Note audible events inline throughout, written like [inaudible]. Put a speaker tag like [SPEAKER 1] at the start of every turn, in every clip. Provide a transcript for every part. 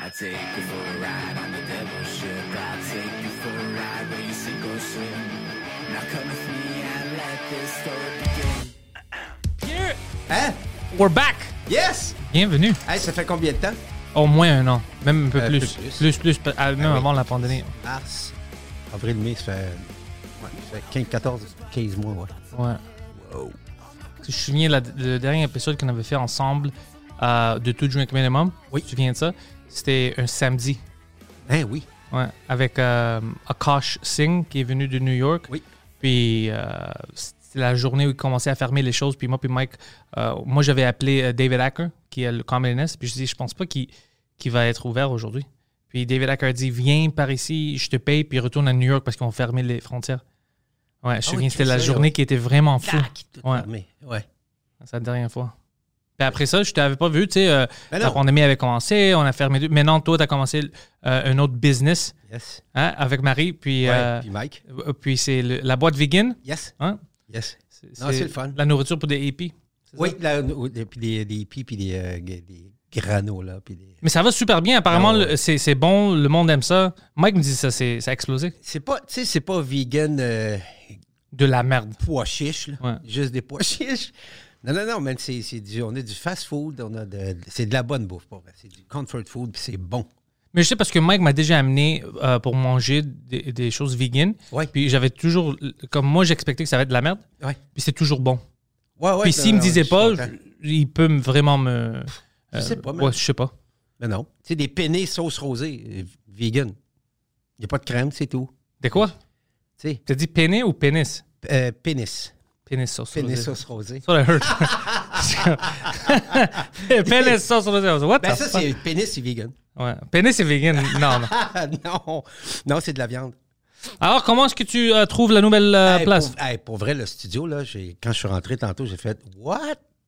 [SPEAKER 1] I take you for a ride on the devil's ship. I take you for a ride where you sink or swim. Now come with me and let this story begin.
[SPEAKER 2] Hein?
[SPEAKER 3] We're back!
[SPEAKER 2] Yes!
[SPEAKER 3] Bienvenue!
[SPEAKER 2] Hey, ça fait combien de temps?
[SPEAKER 3] Au moins un an, même un peu
[SPEAKER 2] Euh,
[SPEAKER 3] plus.
[SPEAKER 2] plus,
[SPEAKER 3] Plus, plus, pa- ah, même
[SPEAKER 2] oui.
[SPEAKER 3] avant la pandémie.
[SPEAKER 2] Mars.
[SPEAKER 4] Avril, mai, ça fait, ouais, ça fait 15, 14, 15 mois, ouais.
[SPEAKER 3] Ouais. Tu te souviens la- le dernier épisode qu'on avait fait ensemble euh, de Tout Drink Minimum? Oui. Tu te souviens de ça? C'était un samedi.
[SPEAKER 4] Hein, oui.
[SPEAKER 3] Ouais, avec euh, Akash Singh qui est venu de New York.
[SPEAKER 4] Oui.
[SPEAKER 3] Puis euh, c'était la journée où ils commençaient à fermer les choses. Puis moi, puis Mike, euh, moi j'avais appelé euh, David Acker, qui est le communiste. Puis je dis, je pense pas qu'il qu'il va être ouvert aujourd'hui. Puis David Acker a dit, viens par ici, je te paye, puis retourne à New York parce qu'ils ont fermé les frontières. Ouais, je me
[SPEAKER 4] Ah oui,
[SPEAKER 3] souviens, c'était la
[SPEAKER 4] Chris,
[SPEAKER 3] journée
[SPEAKER 4] ouais.
[SPEAKER 3] qui était vraiment fou.
[SPEAKER 4] Tac, tout
[SPEAKER 3] Ouais.
[SPEAKER 4] fermé. Ouais.
[SPEAKER 3] C'est la dernière fois. Puis après ça, je t'avais pas vu, tu sais, euh,
[SPEAKER 4] Ben
[SPEAKER 3] la
[SPEAKER 4] non.
[SPEAKER 3] pandémie avait commencé, on a fermé. deux- Maintenant, toi, tu as commencé euh, un autre business.
[SPEAKER 4] Yes.
[SPEAKER 3] Hein, avec Marie, puis,
[SPEAKER 4] Ouais,
[SPEAKER 3] euh,
[SPEAKER 4] Puis Mike.
[SPEAKER 3] euh, puis c'est le- la boîte vegan.
[SPEAKER 4] Yes.
[SPEAKER 3] Hein?
[SPEAKER 4] Yes. Non, c'est le fun.
[SPEAKER 3] La nourriture pour des hippies. c'est
[SPEAKER 4] Oui,
[SPEAKER 3] ça?
[SPEAKER 4] la- ou- des- puis des, des hippies, puis des, euh, g- des granolas, puis des...
[SPEAKER 3] Mais ça va super bien. Apparemment,
[SPEAKER 4] Non.
[SPEAKER 3] le- c'est c'est bon. Le monde aime ça. Mike me dit ça, c'est- ça a explosé.
[SPEAKER 4] C'est pas, tu sais, c'est pas vegan euh,
[SPEAKER 3] De la merde.
[SPEAKER 4] pois chiches, là.
[SPEAKER 3] Ouais.
[SPEAKER 4] Juste des pois [laughs] chiches. Non, non, non, mais c'est, c'est du, on a du fast food, on a de, c'est de la bonne bouffe, pour vrai. C'est du comfort food, puis c'est bon.
[SPEAKER 3] Mais je sais parce que Mike m'a déjà amené euh, pour manger des, des choses vegan.
[SPEAKER 4] Ouais.
[SPEAKER 3] Puis j'avais toujours. Comme moi, j'expectais que ça va être de la merde.
[SPEAKER 4] Ouais.
[SPEAKER 3] Puis c'est toujours bon.
[SPEAKER 4] Ouais, ouais.
[SPEAKER 3] puis s'il me
[SPEAKER 4] non,
[SPEAKER 3] disait
[SPEAKER 4] je suis
[SPEAKER 3] pas,
[SPEAKER 4] content.
[SPEAKER 3] il peut me- vraiment me.
[SPEAKER 4] Je sais pas, mais-
[SPEAKER 3] ouais, je sais pas.
[SPEAKER 4] Mais non. Tu sais, des penne sauce rosée, euh, vegan. Il n'y a pas de crème, c'est tout.
[SPEAKER 3] De quoi
[SPEAKER 4] Tu sais,
[SPEAKER 3] T'as dit pénis ou pénis
[SPEAKER 4] euh, pénis.
[SPEAKER 3] Pénis sauce.
[SPEAKER 4] Pénis sauce rosée.
[SPEAKER 3] That's what I heard.
[SPEAKER 4] [laughs]
[SPEAKER 3] Pénis sauce rosée. I was like, What
[SPEAKER 4] Ben
[SPEAKER 3] the
[SPEAKER 4] ça,
[SPEAKER 3] fuck?
[SPEAKER 4] c'est pénis, c'est vegan. [laughs]
[SPEAKER 3] Ouais. Pénis, c'est vegan. Non, non.
[SPEAKER 4] Ah non! Non, c'est de la viande.
[SPEAKER 3] Alors, comment est-ce que tu euh, trouves la nouvelle euh,
[SPEAKER 4] Hey,
[SPEAKER 3] place?
[SPEAKER 4] Pour, hey, pour vrai, le studio, là, j'ai- quand je suis rentré tantôt, j'ai fait What?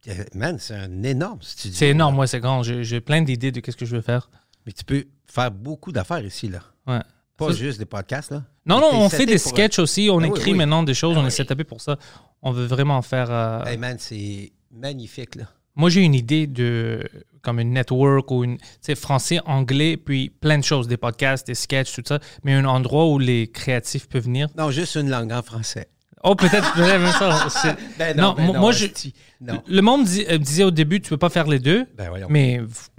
[SPEAKER 4] Euh, Man, c'est un énorme studio.
[SPEAKER 3] C'est énorme, ouais, c'est grand. J'ai j'ai plein d'idées de qu'est-ce que je veux faire.
[SPEAKER 4] Mais tu peux faire beaucoup d'affaires ici, là.
[SPEAKER 3] Ouais.
[SPEAKER 4] Pas
[SPEAKER 3] Ça-
[SPEAKER 4] juste des podcasts, là.
[SPEAKER 3] Non,
[SPEAKER 4] Mais
[SPEAKER 3] non,
[SPEAKER 4] t'es
[SPEAKER 3] on fait
[SPEAKER 4] seté
[SPEAKER 3] des
[SPEAKER 4] pour-
[SPEAKER 3] sketchs aussi. On
[SPEAKER 4] Ah oui,
[SPEAKER 3] écrit
[SPEAKER 4] oui.
[SPEAKER 3] maintenant des choses.
[SPEAKER 4] Ah
[SPEAKER 3] on
[SPEAKER 4] oui.
[SPEAKER 3] est setupé pour ça. On veut vraiment faire. euh,
[SPEAKER 4] Hey, man, c'est magnifique, là.
[SPEAKER 3] Moi, j'ai une idée de comme une network ou une, tu sais, français, anglais, puis plein de choses, des podcasts, des sketchs, tout ça. Mais un endroit où les créatifs peuvent venir.
[SPEAKER 4] Non, juste une langue en français.
[SPEAKER 3] Oh, peut-être. peut-être même ça. C'est-
[SPEAKER 4] [laughs] Ben
[SPEAKER 3] non,
[SPEAKER 4] ben
[SPEAKER 3] moi- moi, je-
[SPEAKER 4] esti. Non.
[SPEAKER 3] Le monde dit- euh, disait au début, tu peux pas faire les deux,
[SPEAKER 4] Ben voyons.
[SPEAKER 3] mais pff,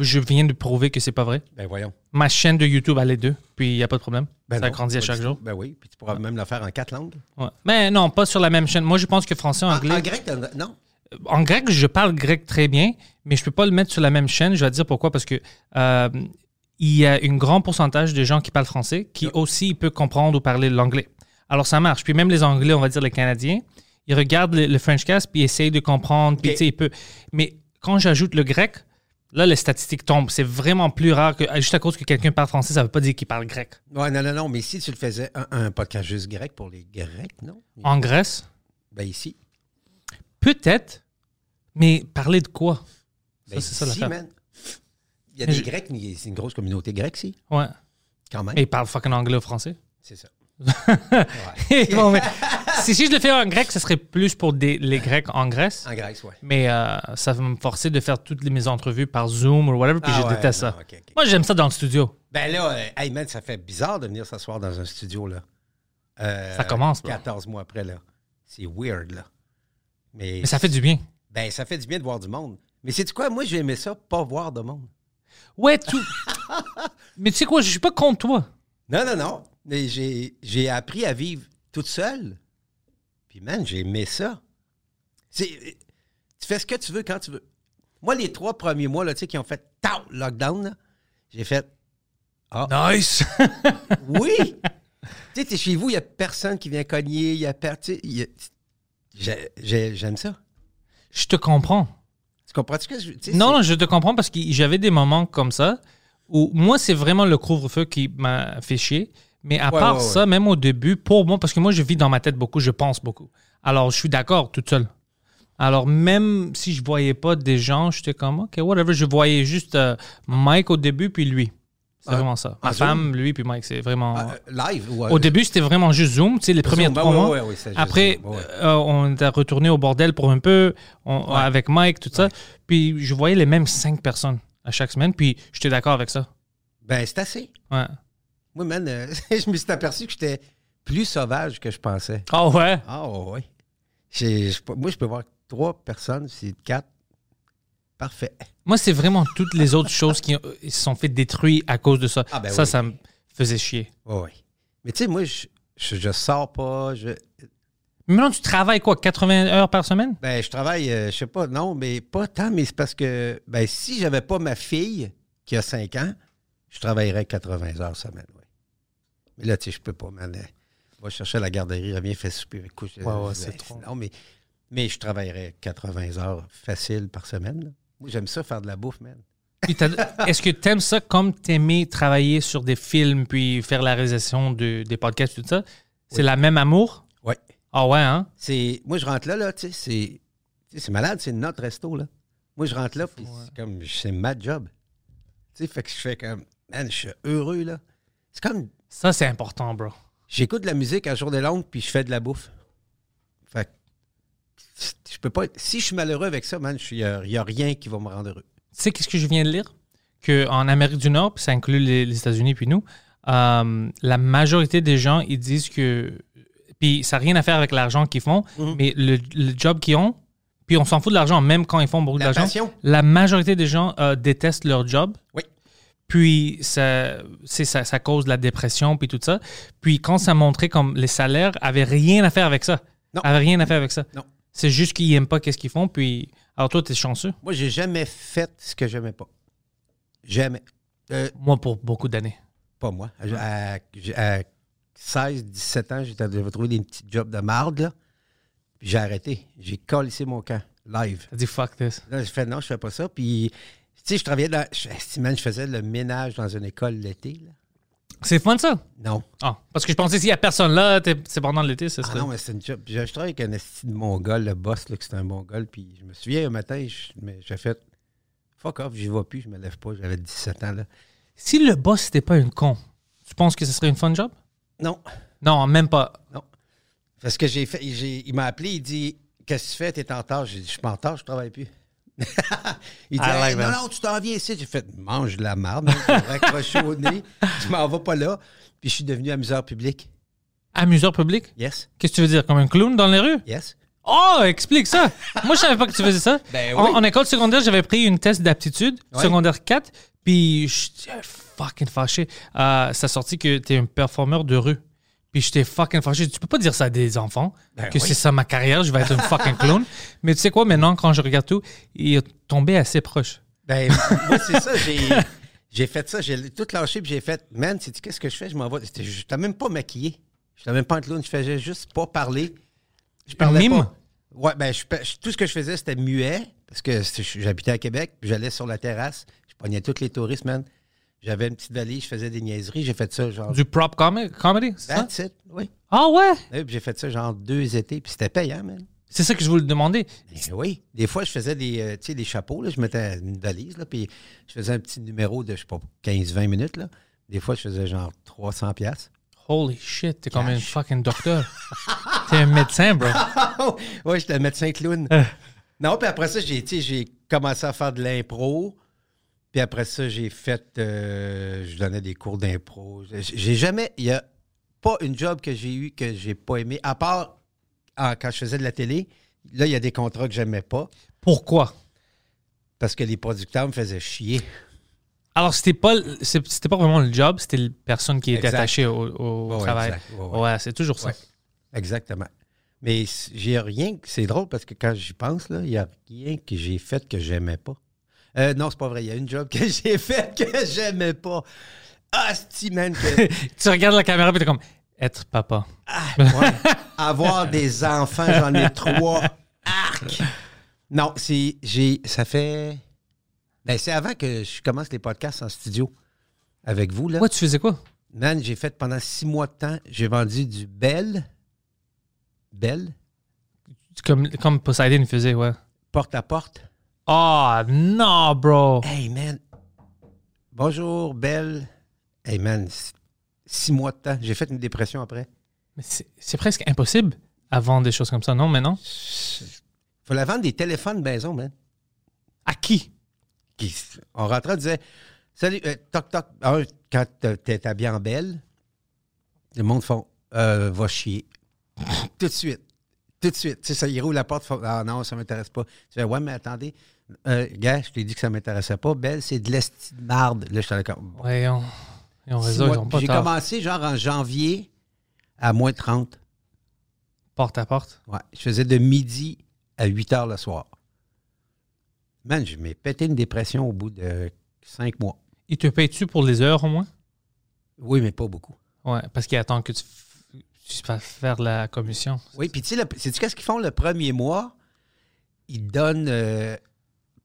[SPEAKER 3] je viens de prouver que c'est pas vrai.
[SPEAKER 4] Ben voyons.
[SPEAKER 3] Ma chaîne de YouTube a les deux, puis il n'y a pas de problème.
[SPEAKER 4] Ben
[SPEAKER 3] ça
[SPEAKER 4] non,
[SPEAKER 3] grandit à
[SPEAKER 4] pas
[SPEAKER 3] chaque
[SPEAKER 4] du
[SPEAKER 3] jour. Ah.
[SPEAKER 4] tout. Ben oui, puis tu pourras même le faire en quatre langues.
[SPEAKER 3] Ouais. Mais non, pas sur la même chaîne. Moi, je pense que français,
[SPEAKER 4] En,
[SPEAKER 3] anglais.
[SPEAKER 4] en grec, t'en- non?
[SPEAKER 3] en grec, je parle grec très bien, mais je peux pas le mettre sur la même chaîne. Je vais te dire pourquoi, parce que euh, il y a un grand pourcentage de gens qui parlent français qui aussi peuvent comprendre ou parler l'anglais. Alors ça marche. Puis même les Anglais, on va dire les Canadiens, ils regardent le, le Frenchcast puis ils essayent de comprendre. Puis
[SPEAKER 4] Ok.
[SPEAKER 3] tu sais, ils peuvent. Mais quand j'ajoute le grec, là les statistiques tombent. C'est vraiment plus rare que juste à cause que quelqu'un parle français, ça veut pas dire qu'il parle grec.
[SPEAKER 4] Ouais, non, non, non, mais si tu le faisais un, un podcast juste grec pour les Grecs, non?
[SPEAKER 3] En Grèce,
[SPEAKER 4] Ben ici.
[SPEAKER 3] peut-être, mais parler de quoi
[SPEAKER 4] Ben
[SPEAKER 3] c'est ça,
[SPEAKER 4] ici,
[SPEAKER 3] l'affaire.
[SPEAKER 4] man. Il y a
[SPEAKER 3] Mais
[SPEAKER 4] des
[SPEAKER 3] je-
[SPEAKER 4] Grecs, mais c'est une grosse communauté grecque, si,
[SPEAKER 3] Ouais.
[SPEAKER 4] quand même.
[SPEAKER 3] Et ils parlent fucking anglais ou français.
[SPEAKER 4] C'est ça.
[SPEAKER 3] [laughs] Bon, mais si, si je le fais en grec, ce serait plus pour des- les Grecs en Grèce.
[SPEAKER 4] En Grèce, ouais.
[SPEAKER 3] Mais euh, ça va me forcer de faire toutes les- mes entrevues par Zoom ou whatever, puis
[SPEAKER 4] Ah
[SPEAKER 3] je
[SPEAKER 4] ouais,
[SPEAKER 3] déteste
[SPEAKER 4] non,
[SPEAKER 3] ça.
[SPEAKER 4] ok, ok.
[SPEAKER 3] Moi, j'aime ça dans le studio.
[SPEAKER 4] Ben là, euh, hey man, ça fait bizarre de venir s'asseoir dans un studio, là. Euh,
[SPEAKER 3] Ça commence, là.
[SPEAKER 4] 14 mois après, là. C'est weird, là. Mais,
[SPEAKER 3] Mais ça fait du bien.
[SPEAKER 4] Ben, ça fait du bien de voir du monde. Mais c'est quoi? Moi, j'aimais ça, pas voir de monde.
[SPEAKER 3] Ouais,
[SPEAKER 4] [laughs]
[SPEAKER 3] tout. mais tu sais quoi, je suis pas contre toi.
[SPEAKER 4] Non, non, non. Mais j'ai j'ai appris à vivre toute seule. Puis, man, j'ai aimé ça. C'est- Tu fais ce que tu veux quand tu veux. Moi, les trois premiers mois, là, tu sais, qui ont fait tau, lockdown, là, j'ai fait
[SPEAKER 3] Nice.
[SPEAKER 4] oui. tu sais, t'es chez vous, il n'y a personne qui vient cogner, il y a. per- tu sais, y a- j'ai- j'ai- J'aime ça.
[SPEAKER 3] [laughs] Je te comprends.
[SPEAKER 4] Tu comprends-tu ce que je... tu sais,
[SPEAKER 3] Non,
[SPEAKER 4] c'est-
[SPEAKER 3] non, je te comprends parce que j'avais des moments comme ça où moi, c'est vraiment le couvre-feu qui m'a fait chier. Mais à
[SPEAKER 4] Ouais,
[SPEAKER 3] part
[SPEAKER 4] ouais, ouais.
[SPEAKER 3] ça, même au début, pour moi, parce que moi, je vis dans ma tête beaucoup, je pense beaucoup. Alors, je suis d'accord toute seule. Alors, même si je voyais pas des gens, j'étais comme, OK, whatever, je voyais juste euh, Mike au début, puis lui. C'est vraiment ça. Ma
[SPEAKER 4] en Zoom?
[SPEAKER 3] femme, lui, puis Mike, c'est vraiment...
[SPEAKER 4] Ah, euh, live ou...
[SPEAKER 3] Au début, c'était vraiment juste Zoom, tu sais, les premiers
[SPEAKER 4] Zoom, ben
[SPEAKER 3] trois
[SPEAKER 4] ouais,
[SPEAKER 3] mois.
[SPEAKER 4] ouais, ouais, c'est juste
[SPEAKER 3] Après,
[SPEAKER 4] Zoom, ouais.
[SPEAKER 3] euh, on est retourné au bordel pour un peu, on- avec Mike, tout ça. Puis je voyais les mêmes cinq personnes à chaque semaine, puis j'étais d'accord avec ça.
[SPEAKER 4] Ben, c'est assez.
[SPEAKER 3] Ouais.
[SPEAKER 4] Moi, man, euh, [laughs] je me suis aperçu que j'étais plus sauvage que je pensais.
[SPEAKER 3] Ah ouais?
[SPEAKER 4] Ah oui. moi, je peux voir trois personnes, c'est quatre. Parfait.
[SPEAKER 3] Moi, c'est vraiment toutes les
[SPEAKER 4] [laughs]
[SPEAKER 3] autres choses qui euh, se sont fait détruire à cause de ça.
[SPEAKER 4] Ah, ben
[SPEAKER 3] ça,
[SPEAKER 4] oui.
[SPEAKER 3] ça me faisait chier.
[SPEAKER 4] Oui, oui. Mais tu sais, moi, je, je, je sors pas. Je,
[SPEAKER 3] Mais maintenant, tu travailles quoi, 80 heures par semaine?
[SPEAKER 4] ben, je travaille, euh, je sais pas, non, mais pas tant, mais c'est parce que ben, si j'avais pas ma fille qui a 5 ans, je travaillerais 80 heures semaine, oui. Mais là, tu sais, je peux pas, man. Euh, Va chercher à la garderie, reviens, fais souper, couche.
[SPEAKER 3] Ouais, ouais, c'est trop.
[SPEAKER 4] Non, mais, mais je travaillerais 80 heures facile par semaine. là. Moi, j'aime ça faire de la bouffe, man.
[SPEAKER 3] Puis
[SPEAKER 4] [laughs]
[SPEAKER 3] t'as- Est-ce que t'aimes ça comme t'aimais travailler sur des films puis faire la réalisation de- des podcasts, tout ça? C'est la même amour?
[SPEAKER 4] Oui.
[SPEAKER 3] Ah ouais, hein?
[SPEAKER 4] c'est moi je rentre là là tu sais c'est tu sais, c'est malade c'est notre resto là moi je rentre là puis c'est hein. comme c'est ma job tu sais fait que je fais comme man je suis heureux là c'est comme
[SPEAKER 3] Ça, c'est important, bro.
[SPEAKER 4] j'écoute de la musique à journée longue puis je fais de la bouffe fait que je peux pas être- si je suis malheureux avec ça man il y, a- y a rien qui va me rendre heureux
[SPEAKER 3] Tu sais, qu'est-ce que je viens de lire? Qu'en Amérique du Nord, puis ça inclut les, les États-Unis, puis nous, euh, la majorité des gens, ils disent que. Puis ça n'a rien à faire avec l'argent qu'ils font, mais le, le job qu'ils ont, puis on s'en fout de l'argent, même quand ils font beaucoup
[SPEAKER 4] La
[SPEAKER 3] d'argent.
[SPEAKER 4] passion.
[SPEAKER 3] La majorité des gens euh, détestent leur job.
[SPEAKER 4] Oui.
[SPEAKER 3] Puis ça, c'est ça, ça cause de la dépression, puis tout ça. Puis quand ça montrait comme les salaires avaient rien à faire avec ça.
[SPEAKER 4] Non.
[SPEAKER 3] Avaient rien à faire avec ça.
[SPEAKER 4] Non.
[SPEAKER 3] C'est juste qu'ils n'aiment pas qu'est-ce qu'ils font. Puis alors toi, t'es chanceux.
[SPEAKER 4] moi j'ai jamais fait ce que j'aimais pas jamais Euh,
[SPEAKER 3] Moi, pour beaucoup d'années.
[SPEAKER 4] Pas moi. À, à- à 16, 17 ans, j'étais j'avais trouvé des petits jobs de marde, là. Puis j'ai arrêté. J'ai collissé mon camp, live.
[SPEAKER 3] T'as dit fuck this.
[SPEAKER 4] Là, j'ai fait non, je fais pas ça. Puis, tu sais, je travaillais dans. Je, esti, man, je faisais le ménage dans une école l'été, là.
[SPEAKER 3] C'est fun ça?
[SPEAKER 4] Non.
[SPEAKER 3] Ah, parce que je pensais s'il y a personne là, t'es- c'est pendant l'été, ça
[SPEAKER 4] Ah
[SPEAKER 3] serait.
[SPEAKER 4] non, mais c'est une job. Puis Je, je travaillais avec un esti de mongol, le boss, là, que c'était un mongol. Puis je me souviens, un matin, je- mais j'ai fait fuck off, j'y vais plus, je me lève pas. J'avais 17 ans, là.
[SPEAKER 3] Si le boss n'était pas une con, tu penses que ce serait une fun job?
[SPEAKER 4] Non.
[SPEAKER 3] Non, même pas.
[SPEAKER 4] Non. Parce que j'ai fait. j'ai- il m'a appelé, il dit Qu'est-ce que tu fais, t'es en retard J'ai dit Je suis pas en retard, je travaille plus. [laughs]
[SPEAKER 3] I
[SPEAKER 4] il dit
[SPEAKER 3] like
[SPEAKER 4] Hey,
[SPEAKER 3] that.
[SPEAKER 4] Non, non, tu t'en viens ici. J'ai fait Mange de la marde, hein, je vais raccrocher
[SPEAKER 3] [laughs]
[SPEAKER 4] au nez, tu m'en vas pas là. Puis je suis devenu amuseur public.
[SPEAKER 3] Amuseur public?
[SPEAKER 4] Yes,
[SPEAKER 3] Qu'est-ce que tu veux dire? Comme un clown dans les rues?
[SPEAKER 4] yes.
[SPEAKER 3] Oh, explique ça! Moi, je savais pas que tu faisais ça.
[SPEAKER 4] [laughs] Ben
[SPEAKER 3] en,
[SPEAKER 4] oui.
[SPEAKER 3] en école secondaire, j'avais pris une test d'aptitude,
[SPEAKER 4] Ouais.
[SPEAKER 3] secondaire 4, puis j'étais fucking fâché. Euh, ça sortit que t'es un performeur de rue. Puis j'étais fucking fâché. Tu peux pas dire ça à des enfants,
[SPEAKER 4] Ben
[SPEAKER 3] que c'est ça ma carrière, je vais être un fucking
[SPEAKER 4] [laughs]
[SPEAKER 3] clown. Mais tu sais quoi, maintenant, quand je regarde tout, il est tombé assez proche.
[SPEAKER 4] Ben, moi, c'est ça, j'ai. J'ai fait ça, j'ai tout lâché, puis j'ai fait, man, sais-tu qu'est-ce que je fais? Je m'en vais. J'étais- J'étais même pas maquillé. J'étais même pas en clown, je faisais juste pas parler. Je parlais
[SPEAKER 3] mime?
[SPEAKER 4] pas. Ouais, ben, je pa- je- tout ce que je faisais, c'était muet, parce que c'est- je- j'habitais à Québec, puis j'allais sur la terrasse, je pognais tous les touristes, man. J'avais une petite valise, je faisais des niaiseries, j'ai fait ça genre.
[SPEAKER 3] Du prop comi- comedy, c'est ça?
[SPEAKER 4] That's it, oui.
[SPEAKER 3] Ah ouais?
[SPEAKER 4] Oui, puis j'ai fait ça genre deux étés, puis c'était payant, man.
[SPEAKER 3] C'est ça que je voulais te demander.
[SPEAKER 4] Ben oui. Des fois, je faisais des, euh, tu sais, des chapeaux. Là. Je mettais une valise, là, puis je faisais un petit numéro de, je sais pas, 15-20 minutes. Là. Des fois, je faisais genre 300 pièces. [laughs]
[SPEAKER 3] Holy shit, t'es comme un fucking docteur. t'es un médecin,
[SPEAKER 4] [laughs]
[SPEAKER 3] bro.
[SPEAKER 4] Oh! ouais, j'étais le médecin clown. non, puis après ça, j'ai, tu sais, j'ai commencé à faire de l'impro. Puis après ça, j'ai fait, euh, je donnais des cours d'impro. J'ai- J'ai jamais, il y a pas une job que j'ai eu que j'ai pas aimé, à part ah, quand je faisais de la télé. Là, il y a des contrats que j'aimais pas
[SPEAKER 3] Pourquoi?
[SPEAKER 4] parce que les producteurs me faisaient chier.
[SPEAKER 3] Alors, c'était pas, le- c'est- c'était pas vraiment le job, c'était la personne qui était
[SPEAKER 4] Exact.
[SPEAKER 3] attachée au, au
[SPEAKER 4] Ouais, ouais,
[SPEAKER 3] travail.
[SPEAKER 4] exact. Ouais,
[SPEAKER 3] ouais,
[SPEAKER 4] ouais.
[SPEAKER 3] c'est toujours ça.
[SPEAKER 4] Ouais. Exactement. Mais c- j'ai rien. que- C'est drôle parce que quand j'y pense, là, il n'y a rien que j'ai fait que j'aimais pas. Euh, non, c'est pas vrai. Il y a une job que [laughs] j'ai faite que j'aimais pas. Ah, c'ti, man, que-
[SPEAKER 3] [laughs] Tu regardes la caméra et t'es comme être papa.
[SPEAKER 4] Ah, ouais. Avoir des enfants, j'en ai trois. Arc! Non, c'est. J'ai. Ça fait. Ben, c'est avant que je commence les podcasts en studio avec vous, là.
[SPEAKER 3] Ouais, tu faisais quoi?
[SPEAKER 4] Man, j'ai fait pendant six mois de temps, j'ai vendu du Bell. Bell?
[SPEAKER 3] Comme, comme Poseidon faisait, ouais.
[SPEAKER 4] Porte à porte.
[SPEAKER 3] Ah, non, bro!
[SPEAKER 4] Hey, man. Bonjour, Bell. Hey, man. s- Six mois de temps. J'ai fait une dépression après.
[SPEAKER 3] Mais c'est c'est presque impossible à vendre des choses comme ça, non? Mais non?
[SPEAKER 4] Faut la vendre des téléphones maison, man.
[SPEAKER 3] À qui?
[SPEAKER 4] Qui- on rentrait, on disait Salut, euh, toc, toc. Ah, quand t'es- t'es habillé en belle, le monde font Euh, Va chier. Tout de suite. Tout de suite. Tu sais, ça, ils roulent la porte. font, ah non, ça m'intéresse pas. Tu fais Ouais, mais attendez. Euh, gars, je t'ai dit que ça m'intéressait pas. Belle, c'est de l'esti de marde. Là, je suis comme.
[SPEAKER 3] Ouais, on, et on
[SPEAKER 4] Six
[SPEAKER 3] réseau,
[SPEAKER 4] mois.
[SPEAKER 3] ils ont
[SPEAKER 4] Puis
[SPEAKER 3] pas
[SPEAKER 4] J'ai
[SPEAKER 3] tort.
[SPEAKER 4] commencé genre en janvier à moins 30.
[SPEAKER 3] Porte à porte.
[SPEAKER 4] Ouais, je faisais de midi à 8 heures le soir. Man, je m'ai pété une dépression au bout de cinq mois.
[SPEAKER 3] Ils te payent-tu pour les heures au moins?
[SPEAKER 4] Oui, mais pas beaucoup.
[SPEAKER 3] Ouais, parce qu'ils attendent que tu, f- tu fasses faire la commission.
[SPEAKER 4] Oui, puis tu sais, le- sais-tu qu'est-ce qu'ils font le premier mois? Ils te donnent, euh,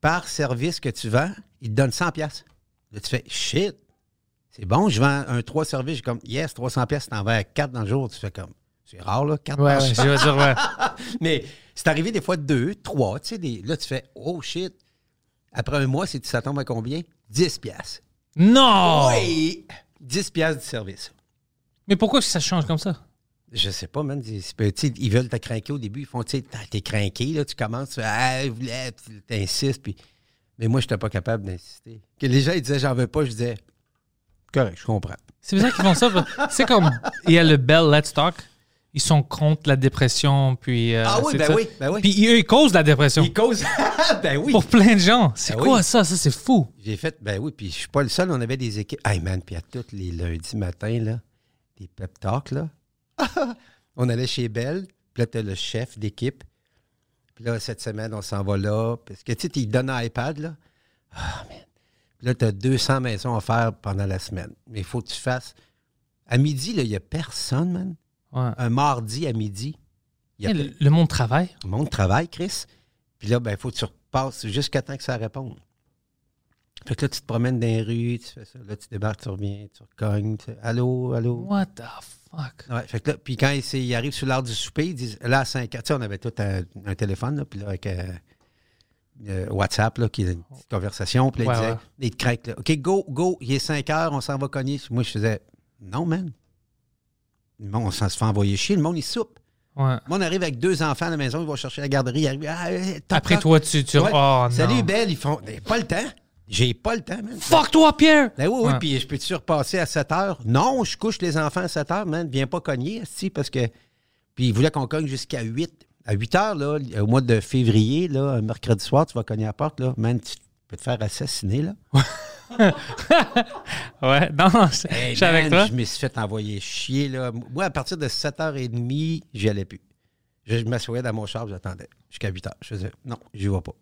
[SPEAKER 4] par service que tu vends, ils te donnent 100 pièces. Là, tu fais « shit, c'est bon, je vends un 3 services. » J'ai comme « yes, 300 pièces, t'en vends 4 dans le jour. » Tu fais comme « c'est rare, là, 4
[SPEAKER 3] Ouais,
[SPEAKER 4] par
[SPEAKER 3] ouais,
[SPEAKER 4] jour.
[SPEAKER 3] je veux dire,
[SPEAKER 4] [laughs]
[SPEAKER 3] ouais.
[SPEAKER 4] Mais c'est arrivé des fois 2, 3, tu sais, des- là, tu fais « oh shit. » Après un mois, c'est- ça tombe à combien? 10 pièces.
[SPEAKER 3] Non!
[SPEAKER 4] Oui! 10 pièces du service.
[SPEAKER 3] Mais pourquoi est-ce que ça change comme ça?
[SPEAKER 4] Je sais pas, man. c'est- c'est- tu sais, Ils veulent te craquer au début. Ils font, tu sais, t'as- t'es craqué, là, tu commences, tu fais, ah, je voulais, puis t'insistes. Puis... Mais moi, je n'étais pas capable d'insister. Que les gens, ils disaient, j'en veux pas, je disais, correct, je comprends.
[SPEAKER 3] C'est bizarre qu'ils font ça. parce- C'est comme, il y a le Bell Let's Talk. Ils sont contre la dépression, puis... euh,
[SPEAKER 4] Ah oui,
[SPEAKER 3] c'est
[SPEAKER 4] ben
[SPEAKER 3] ça.
[SPEAKER 4] oui, ben oui.
[SPEAKER 3] Puis ils- eux, ils causent la dépression.
[SPEAKER 4] Ils causent, [laughs] ben oui.
[SPEAKER 3] Pour plein de gens. C'est
[SPEAKER 4] Ben
[SPEAKER 3] quoi
[SPEAKER 4] oui.
[SPEAKER 3] ça? Ça, c'est fou.
[SPEAKER 4] J'ai fait, ben oui, puis je suis pas le seul, on avait des équipes. Hey, man, puis à tous les lundis matin, là, des pep talks, là. [laughs] on allait chez Belle, puis là, t'as le chef d'équipe. Puis là, cette semaine, on s'en va là. Parce que, tu sais, ils te donnent un iPad, là. Ah, man. Puis là, t'as 200 maisons à faire pendant la semaine. Mais il faut que tu fasses. À midi, là, il n'y a personne, man.
[SPEAKER 3] Ouais.
[SPEAKER 4] Un mardi à midi, Ah, il y a
[SPEAKER 3] Eh, Le, le monde travaille.
[SPEAKER 4] le monde travaille, Chris. Puis là, ben, il faut que tu repasses jusqu'à temps que ça réponde. Fait que là, tu te promènes dans les rues, tu fais ça. Là, tu débarques, tu reviens, tu recognes. tu fais, Allô, allô.
[SPEAKER 3] What the fuck?
[SPEAKER 4] Ouais, fait que là, puis quand ils il arrivent sur l'heure du souper, ils disent, là, à 5 heures, tu sais, on avait tout un, un téléphone, là, puis là, avec euh, euh, WhatsApp, là, qui est une petite conversation, puis là,
[SPEAKER 3] Ouais,
[SPEAKER 4] ils disaient,
[SPEAKER 3] ouais.
[SPEAKER 4] ils te craquent, là, OK, go, go, il est 5 heures, on s'en va cogner. Moi, je faisais, non, man. Le monde, on s'en se fait envoyer chier, le monde, il soupe.
[SPEAKER 3] Ouais.
[SPEAKER 4] Moi, on arrive avec deux enfants à la maison, ils vont chercher la garderie. ils arrivent, ah, eh, toc,
[SPEAKER 3] Après
[SPEAKER 4] toc.
[SPEAKER 3] toi, tu... tu...
[SPEAKER 4] Ouais.
[SPEAKER 3] Oh, non.
[SPEAKER 4] Salut, Ben. Belle, ils font. J'ai Pas le temps. J'ai pas le temps, man.
[SPEAKER 3] Fuck toi, Pierre!
[SPEAKER 4] Ben oui, oui,
[SPEAKER 3] Ouais.
[SPEAKER 4] puis je peux-tu repasser à 7 heures? Non, je couche les enfants à 7 heures, man. Viens pas cogner, si, parce que. Puis ils voulaient qu'on cogne jusqu'à 8. À 8 heures, là, au mois de février, là, un mercredi soir, tu vas cogner à la porte, là. Man, tu peux te faire assassiner, là.
[SPEAKER 3] Ouais, non, non,
[SPEAKER 4] [laughs]
[SPEAKER 3] je je suis avec
[SPEAKER 4] Man,
[SPEAKER 3] toi.
[SPEAKER 4] Je me suis fait envoyer chier, là. Moi, à partir de 7h30, j'y allais plus. Je, je m'assoyais dans mon char, j'attendais jusqu'à 8h. Je faisais, non, j'y vais pas.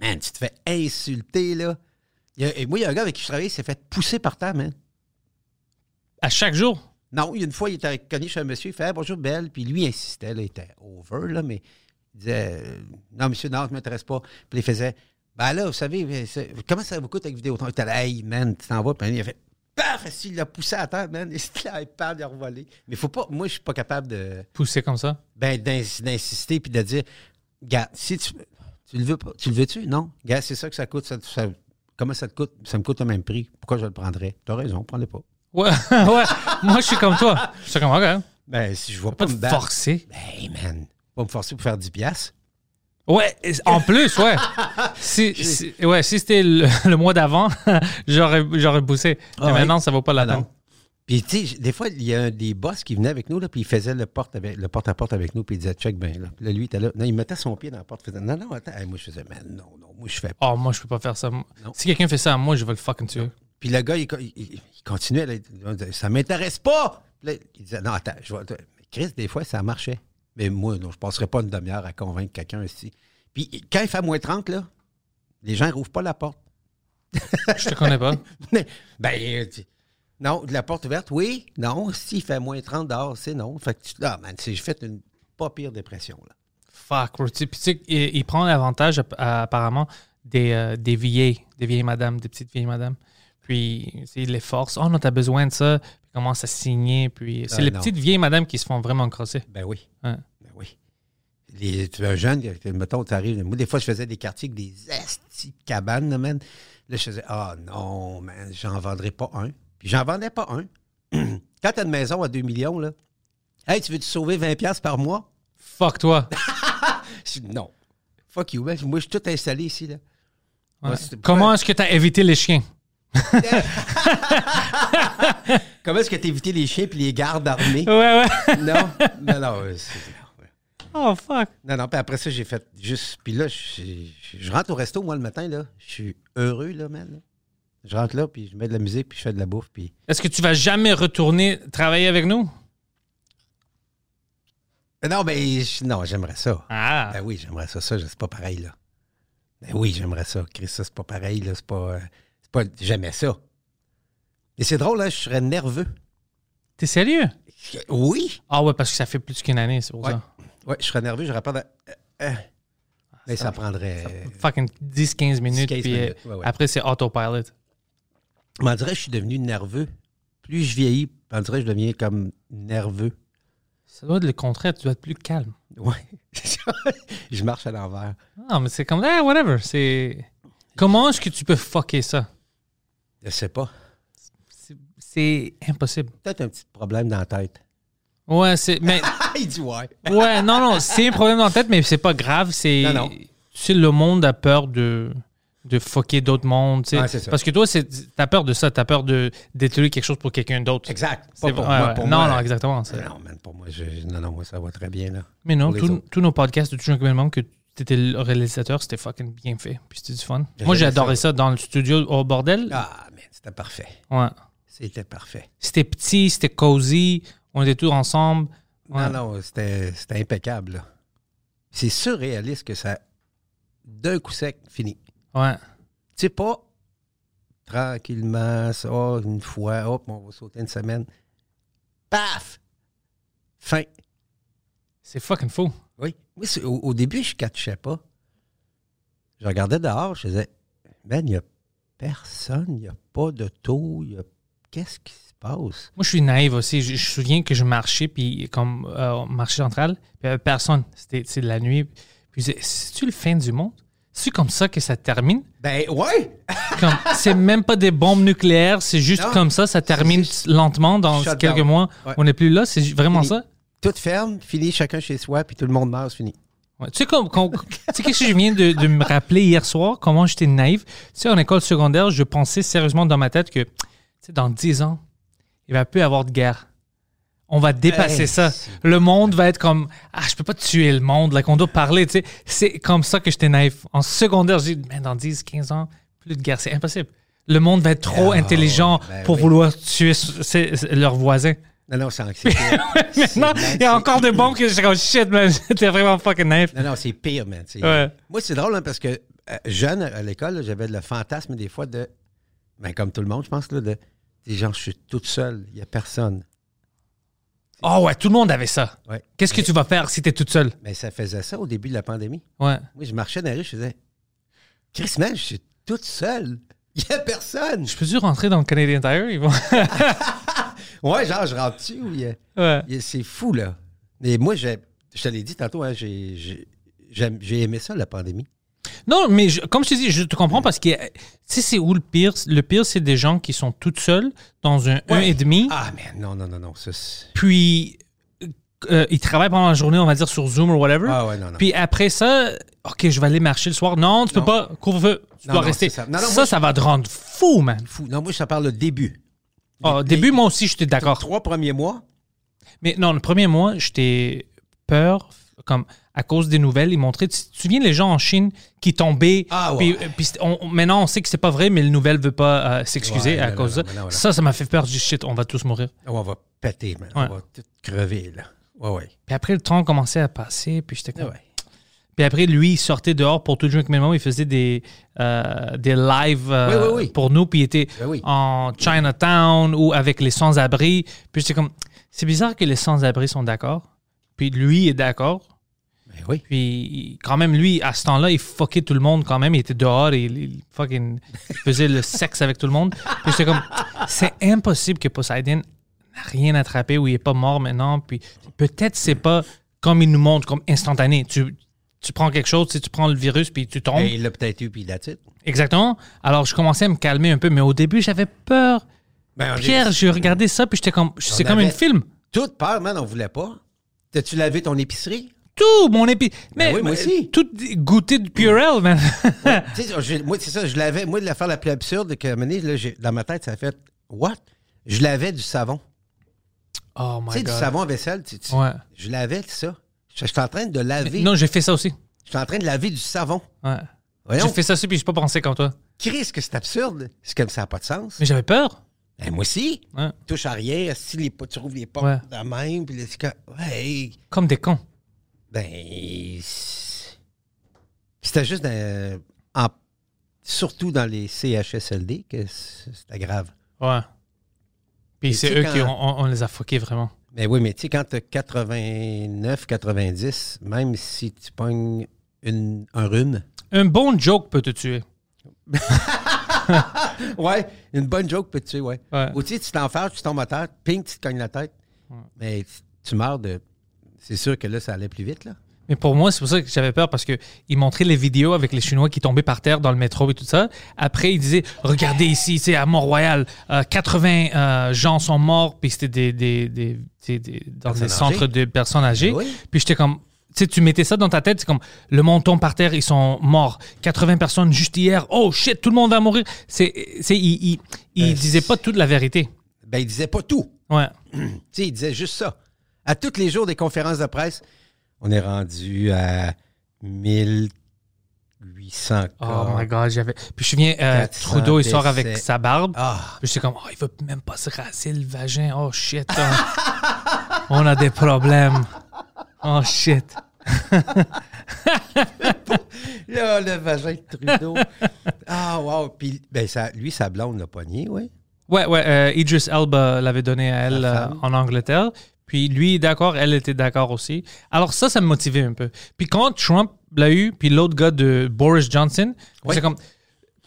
[SPEAKER 4] Man, tu te fais insulter, là. Il y a- et moi, il y a un gars avec qui je travaillais, il s'est fait pousser par terre, man.
[SPEAKER 3] À chaque jour.
[SPEAKER 4] Non, il y a une fois, il était connu chez un monsieur, il fait Ah, bonjour, belle. Puis lui, il insistait, là, il était over, là, mais il disait euh, Non, monsieur, non, je ne m'intéresse pas. Puis il faisait Ben là, vous savez, c'est- comment ça vous coûte avec Vidéotron Il était là, Hey, man, tu t'en vas. Puis il a fait Paf Il l'a poussé à terre, man. [laughs] Il s'est là, il parle, il a revolé. Mais faut pas, moi, je suis pas capable de
[SPEAKER 3] Poussé comme ça.
[SPEAKER 4] ben, d'ins- d'insister puis de dire Gars, si tu, tu le veux pas, tu le veux-tu Non. Gars, c'est ça que ça coûte. ça- ça- comment ça te coûte Ça me coûte le même prix. Pourquoi je le prendrais T'as raison, prends-le pas.
[SPEAKER 3] Ouais, [laughs] ouais. Moi, je suis comme toi. Je suis comme, OK.
[SPEAKER 4] Ben, si je vois
[SPEAKER 3] Pas
[SPEAKER 4] pas, me
[SPEAKER 3] de
[SPEAKER 4] battre.
[SPEAKER 3] forcer.
[SPEAKER 4] Ben, Hey man, pas me forcer pour faire 10 piastres.
[SPEAKER 3] Ouais, et- en plus, ouais.
[SPEAKER 4] [laughs]
[SPEAKER 3] Si, si- ouais, si c'était le, [laughs] le mois d'avant, j'aurais, j'aurais poussé. Mais
[SPEAKER 4] ouais.
[SPEAKER 3] maintenant, ça vaut pas la
[SPEAKER 4] Ah,
[SPEAKER 3] peine.
[SPEAKER 4] non. Puis tu sais, j- des fois, il y a un des boss qui venait avec nous, là, puis il faisait le porte avec le porte-à-porte avec nous, puis il disait check ben là. Puis là, lui, il était là. Non, il mettait son pied dans la porte, il faisait Non, non, attends, Hey, moi je faisais, man, non, non, moi je fais pas.
[SPEAKER 3] Oh, moi, je peux pas faire ça. Si quelqu'un fait ça à moi, je vais le fucking tuer.
[SPEAKER 4] Puis le gars, il, co- il- il- il continuait, là, il disait, ça m'intéresse pas! Puis là, il disait Non, attends, je vais. attends. Mais Chris, des fois, ça marchait. Mais moi, non, je passerais pas une demi-heure à convaincre quelqu'un ici. Puis quand il fait moins 30, là, les gens ne rouvrent pas la porte.
[SPEAKER 3] Je te
[SPEAKER 4] [laughs]
[SPEAKER 3] connais pas.
[SPEAKER 4] Mais, ben, euh, tu- non, de la porte ouverte, oui. Non, s'il fait moins 30 dehors, c'est non. Fait que tu, ah, man, c'est- j'ai fait une pas pire dépression, là.
[SPEAKER 3] Fuck, bro. Tu sais, puis tu sais, il, il prend l'avantage app- à- apparemment des, euh, des vieilles, des vieilles madames, des petites vieilles madames. Puis tu sais, il les force. Oh non, t'as besoin de ça. Puis il commence à signer. Puis c'est
[SPEAKER 4] Ah,
[SPEAKER 3] les
[SPEAKER 4] non.
[SPEAKER 3] petites vieilles madames qui se font vraiment crosser.
[SPEAKER 4] Ben oui.
[SPEAKER 3] Ouais.
[SPEAKER 4] Ben oui. Les, tu es un jeune, que- mettons, tu arrives. Moi, des fois, je faisais des quartiers avec des astis de cabanes, là, man. Là, je faisais, ah non, man, j'en vendrais pas un. Puis j'en vendais pas un. [clears throat] Quand t'as une maison à 2 millions, là, hey, tu veux te sauver 20$ piastres par mois?
[SPEAKER 3] Fuck toi.
[SPEAKER 4] Je dis, non. Fuck you, man. Moi, je suis tout installé ici, là.
[SPEAKER 3] Ouais.
[SPEAKER 4] [laughs] Ouais, c'est-
[SPEAKER 3] Comment est-ce que t'as évité les chiens?
[SPEAKER 4] Comment est-ce que tu évité les chiens et les gardes armés?
[SPEAKER 3] Ouais, ouais.
[SPEAKER 4] [laughs] non, non, non. euh, c'est-
[SPEAKER 3] [laughs] Oh, fuck.
[SPEAKER 4] Non, non, puis après ça, j'ai fait juste. Puis là, je, je- je rentre au resto, moi, le matin, là. Je suis heureux, là, man. là. Je rentre là, puis je mets de la musique, puis je fais de la bouffe, puis.
[SPEAKER 3] Est-ce que tu vas jamais retourner travailler avec nous?
[SPEAKER 4] Mais Non, mais je- non, j'aimerais ça.
[SPEAKER 3] Ah.
[SPEAKER 4] Ben oui, j'aimerais ça. Ça, je- c'est pas pareil, là. Ben oui, j'aimerais ça. Chris, ça, c'est pas pareil, là. C'est pas. euh, C'est pas. J'aimais ça. Mais c'est drôle, là, je serais nerveux.
[SPEAKER 3] T'es sérieux?
[SPEAKER 4] Oui.
[SPEAKER 3] Ah ouais, parce que ça fait plus qu'une année, c'est pour
[SPEAKER 4] Ouais.
[SPEAKER 3] ça.
[SPEAKER 4] Ouais, je serais nerveux, je rappelle. euh. mais Ah, ça, prendrait. euh,
[SPEAKER 3] Fucking 10-15 minutes,
[SPEAKER 4] 10-15
[SPEAKER 3] puis euh,
[SPEAKER 4] minutes, ouais, ouais.
[SPEAKER 3] après c'est autopilot.
[SPEAKER 4] Mais on dirait que je suis devenu nerveux. Plus je vieillis, on dirait que je deviens comme nerveux. [laughs]
[SPEAKER 3] Ça doit être le contraire, tu dois être plus calme.
[SPEAKER 4] Ouais. je marche à l'envers.
[SPEAKER 3] Non, mais c'est comme, ah, whatever. C'est. Comment est-ce que tu peux fucker ça?
[SPEAKER 4] Je sais pas.
[SPEAKER 3] C'est- C'est impossible.
[SPEAKER 4] Peut-être un petit problème dans la tête. [laughs]
[SPEAKER 3] Ouais, c'est. Mais.
[SPEAKER 4] Ah, il dit ouais.
[SPEAKER 3] Ouais, non, non, c'est un problème dans la tête, mais c'est pas grave. C'est.
[SPEAKER 4] Non, non.
[SPEAKER 3] Tu sais, le monde a peur de. De fucker d'autres mondes. tu sais.
[SPEAKER 4] Ouais, c'est ça.
[SPEAKER 3] Parce que toi, c'est- t'as peur de ça. T'as peur de détruire quelque chose pour quelqu'un d'autre.
[SPEAKER 4] Exact. Pas
[SPEAKER 3] C'est
[SPEAKER 4] pour
[SPEAKER 3] ouais,
[SPEAKER 4] moi,
[SPEAKER 3] ouais.
[SPEAKER 4] pour
[SPEAKER 3] non,
[SPEAKER 4] moi.
[SPEAKER 3] non, exactement. c'est-
[SPEAKER 4] Non, man, pour moi, je- non, non, moi, ça va très bien, là.
[SPEAKER 3] euh, Mais non,
[SPEAKER 4] Pour les
[SPEAKER 3] tous-
[SPEAKER 4] autres.
[SPEAKER 3] tous nos podcasts de Toujours Combien de Monde que tu étais le réalisateur, c'était fucking bien fait. Puis c'était du fun.
[SPEAKER 4] J'ai
[SPEAKER 3] Moi, j'ai
[SPEAKER 4] jamais
[SPEAKER 3] adoré
[SPEAKER 4] fait.
[SPEAKER 3] ça dans le studio au bordel.
[SPEAKER 4] Ah, man, c'était parfait.
[SPEAKER 3] Ouais.
[SPEAKER 4] C'était parfait.
[SPEAKER 3] C'était petit, c'était cozy, on était tous ensemble. Ouais.
[SPEAKER 4] Non, non, c'était c'était impeccable, là. C'est surréaliste que ça, d'un coup sec, fini.
[SPEAKER 3] Ouais.
[SPEAKER 4] Tu sais pas, tranquillement, ça, oh, une fois, hop, on va sauter une semaine. Paf! Fin.
[SPEAKER 3] C'est fucking fou.
[SPEAKER 4] Oui. Moi, c'est- au, au début, je ne catchais pas. Je regardais dehors, je disais, man, il n'y a personne, il n'y a pas de taux, il y a... qu'est-ce qui se passe?
[SPEAKER 3] Moi, je suis naïf aussi. Je, je me souviens que je marchais, puis comme euh, au marché central, puis il y avait personne. C'était c'est de la nuit. Puis je disais, c'est-tu le fin du monde? C'est comme ça que ça termine?
[SPEAKER 4] Ben, ouais!
[SPEAKER 3] Comme- C'est même pas des bombes nucléaires, c'est juste
[SPEAKER 4] Non.
[SPEAKER 3] comme ça. Ça termine
[SPEAKER 4] juste
[SPEAKER 3] lentement. Dans
[SPEAKER 4] shutdown.
[SPEAKER 3] quelques mois,
[SPEAKER 4] Ouais.
[SPEAKER 3] on n'est plus là. C'est ju- vraiment ça.
[SPEAKER 4] Tout ferme, fini, chacun chez soi, puis tout le monde meurt, c'est fini.
[SPEAKER 3] Ouais. Tu sais, comme, qu'on- tu sais qu'est-ce que je viens de, de me rappeler hier soir, comment j'étais naïf. Tu sais, en école secondaire, je pensais sérieusement dans ma tête que tu sais, dans 10 ans, il va plus avoir de guerre. On va dépasser
[SPEAKER 4] Hey,
[SPEAKER 3] ça.
[SPEAKER 4] c'est-
[SPEAKER 3] Le monde va être comme Ah, je peux pas tuer le monde, là, qu'on doit parler. Tu sais, c'est comme ça que j'étais naïf. En secondaire, j'ai dit Mais dans 10, 15 ans, plus de guerre, c'est impossible. Le monde va être trop
[SPEAKER 4] Ah,
[SPEAKER 3] intelligent
[SPEAKER 4] ben
[SPEAKER 3] pour
[SPEAKER 4] oui.
[SPEAKER 3] vouloir tuer s- ses- ses- leurs voisins.
[SPEAKER 4] Non, non,
[SPEAKER 3] [laughs]
[SPEAKER 4] c'est anxiété.
[SPEAKER 3] Maintenant, il y a encore des bombes que je suis comme shit, man, [laughs] j'étais vraiment fucking naïf.
[SPEAKER 4] Non, non, c'est pire, man. c'est-
[SPEAKER 3] Ouais.
[SPEAKER 4] Moi, c'est drôle, hein, parce que euh, jeune, à l'école, là, j'avais le fantasme des fois de. Ben, comme tout le monde, je pense, là, de. Des gens, je suis toute seule, il n'y a personne.
[SPEAKER 3] Oh ouais, tout le monde avait ça.
[SPEAKER 4] Ouais.
[SPEAKER 3] Qu'est-ce que tu vas faire si t'es toute seule?
[SPEAKER 4] Mais ça faisait ça au début de la pandémie.
[SPEAKER 3] Ouais.
[SPEAKER 4] Moi, je marchais dans la rue, je faisais Chris, man, je suis toute seule. [laughs] Il n'y a personne.
[SPEAKER 3] Je peux-tu rentrer dans le Canadian Tire? Ils vont... [laughs]
[SPEAKER 4] Ouais, genre, je rentre dessus. ou il y a-
[SPEAKER 3] ouais.
[SPEAKER 4] il y a- C'est fou, là. Mais moi, j'ai- je te l'ai dit tantôt, hein, j'ai j'ai- j'aime- j'ai aimé ça, la pandémie.
[SPEAKER 3] Non, mais je- comme je te dis, je te comprends parce que euh, tu sais, c'est où le pire? Le pire, c'est des gens qui sont toutes seules dans un 1,5,
[SPEAKER 4] Ah, mais non, non, non, non. ça, c'est-
[SPEAKER 3] puis euh, ils travaillent pendant la journée, on va dire, sur Zoom ou whatever.
[SPEAKER 4] Ah ouais, non, non.
[SPEAKER 3] Puis après ça, OK, je vais aller marcher le soir. Non, tu
[SPEAKER 4] Non.
[SPEAKER 3] peux pas, couvre-feu, tu
[SPEAKER 4] Non,
[SPEAKER 3] dois
[SPEAKER 4] non,
[SPEAKER 3] rester.
[SPEAKER 4] c'est
[SPEAKER 3] Ça,
[SPEAKER 4] ça. Non, non,
[SPEAKER 3] ça,
[SPEAKER 4] moi,
[SPEAKER 3] va te rendre fou, man.
[SPEAKER 4] fou. Non, moi, je te parle le début.
[SPEAKER 3] Au
[SPEAKER 4] les-
[SPEAKER 3] début, moi aussi, j'étais d'accord.
[SPEAKER 4] Trois premiers mois,
[SPEAKER 3] Mais non, le premier mois, j'étais peur, comme à cause des nouvelles. Ils montraient. Tu tu te souviens les gens en Chine qui tombaient.
[SPEAKER 4] Ah ouais.
[SPEAKER 3] puis, euh, puis c'était- on- on- maintenant, on sait que c'est pas vrai, mais les nouvelles ne veut pas euh, s'excuser
[SPEAKER 4] Ouais,
[SPEAKER 3] à
[SPEAKER 4] non,
[SPEAKER 3] cause
[SPEAKER 4] non,
[SPEAKER 3] de
[SPEAKER 4] non, non, non.
[SPEAKER 3] ça. Ça, ça m'a fait peur. du shit, on va tous mourir.
[SPEAKER 4] on va péter, man.
[SPEAKER 3] Ouais.
[SPEAKER 4] On va tout crever, là. Ouais, ouais.
[SPEAKER 3] Puis après, le temps commençait à passer. Puis j'étais comme-
[SPEAKER 4] Ah Ouais.
[SPEAKER 3] Puis après, lui, il sortait dehors pour tout le avec Memo. Il faisait des, euh, des lives euh,
[SPEAKER 4] Oui, oui, oui.
[SPEAKER 3] pour nous. Puis il était
[SPEAKER 4] Ben oui.
[SPEAKER 3] en Chinatown ou avec les sans-abri. Puis j'étais comme, c'est bizarre que les sans-abri sont d'accord. Puis lui est d'accord.
[SPEAKER 4] Ben oui.
[SPEAKER 3] Puis, quand même, lui, à ce temps-là, il fuckait tout le monde quand même. Il était dehors et il, il fucking faisait le sexe avec tout le monde. Puis, j'étais comme, c'est impossible que Poseidon n'a rien attrapé ou il est pas mort maintenant. Puis, peut-être c'est pas comme il nous montre, comme instantané. Tu, tu prends quelque chose, tu sais, tu prends le virus, puis tu tombes.
[SPEAKER 4] Ben, il l'a peut-être eu, puis il a titre.
[SPEAKER 3] Exactement. Alors, je commençais à me calmer un peu, mais au début, j'avais peur.
[SPEAKER 4] Ben, on
[SPEAKER 3] Pierre,
[SPEAKER 4] est-
[SPEAKER 3] je regardais ça, puis j'étais comme, c'est
[SPEAKER 4] On
[SPEAKER 3] comme
[SPEAKER 4] avait-
[SPEAKER 3] un film.
[SPEAKER 4] Toute peur, man, on voulait pas. T'as-tu lavé ton épicerie?
[SPEAKER 3] Tout, mon épi. Mais,
[SPEAKER 4] oui, moi
[SPEAKER 3] mais-
[SPEAKER 4] aussi.
[SPEAKER 3] Tout goûté de Purell, man. Ah.
[SPEAKER 4] Tu sais, j'ai- moi, c'est ça, je l'avais. Moi, de l'affaire la plus absurde que à un moment donné, là, j'ai- dans ma tête, ça a fait What? Je lavais du savon.
[SPEAKER 3] oh my
[SPEAKER 4] Tu sais, du
[SPEAKER 3] God.
[SPEAKER 4] savon à vaisselle. tu- tu-
[SPEAKER 3] Ouais.
[SPEAKER 4] Je lavais ça. Je je suis en train de laver.
[SPEAKER 3] Non, j'ai fait ça aussi.
[SPEAKER 4] Je suis en train de laver du savon.
[SPEAKER 3] Ouais. J'ai
[SPEAKER 4] Voyons,
[SPEAKER 3] fait ça aussi, puis j'ai pas pensé comme toi.
[SPEAKER 4] Chris, que c'est absurde. C'est comme ça n'a pas de sens.
[SPEAKER 3] Mais j'avais peur.
[SPEAKER 4] Ben, moi aussi.
[SPEAKER 3] Ouais.
[SPEAKER 4] Touche arrière, si les, po- tu rouvres les portes
[SPEAKER 3] Ouais.
[SPEAKER 4] de même, puis là, c'est comme, ouais,
[SPEAKER 3] Comme des cons.
[SPEAKER 4] ben, c'est- c'était juste dans- en- surtout dans les CHSLD que c- c'était grave.
[SPEAKER 3] Ouais. Puis
[SPEAKER 4] Et
[SPEAKER 3] c'est
[SPEAKER 4] tu sais,
[SPEAKER 3] eux qui
[SPEAKER 4] quand-
[SPEAKER 3] ont, on, on les a fuckés vraiment.
[SPEAKER 4] Mais Ben oui, mais tu sais, quand t'as 89, 90, même si tu pognes une, un rhume,
[SPEAKER 3] Un bon joke peut te tuer.
[SPEAKER 4] ouais, une bonne joke peut te tuer, ouais.
[SPEAKER 3] Ouais.
[SPEAKER 4] Ou tu sais, tu t'enfermes, tu tombes à terre, ping, tu te cognes la tête, mais tu, tu meurs de... C'est sûr que là, ça allait plus vite, là.
[SPEAKER 3] Mais pour moi, c'est pour ça que j'avais peur parce que ils montraient les vidéos avec les Chinois qui tombaient par terre dans le métro et tout ça. Après, ils disaient Regardez ici, c'est à Mont-Royal, euh, 80 euh, gens sont morts, puis c'était des, des, des- des- des- dans des
[SPEAKER 4] Personnes
[SPEAKER 3] centres
[SPEAKER 4] âgées.
[SPEAKER 3] de personnes âgées.
[SPEAKER 4] Ben oui.
[SPEAKER 3] Puis j'étais comme tu sais, tu mettais ça dans ta tête, c'est comme le monton par terre, ils sont morts. 80 personnes juste hier. Oh shit, tout le monde va mourir. C'est, c'est, ils, ils, ils
[SPEAKER 4] Ben,
[SPEAKER 3] disaient
[SPEAKER 4] c'est-
[SPEAKER 3] pas toute la vérité.
[SPEAKER 4] Ben, il disait pas tout.
[SPEAKER 3] Ouais.
[SPEAKER 4] Tu sais, il disait juste ça. À tous les jours des conférences de presse, on est rendu à 1800
[SPEAKER 3] Oh
[SPEAKER 4] cas.
[SPEAKER 3] my god, j'avais. Puis je me souviens, euh,
[SPEAKER 4] 400
[SPEAKER 3] Trudeau, il sort avec
[SPEAKER 4] décès.
[SPEAKER 3] sa barbe.
[SPEAKER 4] Ah,
[SPEAKER 3] Puis j'étais comme, oh, il veut même pas se raser le vagin. Oh shit. hein. [laughs] On a des problèmes. Oh shit.
[SPEAKER 4] là, le vagin de Trudeau. [laughs] ah, wow. Puis, ben, ça, lui, sa blonde l'a pogné, oui.
[SPEAKER 3] Ouais, ouais. euh, Idris Elba l'avait donné à elle
[SPEAKER 4] Sa
[SPEAKER 3] euh,
[SPEAKER 4] femme.
[SPEAKER 3] en Angleterre. Puis lui, d'accord, elle était d'accord aussi. Alors ça, ça me motivait un peu. Puis quand Trump l'a eu, puis l'autre gars de Boris Johnson, c'est comme,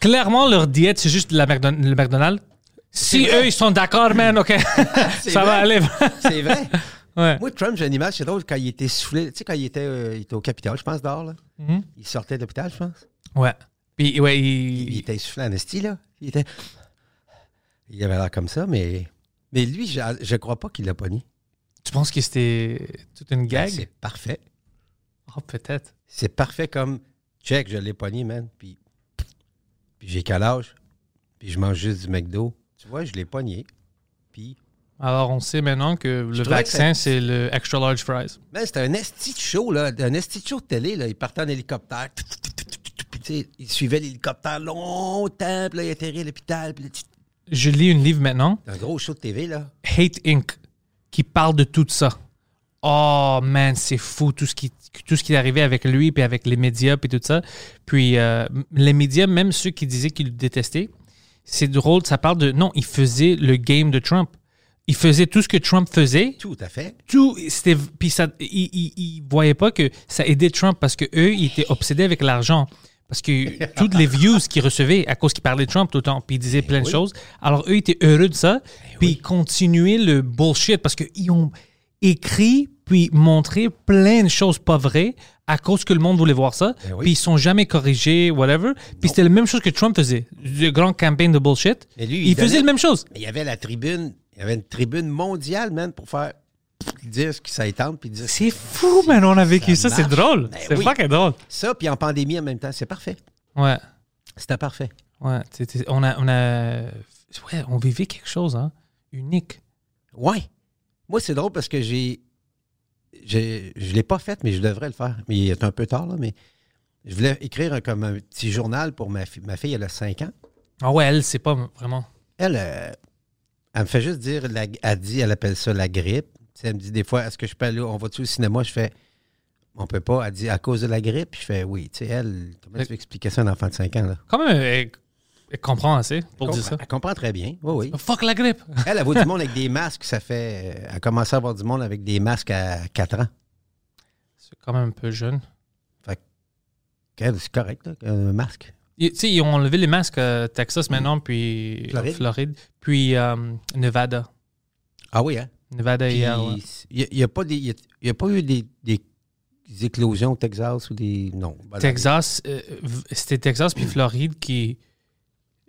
[SPEAKER 3] clairement, leur diète, c'est juste la McDon- le McDonald's. Si
[SPEAKER 4] vrai.
[SPEAKER 3] eux, ils sont d'accord, man,
[SPEAKER 4] [laughs]
[SPEAKER 3] OK, ça va
[SPEAKER 4] vrai.
[SPEAKER 3] aller.
[SPEAKER 4] [laughs] C'est vrai.
[SPEAKER 3] ouais.
[SPEAKER 4] Moi, Trump, j'ai une image, c'est drôle, quand il était soufflé, tu sais, quand il était, euh, il était au Capitole, je pense, dehors, là. Il sortait de l'hôpital, je pense.
[SPEAKER 3] ouais. Puis ouais, il-
[SPEAKER 4] Il était soufflé en esti, là. Il était... Il avait l'air comme ça, mais... Mais lui, je, je crois pas qu'il l'a pogné.
[SPEAKER 3] tu penses que c'était toute une gag?
[SPEAKER 4] C'est parfait.
[SPEAKER 3] Oh, peut-être.
[SPEAKER 4] C'est parfait comme check, je l'ai pogné, man. Puis, puis j'ai quel âge? Puis je mange juste du McDo. Tu vois, je l'ai pogné. Puis,
[SPEAKER 3] Alors, on sait maintenant que le
[SPEAKER 4] trouvais
[SPEAKER 3] vaccin,
[SPEAKER 4] que ça-
[SPEAKER 3] c'est le extra large fries.
[SPEAKER 4] man, c'était un esti de show, là. Un esti de show de télé, là. Il partait en hélicoptère. Tout, tout, tout, tout, tout, tout. Puis, tu sais, il suivait l'hélicoptère longtemps. Puis là, il atterrit à l'hôpital. Puis là, tu-
[SPEAKER 3] Je lis un livre maintenant,
[SPEAKER 4] c'est un gros show de TV, là.
[SPEAKER 3] Hate Inc., qui parle de tout ça. Oh man, c'est fou tout ce qui tout ce qui est arrivé avec lui puis avec les médias puis tout ça. Puis euh, les médias, même ceux qui disaient qu'ils le détestaient, c'est drôle. Ça parle de non, il faisait le game de Trump. Il faisait tout ce que Trump faisait,
[SPEAKER 4] Tout à fait.
[SPEAKER 3] tout c'était puis ça ils, ils- ils voyaient pas que ça aidait Trump parce que eux ils étaient obsédés avec l'argent parce que toutes les views qu'ils recevaient à cause qu'ils parlaient de Trump tout le temps puis ils disaient
[SPEAKER 4] Eh
[SPEAKER 3] plein de choses alors eux ils étaient heureux de ça puis ils continuaient le bullshit parce que ils ont écrit puis montré plein de choses pas vraies à cause que le monde voulait voir ça
[SPEAKER 4] Eh oui.
[SPEAKER 3] puis ils sont jamais corrigés whatever puis c'était la même chose que Trump faisait de grandes campagnes de bullshit
[SPEAKER 4] Mais lui,
[SPEAKER 3] il,
[SPEAKER 4] il
[SPEAKER 3] faisait
[SPEAKER 4] donnait-
[SPEAKER 3] la même chose
[SPEAKER 4] Mais il y avait la tribune. Il y avait une tribune mondiale, man, pour faire dire ce qui s'étend. Puis dire
[SPEAKER 3] c'est fou man on a vécu ça,
[SPEAKER 4] Ça
[SPEAKER 3] c'est
[SPEAKER 4] marche.
[SPEAKER 3] drôle
[SPEAKER 4] Ben
[SPEAKER 3] c'est
[SPEAKER 4] oui.
[SPEAKER 3] fucking drôle
[SPEAKER 4] ça. Puis en pandémie en même temps. C'est parfait.
[SPEAKER 3] ouais
[SPEAKER 4] C'était parfait.
[SPEAKER 3] Ouais, t'sais, t'sais, on a, on a, ouais, on vivait quelque chose, hein, unique.
[SPEAKER 4] Ouais. Moi, c'est drôle parce que j'ai. j'ai- Je ne l'ai pas fait, mais je devrais le faire. Mais il est un peu tard, là. Mais je voulais écrire un- comme un petit journal pour ma, fi- ma fille, elle a 5 ans.
[SPEAKER 3] Ah ouais, elle, c'est pas vraiment.
[SPEAKER 4] Elle, euh, elle me fait juste dire. la- elle dit, elle appelle ça la grippe. Tu sais, elle me dit des fois, est-ce que je peux aller. On va-tu au cinéma? Je fais. On peut pas. Elle dit à cause de la grippe. Je fais oui. Tu sais, elle. Comment
[SPEAKER 3] Mais-
[SPEAKER 4] tu veux expliquer ça à un enfant de 5 ans, là?
[SPEAKER 3] Quand même, elle, elle comprend assez pour dire ça.
[SPEAKER 4] Elle comprend très bien. Oui,
[SPEAKER 3] [laughs]
[SPEAKER 4] oui.
[SPEAKER 3] Fuck la grippe!
[SPEAKER 4] Elle, elle voit du euh, monde avec des masques. Ça fait. Elle a commencé à avoir du monde avec des masques à 4 ans.
[SPEAKER 3] C'est quand même un peu jeune.
[SPEAKER 4] Ok, C'est correct, là, un masque.
[SPEAKER 3] Ils- Tu sais, ils ont enlevé les masques euh, Texas maintenant, puis
[SPEAKER 4] Floride.
[SPEAKER 3] puis euh, Nevada.
[SPEAKER 4] Ah oui, hein?
[SPEAKER 3] Nevada
[SPEAKER 4] Puis,
[SPEAKER 3] hier, ah ouais.
[SPEAKER 4] Il n'y a, pas des- il y a- il y a pas eu des, des éclosions au Texas ou des. Non. ben Voilà.
[SPEAKER 3] Texas, euh, v- c'était Texas puis Floride qui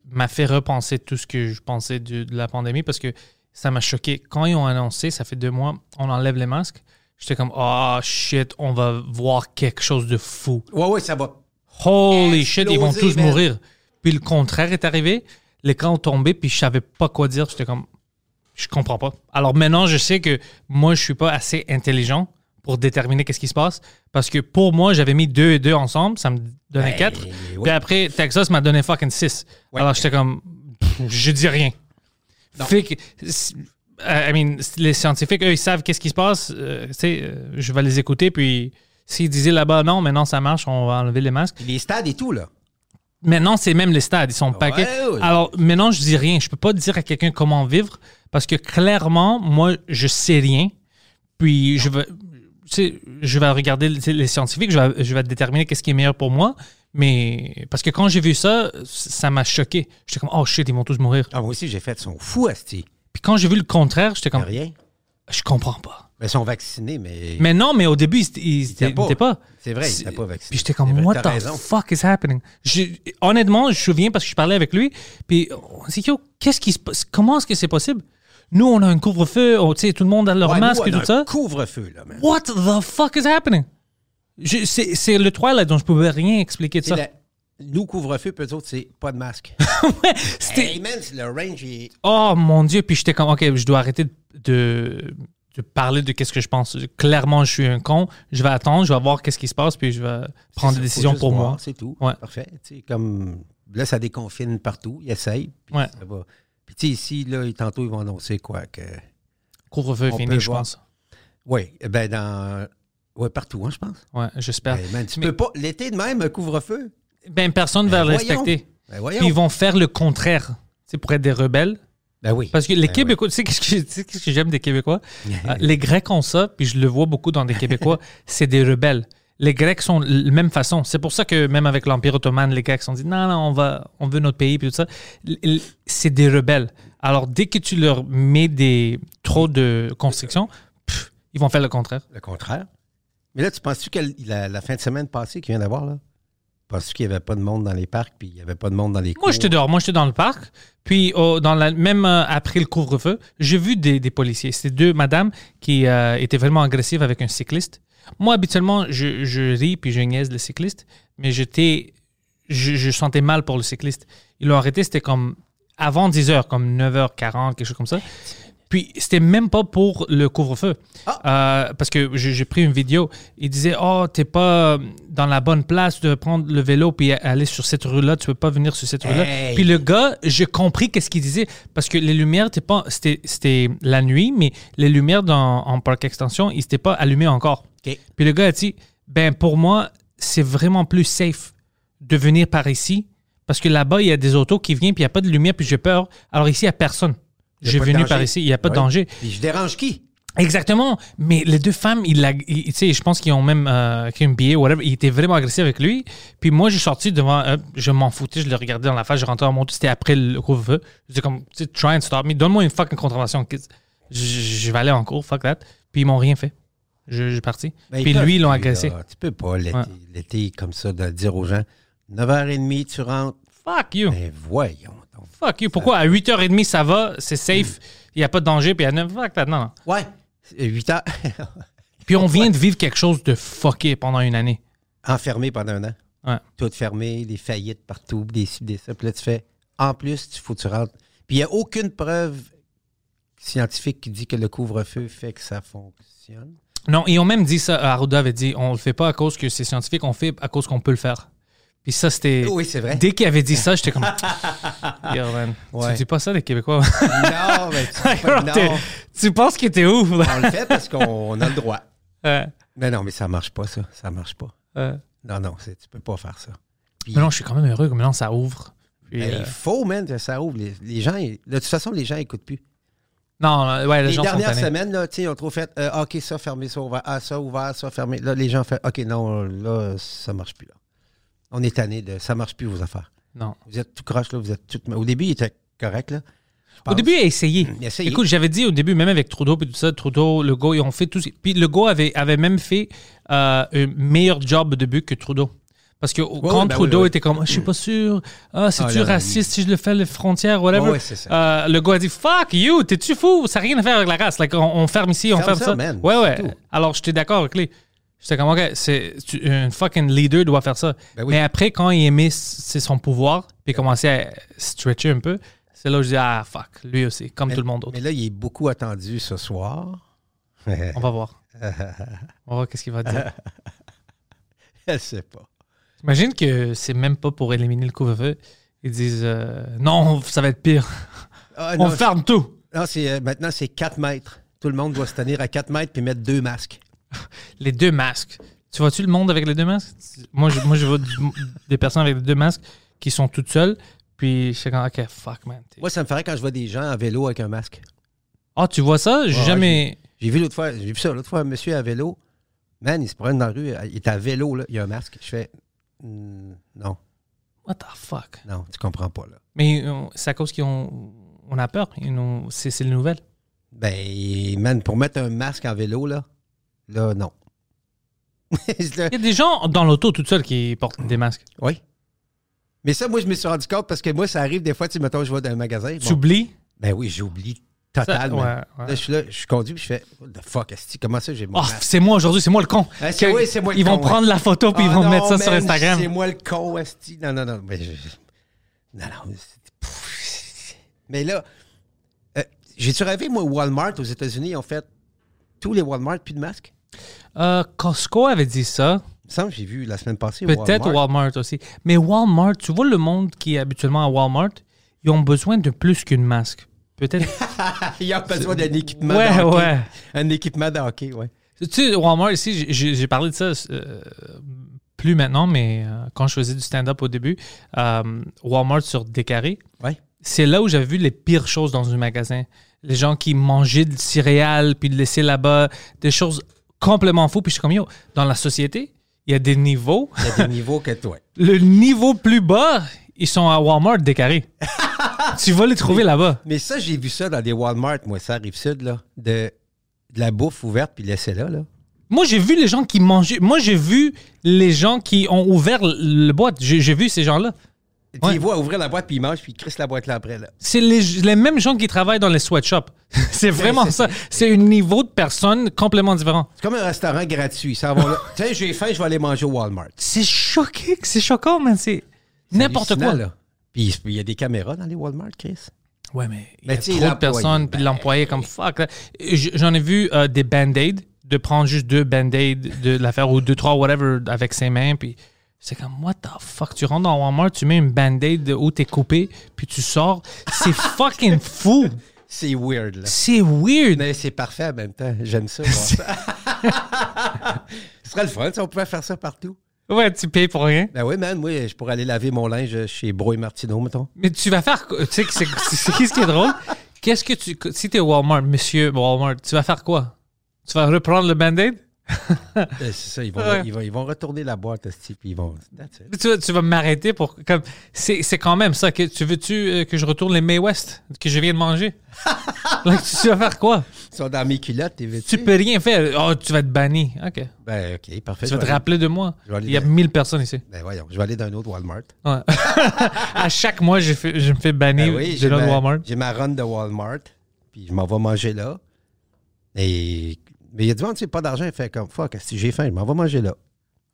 [SPEAKER 3] m'a fait repenser tout ce que je pensais du- de la pandémie parce que ça m'a choqué. Quand ils ont annoncé, ça fait deux mois, on enlève les masques, j'étais comme, oh shit, on va voir quelque chose de fou.
[SPEAKER 4] Ouais, ouais, ça va.
[SPEAKER 3] Holy shit, ils vont tous
[SPEAKER 4] man.
[SPEAKER 3] mourir. Puis le contraire est arrivé, l'écran est tombé, puis je savais pas quoi dire. J'étais comme, je comprends pas. Alors maintenant, je sais que moi, je suis pas assez intelligent pour déterminer qu'est-ce qui se passe. Parce que pour moi, j'avais mis deux et deux ensemble, ça me donnait quatre. Puis après, Texas m'a donné fucking six. Alors j'étais comme, pff, je dis rien. Fait que, c'est- euh, I mean, les scientifiques, eux, ils savent qu'est-ce qui se passe. euh, tu sais, euh, je vais les écouter, puis s'ils disaient là-bas, non, maintenant ça marche, on va enlever les masques.
[SPEAKER 4] Puis les stades et tout, là.
[SPEAKER 3] Maintenant, c'est même les stades, ils sont paquets.
[SPEAKER 4] ouais.
[SPEAKER 3] Alors, maintenant, je dis rien. Je peux pas dire à quelqu'un comment vivre parce que clairement, moi, je sais rien. Puis, je vais, tu sais, je vais regarder les les scientifiques, je vais, je vais déterminer qu'est-ce qui est meilleur pour moi. Mais parce que quand j'ai vu ça, ça m'a choqué. J'étais comme, oh shit, ils vont tous mourir.
[SPEAKER 4] Ah, moi aussi, j'ai fait son fou, Asti.
[SPEAKER 3] Puis quand j'ai vu le contraire, j'étais comme,
[SPEAKER 4] Rien.
[SPEAKER 3] je comprends pas.
[SPEAKER 4] Mais ils sont vaccinés, mais.
[SPEAKER 3] Ah. Mais non, mais au début, ils étaient- ils
[SPEAKER 4] étaient
[SPEAKER 3] étaient pas.
[SPEAKER 4] C'est vrai, ils
[SPEAKER 3] C'est-
[SPEAKER 4] étaient pas vaccinés.
[SPEAKER 3] Puis j'étais
[SPEAKER 4] C'est
[SPEAKER 3] comme,
[SPEAKER 4] vrai,
[SPEAKER 3] what
[SPEAKER 4] Eh ben, t'as
[SPEAKER 3] the
[SPEAKER 4] raison.
[SPEAKER 3] fuck is happening? Je- honnêtement, je me souviens parce que je parlais avec lui. Puis on s'est dit, Yo, qu'est-ce qui se passe? Comment est-ce que c'est possible? Nous, on a un couvre-feu, on- tu sais, tout le monde a leur
[SPEAKER 4] Ouais, nous,
[SPEAKER 3] masque
[SPEAKER 4] on
[SPEAKER 3] et
[SPEAKER 4] a
[SPEAKER 3] tout
[SPEAKER 4] un
[SPEAKER 3] ça.
[SPEAKER 4] Couvre-feu, là, man.
[SPEAKER 3] What the fuck is happening? Je- C'est c'est le Twilight dont je pouvais rien expliquer de
[SPEAKER 4] C'est
[SPEAKER 3] ça.
[SPEAKER 4] la- Nous, couvre-feu, puis eux autres, c'est pas
[SPEAKER 3] [laughs]
[SPEAKER 4] de masque.
[SPEAKER 3] C'était-
[SPEAKER 4] hey, man, le range est.
[SPEAKER 3] Oh mon Dieu! Puis j'étais comme, OK, je dois arrêter de, de, de parler de qu'est-ce que je pense. Clairement, je suis un con. Je vais attendre, je vais voir qu'est-ce qui se passe, puis je vais prendre
[SPEAKER 4] Faut
[SPEAKER 3] des décisions
[SPEAKER 4] juste
[SPEAKER 3] pour
[SPEAKER 4] voir,
[SPEAKER 3] moi.
[SPEAKER 4] C'est tout.
[SPEAKER 3] Ouais.
[SPEAKER 4] Parfait. Tu sais, comme là, ça déconfine partout. Ils essayent. Puis
[SPEAKER 3] Ouais.
[SPEAKER 4] ça va. Puis tu sais, ici, là, ils- tantôt, ils vont annoncer quoi que.
[SPEAKER 3] Couvre-feu
[SPEAKER 4] On
[SPEAKER 3] fini,
[SPEAKER 4] peut
[SPEAKER 3] je
[SPEAKER 4] voir.
[SPEAKER 3] pense.
[SPEAKER 4] Oui, ben dans. Oui, partout, hein, je pense.
[SPEAKER 3] Ouais, j'espère.
[SPEAKER 4] Hey, man, tu
[SPEAKER 3] Ah. Mais-
[SPEAKER 4] peux pas. L'été de même, un couvre-feu.
[SPEAKER 3] Ben, personne ne va le
[SPEAKER 4] voyons.
[SPEAKER 3] respecter.
[SPEAKER 4] Ben voyons.
[SPEAKER 3] Puis ils vont faire le contraire c'est pour être des rebelles.
[SPEAKER 4] Ben oui.
[SPEAKER 3] Parce que les
[SPEAKER 4] Ben
[SPEAKER 3] Québécois, tu sais qu'est-ce que, tu sais qu'est-ce que j'aime des
[SPEAKER 4] [laughs]
[SPEAKER 3] Québécois? Euh, les Grecs ont ça, puis je le vois beaucoup dans des Québécois, c'est des rebelles. Les Grecs sont de la même façon. C'est pour ça que même avec l'Empire ottoman, les Grecs ont dit non, non, on, va, on veut notre pays, puis tout ça. L- l- C'est des rebelles. Alors, dès que tu leur mets des, trop de constrictions, pff, ils vont faire le contraire.
[SPEAKER 4] Le contraire. Mais là, tu penses-tu que la, la fin de semaine passée qu'il vient d'avoir, là? Penses-tu qu'il n'y avait pas de monde dans les parcs, puis il n'y avait pas de monde dans les cours?
[SPEAKER 3] Moi, j'étais dehors. Moi, j'étais dans le parc. Puis, oh, dans la, même euh, après le couvre-feu, j'ai vu des, des policiers. C'était deux madames qui euh, étaient vraiment agressives avec un cycliste. Moi, habituellement, je, je ris puis je niaise le cycliste, mais j'étais. Je, je sentais mal pour le cycliste. Ils l'ont arrêté, c'était comme avant 10 h, comme 9h40, quelque chose comme ça. Puis, c'était même pas pour le couvre-feu.
[SPEAKER 4] Ah.
[SPEAKER 3] Euh, parce que j'ai j'ai pris une vidéo. Il disait Oh, t'es pas dans la bonne place de prendre le vélo puis aller sur cette rue-là. Tu peux pas venir sur cette rue-là.
[SPEAKER 4] Hey.
[SPEAKER 3] Puis le gars, j'ai compris qu'est-ce qu'il disait. Parce que les lumières, étaient pas- c'était c'était la nuit, mais les lumières dans, en parc extension, ils n'étaient pas allumés encore.
[SPEAKER 4] OK.
[SPEAKER 3] Puis le gars a dit Ben, pour moi, c'est vraiment plus safe de venir par ici. Parce que là-bas, il y a des autos qui viennent, puis il n'y a pas de lumière, puis j'ai peur. Alors ici, il n'y a personne.
[SPEAKER 4] a
[SPEAKER 3] J'ai
[SPEAKER 4] pas de
[SPEAKER 3] venu
[SPEAKER 4] danger.
[SPEAKER 3] par ici, il n'y a pas de
[SPEAKER 4] Ouais.
[SPEAKER 3] danger.
[SPEAKER 4] Ben Puis je dérange qui?
[SPEAKER 3] Exactement. Mais les deux femmes, il l'a- il- tu sais, je pense qu'ils ont même euh, écrit un billet, whatever. Ils étaient vraiment agressifs avec lui. Puis moi, j'ai sorti devant. euh, je m'en foutais, je le regardais dans la face, je rentrais dans mon tout. C'était après le couvre-feu. J'étais comme, tu sais, try and stop me. Donne-moi une fucking contravention. kids. Je, je vais aller en cours, fuck that. Puis ils m'ont rien fait. Je, je suis parti.
[SPEAKER 4] Ben,
[SPEAKER 3] Puis
[SPEAKER 4] ils
[SPEAKER 3] lui, ils l'ont
[SPEAKER 4] peuvent,
[SPEAKER 3] agressé.
[SPEAKER 4] là. Tu peux pas l'été,
[SPEAKER 3] Ouais.
[SPEAKER 4] l'été comme ça, de dire aux gens 9h30, tu rentres.
[SPEAKER 3] Fuck you.
[SPEAKER 4] Ben voyons donc.
[SPEAKER 3] Fuck you. Pourquoi à 8h30, ça va, c'est
[SPEAKER 4] Hmm.
[SPEAKER 3] safe, il n'y a pas de danger, puis à 9 fuck that. Non, non.
[SPEAKER 4] Ouais. 8 Euh, heures [laughs]
[SPEAKER 3] Puis on vient de vivre quelque chose de fucké pendant une année.
[SPEAKER 4] enfermé pendant un an.
[SPEAKER 3] Ouais.
[SPEAKER 4] Tout fermé, des faillites partout, des ci, des ça. Puis là, tu fais en plus, il faut que tu rentres. Puis il n'y a aucune preuve scientifique qui dit que le couvre-feu fait que ça fonctionne.
[SPEAKER 3] Non, ils ont même dit ça. Arruda avait dit on le fait pas à cause que c'est scientifique, on le fait à cause qu'on peut le faire. Puis ça, c'était.
[SPEAKER 4] Oui, c'est vrai.
[SPEAKER 3] Dès qu'il avait dit ça,
[SPEAKER 4] [laughs]
[SPEAKER 3] j'étais comme. Yo, man,
[SPEAKER 4] Ouais.
[SPEAKER 3] Tu dis pas ça, les Québécois. [laughs]
[SPEAKER 4] Non, mais tu,
[SPEAKER 3] Alors,
[SPEAKER 4] non,
[SPEAKER 3] t'es- tu penses que t'es ouf. là?
[SPEAKER 4] on le fait parce qu'on a le droit.
[SPEAKER 3] Euh,
[SPEAKER 4] Mais non, mais ça marche pas, ça. Ça marche pas.
[SPEAKER 3] euh.
[SPEAKER 4] Non, non, c'est- tu peux pas faire ça. Puis-
[SPEAKER 3] Mais non, je suis quand même heureux que maintenant ça ouvre. Puis,
[SPEAKER 4] Ben,
[SPEAKER 3] euh,
[SPEAKER 4] Il faut, man, que ça ouvre. Les, les gens, ils- de toute façon, les gens n'écoutent plus.
[SPEAKER 3] Non, non, ouais, les,
[SPEAKER 4] les
[SPEAKER 3] gens sont
[SPEAKER 4] dernières
[SPEAKER 3] tannés.
[SPEAKER 4] semaines, là, tu sais, ils ont trop fait euh, OK, ça fermé, ça ouvert, ah, ça ouvert, ça fermé. Là, les gens font OK, non, là, ça marche plus. Là. On est tanné de ça marche plus vos affaires.
[SPEAKER 3] Non.
[SPEAKER 4] Vous êtes tout croche, là, vous êtes tout. Au début, il était correct, là. Je
[SPEAKER 3] Au
[SPEAKER 4] pense-
[SPEAKER 3] début, il a essayé.
[SPEAKER 4] Il a essayé.
[SPEAKER 3] Écoute, j'avais dit au début, même avec Trudeau et tout ça, Trudeau, Legault, ils ont fait tout. Puis Legault avait, avait même fait euh, un meilleur job de but que Trudeau. Parce que quand
[SPEAKER 4] ouais, ben
[SPEAKER 3] Trudeau
[SPEAKER 4] oui, oui.
[SPEAKER 3] était comme, je suis pas sûr, ah, c'est-tu
[SPEAKER 4] là, là,
[SPEAKER 3] raciste si je le fais à la frontière, whatever.
[SPEAKER 4] Ouais, ouais, c'est ça.
[SPEAKER 3] Euh, Legault a dit, fuck you, t'es-tu fou, ça n'a rien à faire avec la race. Like, on, on ferme ici, on
[SPEAKER 4] Ferme
[SPEAKER 3] ferme ça.
[SPEAKER 4] ça, man,
[SPEAKER 3] ouais,
[SPEAKER 4] c'est
[SPEAKER 3] ouais.
[SPEAKER 4] tout.
[SPEAKER 3] Alors, j'étais d'accord avec lui. J'étais comme, ok, c'est, tu- un fucking leader doit faire ça.
[SPEAKER 4] Ben oui. Ben
[SPEAKER 3] Mais après, quand il aimait s- c'est son pouvoir, puis il commençait à stretcher un peu, c'est là où je dis, ah fuck, lui aussi, comme
[SPEAKER 4] Mais-
[SPEAKER 3] tout le monde d'autre.
[SPEAKER 4] Mais là, il est beaucoup attendu ce soir. [laughs]
[SPEAKER 3] On va voir. On va voir qu'est-ce qu'il va dire.
[SPEAKER 4] Je sais pas.
[SPEAKER 3] Imagine que c'est même pas pour éliminer le couvre-feu. Ils disent, euh, non, ça va être pire.
[SPEAKER 4] Ah,
[SPEAKER 3] On
[SPEAKER 4] non,
[SPEAKER 3] ferme tout.
[SPEAKER 4] non, c'est, euh, maintenant, c'est 4 mètres. Tout le monde doit se tenir à 4 mètres puis mettre deux masques.
[SPEAKER 3] Les deux masques. Tu vois-tu le monde avec les deux masques? Moi, je, moi, je vois du- des personnes avec les deux masques qui sont toutes seules. Puis je suis comme, OK, fuck, man. t'es-
[SPEAKER 4] Moi, ça me ferait quand je vois des gens en vélo avec un masque.
[SPEAKER 3] Ah, tu vois ça? J'ai
[SPEAKER 4] Ouais,
[SPEAKER 3] jamais.
[SPEAKER 4] J'ai vu l'autre fois, j'ai vu ça l'autre fois, un monsieur à vélo. Man, il se promène dans la rue, il est à vélo, là, il a un masque. Je fais, Hmm, non,
[SPEAKER 3] What the fuck?
[SPEAKER 4] non, tu comprends pas, là.
[SPEAKER 3] Mais euh, c'est à cause qu'on on a peur. Ils nous- C'est c'est les nouvelles.
[SPEAKER 4] Ben, man, pour mettre un masque en vélo, là, là, non. [laughs]
[SPEAKER 3] Il y a des gens dans l'auto toutes seules qui portent des masques.
[SPEAKER 4] oui. Mais ça, moi, je me suis rendu compte parce que moi, ça arrive des fois, tu sais, mettons, je vais dans un magasin.
[SPEAKER 3] Tu
[SPEAKER 4] bon,
[SPEAKER 3] oublies?
[SPEAKER 4] ben oui, j'oublie
[SPEAKER 3] Ça-
[SPEAKER 4] totalement.
[SPEAKER 3] ouais, ouais.
[SPEAKER 4] Là, je suis là, je conduis, puis je fais, what the fuck, esti, comment ça, j'ai mon
[SPEAKER 3] Oh,
[SPEAKER 4] masque?
[SPEAKER 3] c'est moi aujourd'hui, c'est moi le con.
[SPEAKER 4] Ah, c'est-
[SPEAKER 3] Que-
[SPEAKER 4] oui, c'est moi le
[SPEAKER 3] ils vont
[SPEAKER 4] con, ouais.
[SPEAKER 3] prendre la photo Oh, puis ils
[SPEAKER 4] Ah
[SPEAKER 3] vont
[SPEAKER 4] non,
[SPEAKER 3] mettre ça sur
[SPEAKER 4] man,
[SPEAKER 3] Instagram.
[SPEAKER 4] C'est moi le con, esti. Non, non, non. Mais je- je- Non, non. c'est- pff. Mais là, euh, j'ai-tu rêvé, moi, Walmart aux États-Unis, ils ont fait tous les Walmart plus de masques?
[SPEAKER 3] Euh, Costco avait dit ça.
[SPEAKER 4] Il me semble que j'ai vu la semaine passée.
[SPEAKER 3] Peut-être Walmart. aussi. Mais Walmart, tu vois le monde qui est habituellement à Walmart, ils ont besoin de plus qu'une masque. Peut-être.
[SPEAKER 4] [laughs] Ils ont besoin d'un équipement
[SPEAKER 3] Ouais,
[SPEAKER 4] de hockey.
[SPEAKER 3] ouais.
[SPEAKER 4] Un équipement de hockey, ouais.
[SPEAKER 3] tu sais, Walmart ici, j'ai- j'ai j'ai parlé de ça euh, plus maintenant, mais euh, quand je faisais du stand-up au début, euh, Walmart sur Décarré,
[SPEAKER 4] Ouais.
[SPEAKER 3] c'est là où j'avais vu les pires choses dans un magasin. Les gens qui mangeaient de céréales puis le laissaient là-bas, des choses complètement fous. Puis je suis comme, yo, dans la société, il y a des niveaux. [laughs]
[SPEAKER 4] Il y a des niveaux que toi.
[SPEAKER 3] Le niveau plus bas, ils sont à Walmart décarré. tu vas les trouver là-bas.
[SPEAKER 4] Mais ça, j'ai vu ça dans des Walmart, moi, ça arrive sud, là. De, de la bouffe ouverte, puis laissez-la, là.
[SPEAKER 3] Moi, j'ai vu les gens qui mangeaient. Moi, j'ai vu les gens qui ont ouvert le le boîte. J'ai j'ai vu ces gens-là.
[SPEAKER 4] Tu
[SPEAKER 3] Ouais.
[SPEAKER 4] les vois ouvrir la boîte, puis ils mangent, puis ils crissent la boîte là après, là.
[SPEAKER 3] C'est les, les mêmes gens qui travaillent dans les sweatshops. [laughs] c'est vraiment
[SPEAKER 4] c'est-
[SPEAKER 3] ça. C'est un niveau de personnes complètement différent.
[SPEAKER 4] C'est comme un restaurant gratuit. Ça va là. [laughs] Tiens, j'ai faim, je vais aller manger au Walmart.
[SPEAKER 3] C'est choqué, c'est choquant, man. C'est n'importe quoi.
[SPEAKER 4] Hallucinant, là. Puis il y a des caméras dans les Walmart, Chris.
[SPEAKER 3] Ouais, mais il y
[SPEAKER 4] Mais
[SPEAKER 3] a
[SPEAKER 4] tu sais,
[SPEAKER 3] trop de
[SPEAKER 4] l'employé,
[SPEAKER 3] personnes, puis l'employé ben, comme fuck. là. J- J'en ai vu euh, des band-aids, de prendre juste deux band-aids de l'affaire ou deux, trois, whatever, avec ses mains, puis c'est comme, what the fuck, tu rentres dans Walmart, tu mets une band-aid où t'es coupé, puis tu sors. C'est [laughs] fucking fou.
[SPEAKER 4] C'est weird, là.
[SPEAKER 3] C'est weird.
[SPEAKER 4] Mais c'est parfait en même temps. J'aime ça. voir ça. [laughs] Ce serait le fun si on pouvait faire ça partout.
[SPEAKER 3] Ouais, tu payes pour rien.
[SPEAKER 4] Ben oui, man, moi, je pourrais aller laver mon linge chez Bro et Martineau, mettons. [laughs]
[SPEAKER 3] Mais tu vas faire. quoi? Tu sais, que c'est c'est- c'est- qu'est-ce qui est drôle? Qu'est-ce que tu. Si t'es Walmart, monsieur Walmart, tu vas faire quoi? Tu vas reprendre le band-aid?
[SPEAKER 4] Euh, c'est ça, ils vont,
[SPEAKER 3] Ouais.
[SPEAKER 4] ils, vont, ils vont retourner la boîte, esti, puis ils vont... That's it.
[SPEAKER 3] Tu, vas- tu vas m'arrêter pour. comme C'est c'est quand même ça. Que, tu veux-tu euh, que je retourne les May West que je viens de manger? Là, tu, tu vas faire quoi?
[SPEAKER 4] Ils sont dans mes culottes, t'es
[SPEAKER 3] Tu peux rien faire. Oh, tu vas te banni. OK.
[SPEAKER 4] Ben, OK, parfait.
[SPEAKER 3] Tu
[SPEAKER 4] je
[SPEAKER 3] vas te
[SPEAKER 4] vais aller-
[SPEAKER 3] rappeler de moi.
[SPEAKER 4] Je vais aller
[SPEAKER 3] Il y a
[SPEAKER 4] dans-
[SPEAKER 3] mille personnes ici.
[SPEAKER 4] Ben voyons, je vais aller dans un autre Walmart.
[SPEAKER 3] Ouais. [laughs] à chaque mois, je, fais- je me fais banni
[SPEAKER 4] Ben oui,
[SPEAKER 3] de
[SPEAKER 4] j'ai
[SPEAKER 3] notre
[SPEAKER 4] ma-
[SPEAKER 3] Walmart.
[SPEAKER 4] J'ai ma run de Walmart, puis je m'en vais manger là. Et... Mais il y a du monde, tu sais, pas d'argent, il fait comme fuck, si j'ai faim, je m'en vais manger là.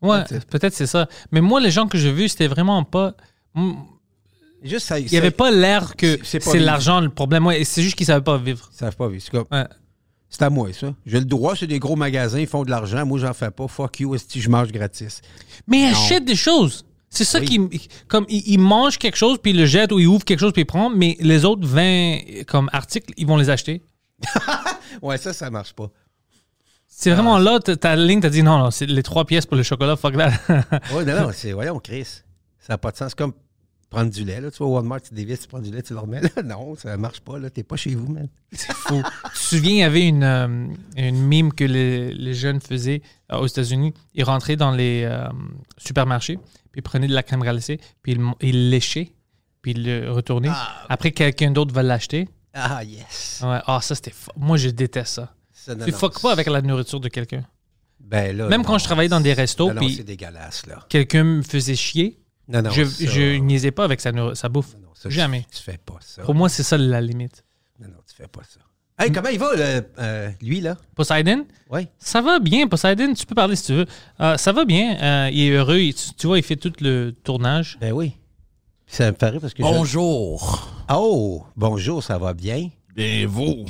[SPEAKER 3] Ouais,
[SPEAKER 4] That's it.
[SPEAKER 3] peut-être c'est ça. Mais moi, les gens que j'ai vus, c'était vraiment pas. Mm,
[SPEAKER 4] Juste, ça,
[SPEAKER 3] Il n'y avait pas l'air que
[SPEAKER 4] C'est- c'est pas
[SPEAKER 3] c'est
[SPEAKER 4] vivre.
[SPEAKER 3] l'argent le problème. Ouais, c'est juste qu'ils ne savaient pas vivre.
[SPEAKER 4] Ça pas vu. C'est comme-
[SPEAKER 3] Ouais.
[SPEAKER 4] c'est à moi, ça. J'ai le droit, c'est des gros magasins, ils font de l'argent. Moi, j'en fais pas. Fuck you, si je mange gratis.
[SPEAKER 3] Mais ils achètent des choses. C'est ça qui. Comme ils, ils mangent quelque chose, puis ils le jettent, ou ils ouvrent quelque chose, puis ils prennent, mais les autres 20 comme, articles, ils vont les acheter.
[SPEAKER 4] Ouais, ça, ça marche pas.
[SPEAKER 3] C'est
[SPEAKER 4] Ah
[SPEAKER 3] vraiment là, t- ta ligne, t'as dit non, non, c'est les trois pièces pour le chocolat, fuck that.
[SPEAKER 4] Ouais, non, non, c'est, voyons, Chris. Ça n'a pas de sens. C'est comme prendre du lait. Là. Tu vas au Walmart, tu dévises, tu prends du lait, tu le remets. Là. Non, ça marche pas. Là. T'es pas chez vous, man.
[SPEAKER 3] Faut- tu te souviens, il y avait une, euh, une mime que les, les jeunes faisaient euh, aux États-Unis. Ils rentraient dans les euh, supermarchés, puis ils prenaient de la crème glacée, puis ils, mon- ils léchaient, puis ils le retournaient. Après, quelqu'un d'autre va l'acheter.
[SPEAKER 4] Ah, yes.
[SPEAKER 3] Ouais. Ah, ça, c'était. fo- Moi, je déteste ça.
[SPEAKER 4] Ça, non,
[SPEAKER 3] tu
[SPEAKER 4] non.
[SPEAKER 3] fuck pas avec la nourriture de quelqu'un.
[SPEAKER 4] Ben, là,
[SPEAKER 3] Même
[SPEAKER 4] non.
[SPEAKER 3] quand je travaillais dans des restos,
[SPEAKER 4] Non, non,
[SPEAKER 3] puis-
[SPEAKER 4] c'est dégueulasse, là.
[SPEAKER 3] Quelqu'un me faisait chier.
[SPEAKER 4] Non, non,
[SPEAKER 3] je
[SPEAKER 4] ça-
[SPEAKER 3] je niaisais pas avec sa, nour- sa bouffe.
[SPEAKER 4] non, ça, tu-
[SPEAKER 3] Jamais.
[SPEAKER 4] Tu, fais pas ça.
[SPEAKER 3] Pour moi, c'est ça la limite.
[SPEAKER 4] Non, non, tu fais pas ça. Hey, comment il va, le- euh, lui, là?
[SPEAKER 3] Poseidon,
[SPEAKER 4] Oui.
[SPEAKER 3] Ça va bien, Poseidon. Tu peux parler si tu veux. Euh, ça va bien. euh, il est heureux. il- tu, tu vois, il fait tout le tournage.
[SPEAKER 4] Ben oui. Puis ça me paraît parce que. je-
[SPEAKER 5] Bonjour.
[SPEAKER 4] Oh, bonjour, ça va bien?
[SPEAKER 5] Bien vous.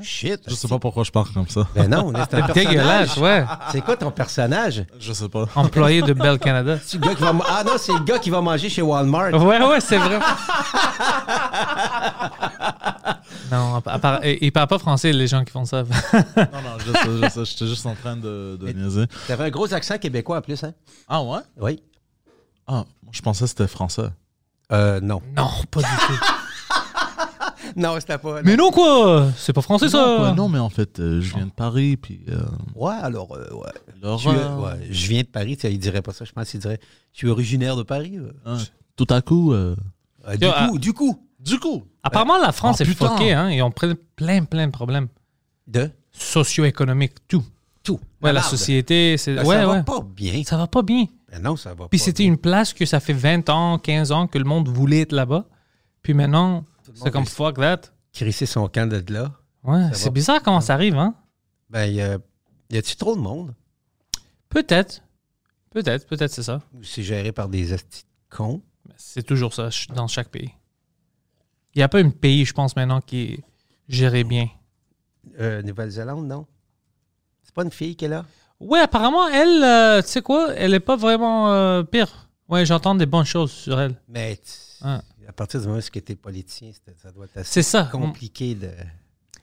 [SPEAKER 4] Shit.
[SPEAKER 5] Je sais pas pourquoi je parle comme ça.
[SPEAKER 4] Ben non, là, c'est un personnage.
[SPEAKER 3] Dégueulasse, ouais.
[SPEAKER 4] C'est quoi ton personnage?
[SPEAKER 5] Je sais pas.
[SPEAKER 3] [laughs] Employé de Bell Canada.
[SPEAKER 4] C'est le gars qui va ma- Ah non, c'est le gars qui va manger chez Walmart.
[SPEAKER 3] Ouais, ouais, c'est vrai. Non, à part- à part- ils parlent pas français, les gens qui font ça.
[SPEAKER 5] Ah, Non, non, je sais, je sais. J'étais juste en train de, de niaiser.
[SPEAKER 4] T'avais un gros accent québécois en plus, hein?
[SPEAKER 5] Ah ouais?
[SPEAKER 4] Oui.
[SPEAKER 5] Ah, moi, je pensais que c'était français.
[SPEAKER 4] Euh, non.
[SPEAKER 3] Non, pas du tout.
[SPEAKER 4] Non, c'était pas.
[SPEAKER 3] Mais non, quoi C'est pas français,
[SPEAKER 5] Non, quoi,
[SPEAKER 3] ça
[SPEAKER 5] non, mais en fait, euh, je viens de Paris, puis euh,
[SPEAKER 4] Ouais, alors, euh, ouais. Je, suis-
[SPEAKER 5] l'horreur.
[SPEAKER 4] ouais, je viens de Paris, tu sais, il dirait pas ça, je pense qu'il dirait Je suis originaire de Paris. euh. ouais.
[SPEAKER 5] Hein, tout à coup. euh,
[SPEAKER 4] Euh, du
[SPEAKER 3] Yo, ah,
[SPEAKER 4] coup, du coup. Ah,
[SPEAKER 5] Du coup.
[SPEAKER 3] Apparemment, la France
[SPEAKER 5] Oh,
[SPEAKER 3] est
[SPEAKER 5] putain.
[SPEAKER 3] fuckée. Hein, ils ont plein, plein, plein de problèmes
[SPEAKER 4] De
[SPEAKER 3] socio-économiques, tout.
[SPEAKER 4] tout.
[SPEAKER 3] Ouais, la
[SPEAKER 4] merde.
[SPEAKER 3] société, c'est.
[SPEAKER 4] Ben,
[SPEAKER 3] ouais,
[SPEAKER 4] ça
[SPEAKER 3] ouais.
[SPEAKER 4] va pas bien.
[SPEAKER 3] Ça va pas bien.
[SPEAKER 4] Ben non, ça va
[SPEAKER 3] Puis
[SPEAKER 4] pas
[SPEAKER 3] c'était
[SPEAKER 4] bien.
[SPEAKER 3] une place que ça fait 20 ans, 15 ans que le monde voulait être là-bas. Puis maintenant, c'est comme fuck that.
[SPEAKER 4] Crisser son camp de là.
[SPEAKER 3] Ouais,
[SPEAKER 4] Ça
[SPEAKER 3] c'est
[SPEAKER 4] va.
[SPEAKER 3] bizarre comment ça arrive, hein?
[SPEAKER 4] Ben, y a- y a-tu trop de monde
[SPEAKER 3] Peut-être. Peut-être, peut-être c'est ça.
[SPEAKER 4] Ou c'est géré par des astis de cons
[SPEAKER 3] Mais C'est toujours ça ch- dans chaque pays. Il n'y a pas un pays, je pense, maintenant qui est géré bien.
[SPEAKER 4] Euh, Nouvelle-Zélande, non C'est pas une fille qui est là
[SPEAKER 3] Ouais, apparemment, elle, euh, tu sais quoi, elle est pas vraiment euh, pire. Ouais, j'entends des bonnes choses sur elle.
[SPEAKER 4] Mais tu-
[SPEAKER 3] Ouais.
[SPEAKER 4] à partir du moment où tu es politicien, c'est- ça doit être assez
[SPEAKER 3] Ah. C'est ça.
[SPEAKER 4] compliqué de.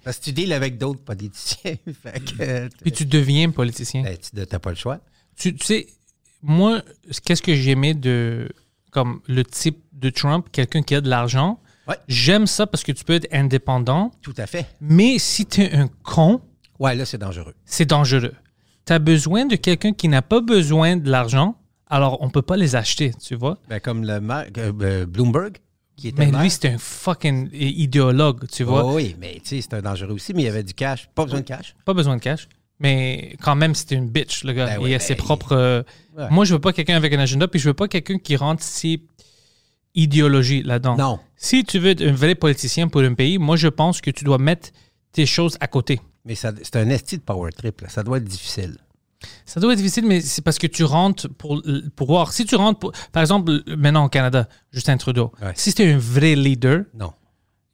[SPEAKER 4] Parce que tu deals avec d'autres politiciens. [laughs] fait que, euh,
[SPEAKER 3] Puis tu deviens politicien.
[SPEAKER 4] ben, tu n'as pas le choix.
[SPEAKER 3] Tu, tu sais, moi, c- qu'est-ce que j'aimais de comme le type de Trump, quelqu'un qui a de l'argent.
[SPEAKER 4] Ouais.
[SPEAKER 3] J'aime ça parce que tu peux être indépendant,
[SPEAKER 4] Tout à fait.
[SPEAKER 3] mais si tu es un con,
[SPEAKER 4] Ouais, là, c'est dangereux.
[SPEAKER 3] c'est dangereux. Tu as besoin de quelqu'un qui n'a pas besoin de l'argent, alors on peut pas les acheter, tu vois.
[SPEAKER 4] Ben, comme le maire, euh, euh, Bloomberg, qui était
[SPEAKER 3] Mais
[SPEAKER 4] maire.
[SPEAKER 3] Ben, lui, c'était un fucking i- idéologue, tu vois.
[SPEAKER 4] Oh oui, mais tu sais, c'est un dangereux aussi, mais il y avait du cash. Pas besoin de cash.
[SPEAKER 3] Pas besoin de cash. Mais quand même, c'était une bitch, le gars.
[SPEAKER 4] Ben ouais,
[SPEAKER 3] il a
[SPEAKER 4] ben,
[SPEAKER 3] ses
[SPEAKER 4] il-
[SPEAKER 3] propres. euh,
[SPEAKER 4] Ouais.
[SPEAKER 3] Moi, je veux pas quelqu'un avec un agenda, puis je veux pas quelqu'un qui rentre ses idéologies là-dedans.
[SPEAKER 4] Non.
[SPEAKER 3] Si tu veux être un vrai politicien pour un pays, moi, je pense que tu dois mettre tes choses à côté.
[SPEAKER 4] Mais ça- c'est un esti de power trip. là. Ça doit être difficile.
[SPEAKER 3] Ça doit être difficile, mais c'est parce que tu rentres pour, pour voir. Si tu rentres, pour, par exemple, maintenant au Canada, Justin Trudeau,
[SPEAKER 4] Ouais.
[SPEAKER 3] si tu es un vrai leader,
[SPEAKER 4] Non.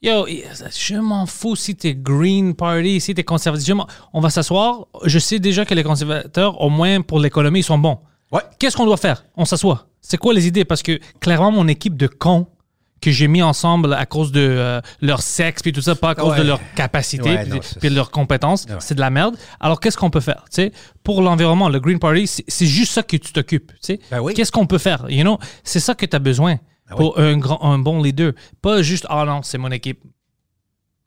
[SPEAKER 3] yo, je m'en fous si tu es Green Party, si tu es conservateur. je m'en- On va s'asseoir. Je sais déjà que les conservateurs, au moins pour l'économie, ils sont bons.
[SPEAKER 4] Ouais.
[SPEAKER 3] Qu'est-ce qu'on doit faire? On s'assoit. C'est quoi les idées? Parce que clairement, mon équipe de cons que j'ai mis ensemble à cause de euh, leur sexe puis tout ça, pas à cause
[SPEAKER 4] Ouais.
[SPEAKER 3] de leur capacité
[SPEAKER 4] Ouais,
[SPEAKER 3] puis,
[SPEAKER 4] non, c'est-
[SPEAKER 3] puis de leurs compétences,
[SPEAKER 4] Ouais.
[SPEAKER 3] c'est de la merde. Alors qu'est-ce qu'on peut faire? tu sais? Pour l'environnement, le Green Party, c'est c'est juste ça que tu t'occupes. tu sais?
[SPEAKER 4] Ben oui.
[SPEAKER 3] Qu'est-ce qu'on peut faire? You know? C'est ça que tu as besoin
[SPEAKER 4] Ben
[SPEAKER 3] pour un, grand, un bon leader. Pas juste, ah non, c'est mon équipe.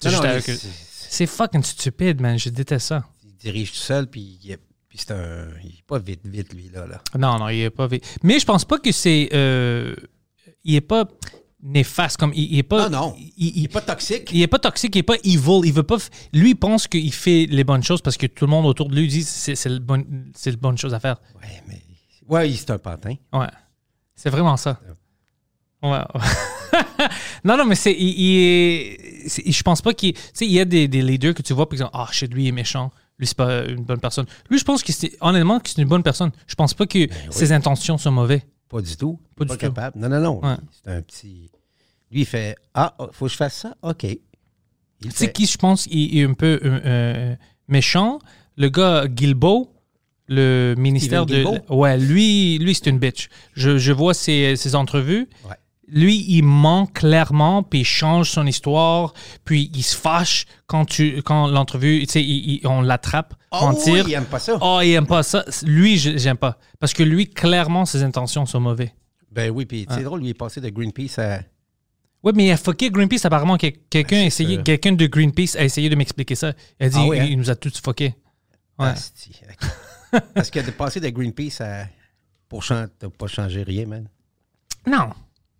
[SPEAKER 3] C'est
[SPEAKER 4] Non,
[SPEAKER 3] juste
[SPEAKER 4] non,
[SPEAKER 3] avec
[SPEAKER 4] il-
[SPEAKER 3] eux.
[SPEAKER 4] c'est-
[SPEAKER 3] C'est fucking stupide, man. Je déteste ça.
[SPEAKER 4] il dirige tout seul, puis, il est- puis c'est un. Il est pas vite, vite, lui, là. là.
[SPEAKER 3] Non, non, il est pas. vé- Mais je pense pas que c'est. euh, il est pas néfaste. Comme, il, il est pas.
[SPEAKER 4] Non, non.
[SPEAKER 3] Il,
[SPEAKER 4] Il
[SPEAKER 3] il-
[SPEAKER 4] est pas toxique.
[SPEAKER 3] il est pas toxique, il est pas evil. Il veut pas. f- Lui il pense qu'il fait les bonnes choses parce que tout le monde autour de lui dit c'est c'est le bon, c'est la bonne chose à faire.
[SPEAKER 4] Ouais, mais. Ouais, il- c'est un pantin.
[SPEAKER 3] Ouais. C'est vraiment ça. Ouais. [laughs] non, non, mais c'est. Il, il est- c'est- je pense pas qu'il. Tu sais, il y a des, des leaders que tu vois, puis ils disent Ah, chez lui, il est méchant. Lui, c'est pas une bonne personne. Lui, je pense que c'est. Honnêtement, que c'est une bonne personne. Je pense pas que
[SPEAKER 4] Ben
[SPEAKER 3] ses intentions sont mauvaises.
[SPEAKER 4] Pas du tout.
[SPEAKER 3] Pas du tout.
[SPEAKER 4] capable. Non, non, non.
[SPEAKER 3] Ouais.
[SPEAKER 4] C'est un petit. Lui, il fait Ah, oh, faut que je fasse ça? OK. Il
[SPEAKER 3] Tu sais
[SPEAKER 4] fait-
[SPEAKER 3] qui, je pense, il est un peu euh, euh, méchant? Le gars Guilbeault, le ministère de...
[SPEAKER 4] Guilbeault?
[SPEAKER 3] Ouais, lui, lui c'est une bitch. Je, je vois ses, ses entrevues.
[SPEAKER 4] Ouais.
[SPEAKER 3] Lui, il ment clairement, puis il change son histoire, puis il se fâche quand, tu, quand l'entrevue, tu sais, il- il- on l'attrape,
[SPEAKER 4] Oh,
[SPEAKER 3] on tire. Ah,
[SPEAKER 4] il aime pas ça.
[SPEAKER 3] Oh, il aime pas ça. Lui, je- j'aime pas. Parce que lui, clairement, ses intentions sont mauvaises.
[SPEAKER 4] Ben oui, puis c'est drôle, lui, il est passé de Greenpeace à.
[SPEAKER 3] Oui, mais il a fucké Greenpeace. Apparemment, que- quelqu'un a essayé, quelqu'un de Greenpeace a essayé de m'expliquer ça. Il a dit,
[SPEAKER 4] Ah oui,
[SPEAKER 3] il,
[SPEAKER 4] hein?
[SPEAKER 3] il nous a tous fucké. Ouais.
[SPEAKER 4] Asti, ok. Parce que de passer de Greenpeace à. Pour chan- t'as pas changé rien, man.
[SPEAKER 3] Non.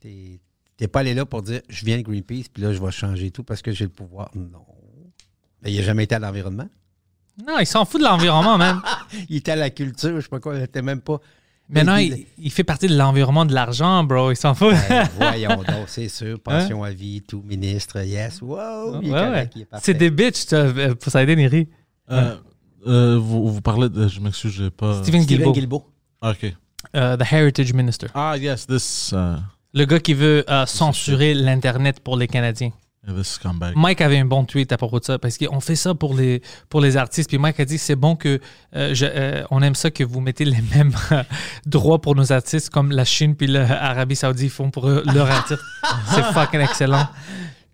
[SPEAKER 4] T'es t'es pas allé là pour dire je viens de Greenpeace, puis là, je vais changer tout parce que j'ai le pouvoir. Non. Ben, il n'a jamais été à l'environnement.
[SPEAKER 3] Non, il s'en fout de l'environnement,
[SPEAKER 4] [laughs]
[SPEAKER 3] man.
[SPEAKER 4] Il était à la culture, je sais pas quoi, il était même pas.
[SPEAKER 3] Maintenant,
[SPEAKER 4] il-
[SPEAKER 3] il, il fait partie de l'environnement de l'argent, bro. Il s'en fout. [laughs]
[SPEAKER 4] Ben, voyons donc, c'est sûr. Pension à vie, tout, ministre, yes. Wow, il est
[SPEAKER 3] Hein? Ouais, ouais.
[SPEAKER 4] correct, il est parfait.
[SPEAKER 3] C'est des bitches, ça, euh, Poseidon, il rit.
[SPEAKER 5] Euh, euh, vous, vous parlez de. Je m'excuse, j'ai pas.
[SPEAKER 3] Steven
[SPEAKER 4] Steven
[SPEAKER 3] Guilbeault,
[SPEAKER 4] Guilbeault.
[SPEAKER 5] Ah, ok.
[SPEAKER 3] euh, The Heritage Minister.
[SPEAKER 5] Ah, yes, this. Uh,
[SPEAKER 3] Le gars qui veut euh, censurer l'Internet pour les Canadiens.
[SPEAKER 5] this comeback.
[SPEAKER 3] Mike avait un bon tweet à propos de ça parce qu'on fait ça pour les, pour les artistes. Puis Mike a dit c'est bon que euh, je- euh, on aime ça que vous mettez les mêmes [laughs] euh, droits pour nos artistes comme la Chine puis l'Arabie Saoudite font pour eux, leurs
[SPEAKER 4] [laughs]
[SPEAKER 3] artistes. c'est fucking excellent.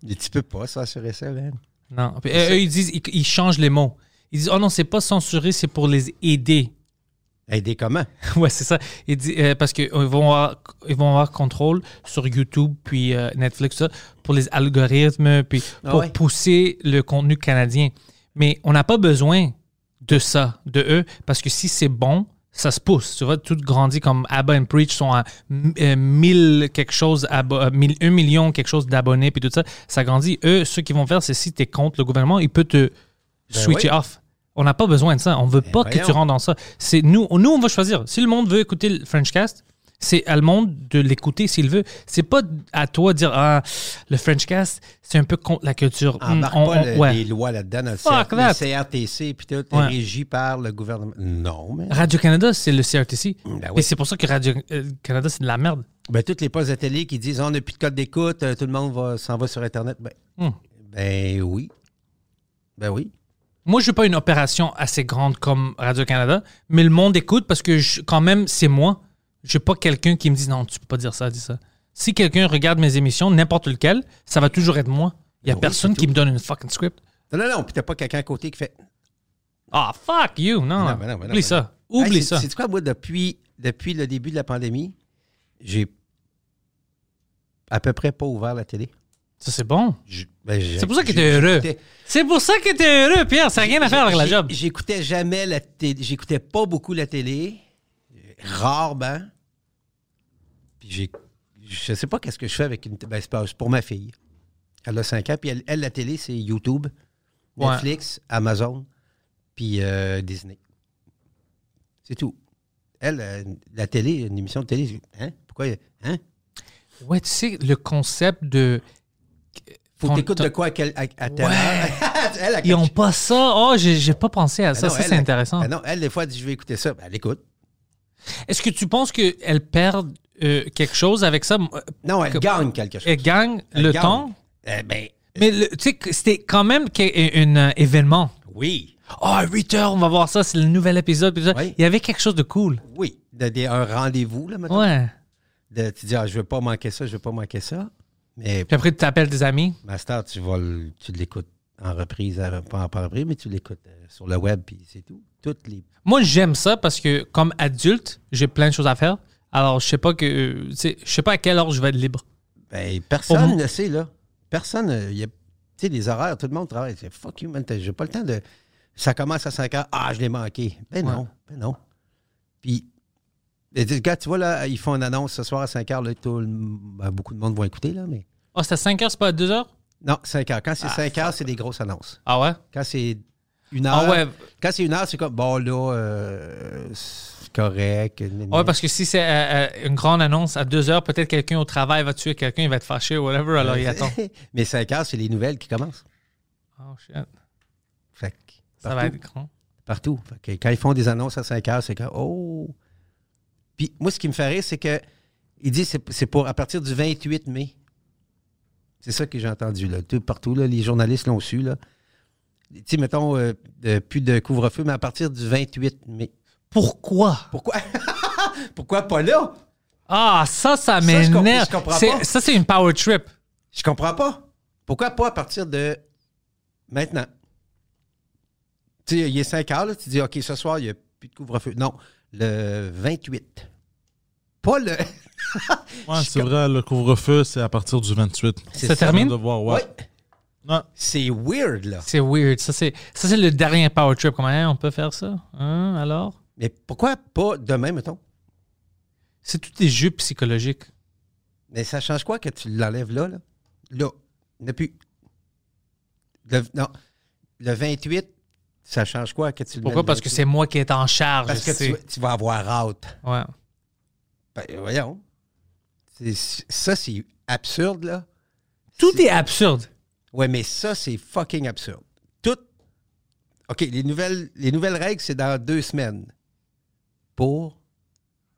[SPEAKER 4] Mais Tu peux pas censurer ça, man.
[SPEAKER 3] Non. Puis, euh, eux, ils disent ils, ils changent les mots. Ils disent oh non c'est pas censuré c'est pour les aider.
[SPEAKER 4] Aider comment?
[SPEAKER 3] ouais c'est ça. Il dit, euh, parce qu'ils vont avoir, ils vont avoir contrôle sur YouTube puis euh, Netflix tout ça pour les algorithmes puis
[SPEAKER 4] Ah
[SPEAKER 3] pour
[SPEAKER 4] ouais?
[SPEAKER 3] pousser le contenu canadien. Mais on n'a pas besoin de ça, de eux, parce que si c'est bon, ça se pousse. Tu vois, tout grandit comme Abba and Preach sont à m- euh, 1000 quelque chose, abo- euh, 1000 1 million quelque chose d'abonnés puis tout ça. Ça grandit. Eux, ce qu'ils vont faire, c'est si tu es contre le gouvernement, il peut
[SPEAKER 4] Ben
[SPEAKER 3] te switcher off. On n'a pas besoin de ça. On veut pas que tu
[SPEAKER 4] voyons.
[SPEAKER 3] rentres dans ça. C'est nous, nous, on va choisir. Si le monde veut écouter le Frenchcast, c'est à le monde de l'écouter s'il veut. C'est pas à toi de dire ah le Frenchcast, c'est un peu contre la culture. Hum,
[SPEAKER 4] Embarque
[SPEAKER 3] on-
[SPEAKER 4] pas
[SPEAKER 3] on-
[SPEAKER 4] le-
[SPEAKER 3] ouais.
[SPEAKER 4] les lois là-dedans. dans Le,
[SPEAKER 3] Fuck
[SPEAKER 4] CR-
[SPEAKER 3] that.
[SPEAKER 4] le CRTC, puis tout,
[SPEAKER 3] Ouais.
[SPEAKER 4] est régi par le gouvernement. Non, mais.
[SPEAKER 3] Radio-Canada, c'est le CRTC.
[SPEAKER 4] Ben
[SPEAKER 3] Et
[SPEAKER 4] oui.
[SPEAKER 3] c'est pour ça que Radio-Canada, c'est de la merde.
[SPEAKER 4] Ben, toutes les postes de télé qui disent on n'a plus de code d'écoute, euh, tout le monde va- s'en va sur Internet. Ben,
[SPEAKER 3] Hum.
[SPEAKER 4] ben oui. Ben oui.
[SPEAKER 3] Moi, je n'ai pas une opération assez grande comme Radio-Canada, mais le monde écoute parce que je- quand même, c'est moi. Je n'ai pas quelqu'un qui me dit non, tu peux pas dire ça, dis ça. Si quelqu'un regarde mes émissions, n'importe lequel, ça va toujours être moi. Il n'y a
[SPEAKER 4] Ben Oui,
[SPEAKER 3] personne
[SPEAKER 4] c'est
[SPEAKER 3] qui
[SPEAKER 4] tout.
[SPEAKER 3] me donne une fucking script.
[SPEAKER 4] Non, non, non. Puis t'as pas quelqu'un à côté qui fait.
[SPEAKER 3] Ah, fuck you. Non,
[SPEAKER 4] Non, ben non, ben non,
[SPEAKER 3] oublie
[SPEAKER 4] ben
[SPEAKER 3] ça. Oublie ça.
[SPEAKER 4] C'est quoi, moi, depuis, depuis le début de la pandémie, j'ai à peu près pas ouvert la télé.
[SPEAKER 3] Ça, c'est bon.
[SPEAKER 4] Je- ben, j'ai-
[SPEAKER 3] C'est pour ça que
[SPEAKER 4] j'ai-
[SPEAKER 3] t'es heureux.
[SPEAKER 4] j'écoutais-
[SPEAKER 3] C'est pour ça que t'es heureux, Pierre. Ça n'a rien à faire avec la
[SPEAKER 4] j'ai-
[SPEAKER 3] job.
[SPEAKER 4] J'écoutais jamais la télé. J'écoutais pas beaucoup la télé. Rarement. Puis j'ai. Je sais pas qu'est-ce que je fais avec une. t- Ben, c'est pas- c'est pour ma fille. Elle a 5 ans. Puis elle, elle, la télé, c'est YouTube,
[SPEAKER 3] Ouais.
[SPEAKER 4] Netflix, Amazon, puis euh, Disney. C'est tout. Elle, euh, la télé, une émission de télé. je- Hein? Pourquoi? Hein?
[SPEAKER 3] Ouais, tu sais, le concept de.
[SPEAKER 4] Faut
[SPEAKER 3] Ton-
[SPEAKER 4] que t'écoutes
[SPEAKER 3] ton-
[SPEAKER 4] de quoi à, quel- à- à telle
[SPEAKER 3] Ouais.
[SPEAKER 4] heure. [laughs] elle, elle,
[SPEAKER 3] Ils n'ont pas ça. Oh, j'ai j'ai pas pensé à ça.
[SPEAKER 4] Ben non,
[SPEAKER 3] ça,
[SPEAKER 4] elle,
[SPEAKER 3] c'est
[SPEAKER 4] elle-
[SPEAKER 3] intéressant.
[SPEAKER 4] ben non, elle, des fois, elle dit Je vais écouter ça. Ben, elle écoute.
[SPEAKER 3] Est-ce que tu penses qu'elles perdent euh, quelque chose avec ça?
[SPEAKER 4] Non, elle
[SPEAKER 3] Que-
[SPEAKER 4] gagne quelque chose.
[SPEAKER 3] Elles gagnent
[SPEAKER 4] Elle
[SPEAKER 3] le
[SPEAKER 4] gagne.
[SPEAKER 3] temps?
[SPEAKER 4] Eh ben,
[SPEAKER 3] Mais le- tu sais, que c'était quand même qu'il y ait un euh, événement.
[SPEAKER 4] oui,
[SPEAKER 3] Oh, à 8 heures, on va voir ça, c'est le nouvel épisode. puis tout ça.
[SPEAKER 4] Oui. Ben
[SPEAKER 3] Il y avait quelque chose de cool.
[SPEAKER 4] oui. De- de- un rendez-vous, là, maintenant.
[SPEAKER 3] Ouais.
[SPEAKER 4] De- tu dis, ah, je veux pas manquer ça, je veux pas manquer ça. Mais,
[SPEAKER 3] Puis après, tu t'appelles des amis.
[SPEAKER 4] Master, tu vas le- tu l'écoutes en reprise, à- pas en pas en reprise, mais tu l'écoutes euh, sur le web, puis c'est tout. Toutes les.
[SPEAKER 3] Moi, j'aime ça parce que comme adulte, j'ai plein de choses à faire. Alors, je sais pas que, euh, tu sais, je sais pas à quelle heure je vais être libre.
[SPEAKER 4] Ben,
[SPEAKER 3] Pour
[SPEAKER 4] personne
[SPEAKER 3] moi-
[SPEAKER 4] ne sait, là. Personne. euh, y a- Tu sais, les horaires, tout le monde travaille. C'est fuck you, man. t'as- J'ai pas le temps de. Ça commence à 5 heures. Ah, je l'ai manqué. Ben non,
[SPEAKER 3] Ouais.
[SPEAKER 4] ben non. Puis, ben, dis, gars, tu vois, là, ils font une annonce ce soir à 5 heures. Là, tout le- ben, beaucoup de monde vont écouter, là, mais.
[SPEAKER 3] Oh, c'est à 5 heures, c'est pas à 2 heures?
[SPEAKER 4] Non, 5 heures. Quand c'est 5 heures, c'est des grosses annonces.
[SPEAKER 3] Ah ouais?
[SPEAKER 4] Quand c'est une heure.
[SPEAKER 3] Ah ouais.
[SPEAKER 4] Quand c'est une heure, c'est comme bon là, euh, c'est correct.
[SPEAKER 3] Ah Ouais, parce que si c'est euh, euh, une grande annonce à 2 heures, peut-être quelqu'un au travail va tuer quelqu'un, il va être fâché ou whatever, alors il attend.
[SPEAKER 4] [laughs] Mais 5 heures, c'est les nouvelles qui commencent.
[SPEAKER 3] Oh shit.
[SPEAKER 4] Fait que
[SPEAKER 3] Ça
[SPEAKER 4] partout,
[SPEAKER 3] va être grand.
[SPEAKER 4] partout. Fait que quand ils font des annonces à 5 heures, c'est comme oh. Puis moi, ce qui me fait rire, c'est que ils disent c'est c'est pour à partir du 28 mai. C'est ça que j'ai entendu là, tout partout là, les journalistes l'ont su là. Tu sais, mettons euh, euh, plus de couvre-feu, mais à partir du 28 mai.
[SPEAKER 3] Pourquoi?
[SPEAKER 4] Pourquoi [laughs] Pourquoi pas là
[SPEAKER 3] Ah, ça, ça
[SPEAKER 4] je comprends-
[SPEAKER 3] m'énerve.
[SPEAKER 4] je comprends
[SPEAKER 3] C'est-
[SPEAKER 4] pas.
[SPEAKER 3] Ça, c'est une power trip.
[SPEAKER 4] Je comprends pas. Pourquoi pas à partir de maintenant? Tu sais, il est 5 heures, là, tu dis, OK, ce soir, il n'y a plus de couvre-feu. Non, le 28. Pas le.
[SPEAKER 5] Ouais, c'est vrai, le couvre-feu, c'est à partir du 28.
[SPEAKER 3] Ça
[SPEAKER 4] ça,
[SPEAKER 3] termine?
[SPEAKER 5] De voir, ouais.
[SPEAKER 4] Ouais.
[SPEAKER 5] Non,
[SPEAKER 4] C'est weird, là.
[SPEAKER 3] C'est weird. Ça, c'est ça, c'est le dernier power trip. Comment hein, on peut faire ça? Hein, alors?
[SPEAKER 4] Mais pourquoi pas demain, mettons?
[SPEAKER 3] C'est tous des jeux psychologiques.
[SPEAKER 4] Mais ça change quoi que tu l'enlèves là, là? Là, il n'y en a plus. Le, non, le 28, ça change quoi que Ben, tu le mets
[SPEAKER 3] Pourquoi?
[SPEAKER 4] le
[SPEAKER 3] Parce que
[SPEAKER 4] 28?
[SPEAKER 3] c'est moi qui est en charge.
[SPEAKER 4] Parce que
[SPEAKER 3] c'est-
[SPEAKER 4] tu, tu vas avoir out.
[SPEAKER 3] Ouais.
[SPEAKER 4] Ben, voyons. C'est- Ça, c'est absurde, là.
[SPEAKER 3] Tout est absurde.
[SPEAKER 4] Ouais, mais ça, c'est fucking absurde. Tout. OK, les nouvelles, les nouvelles règles, c'est dans deux semaines. Pour.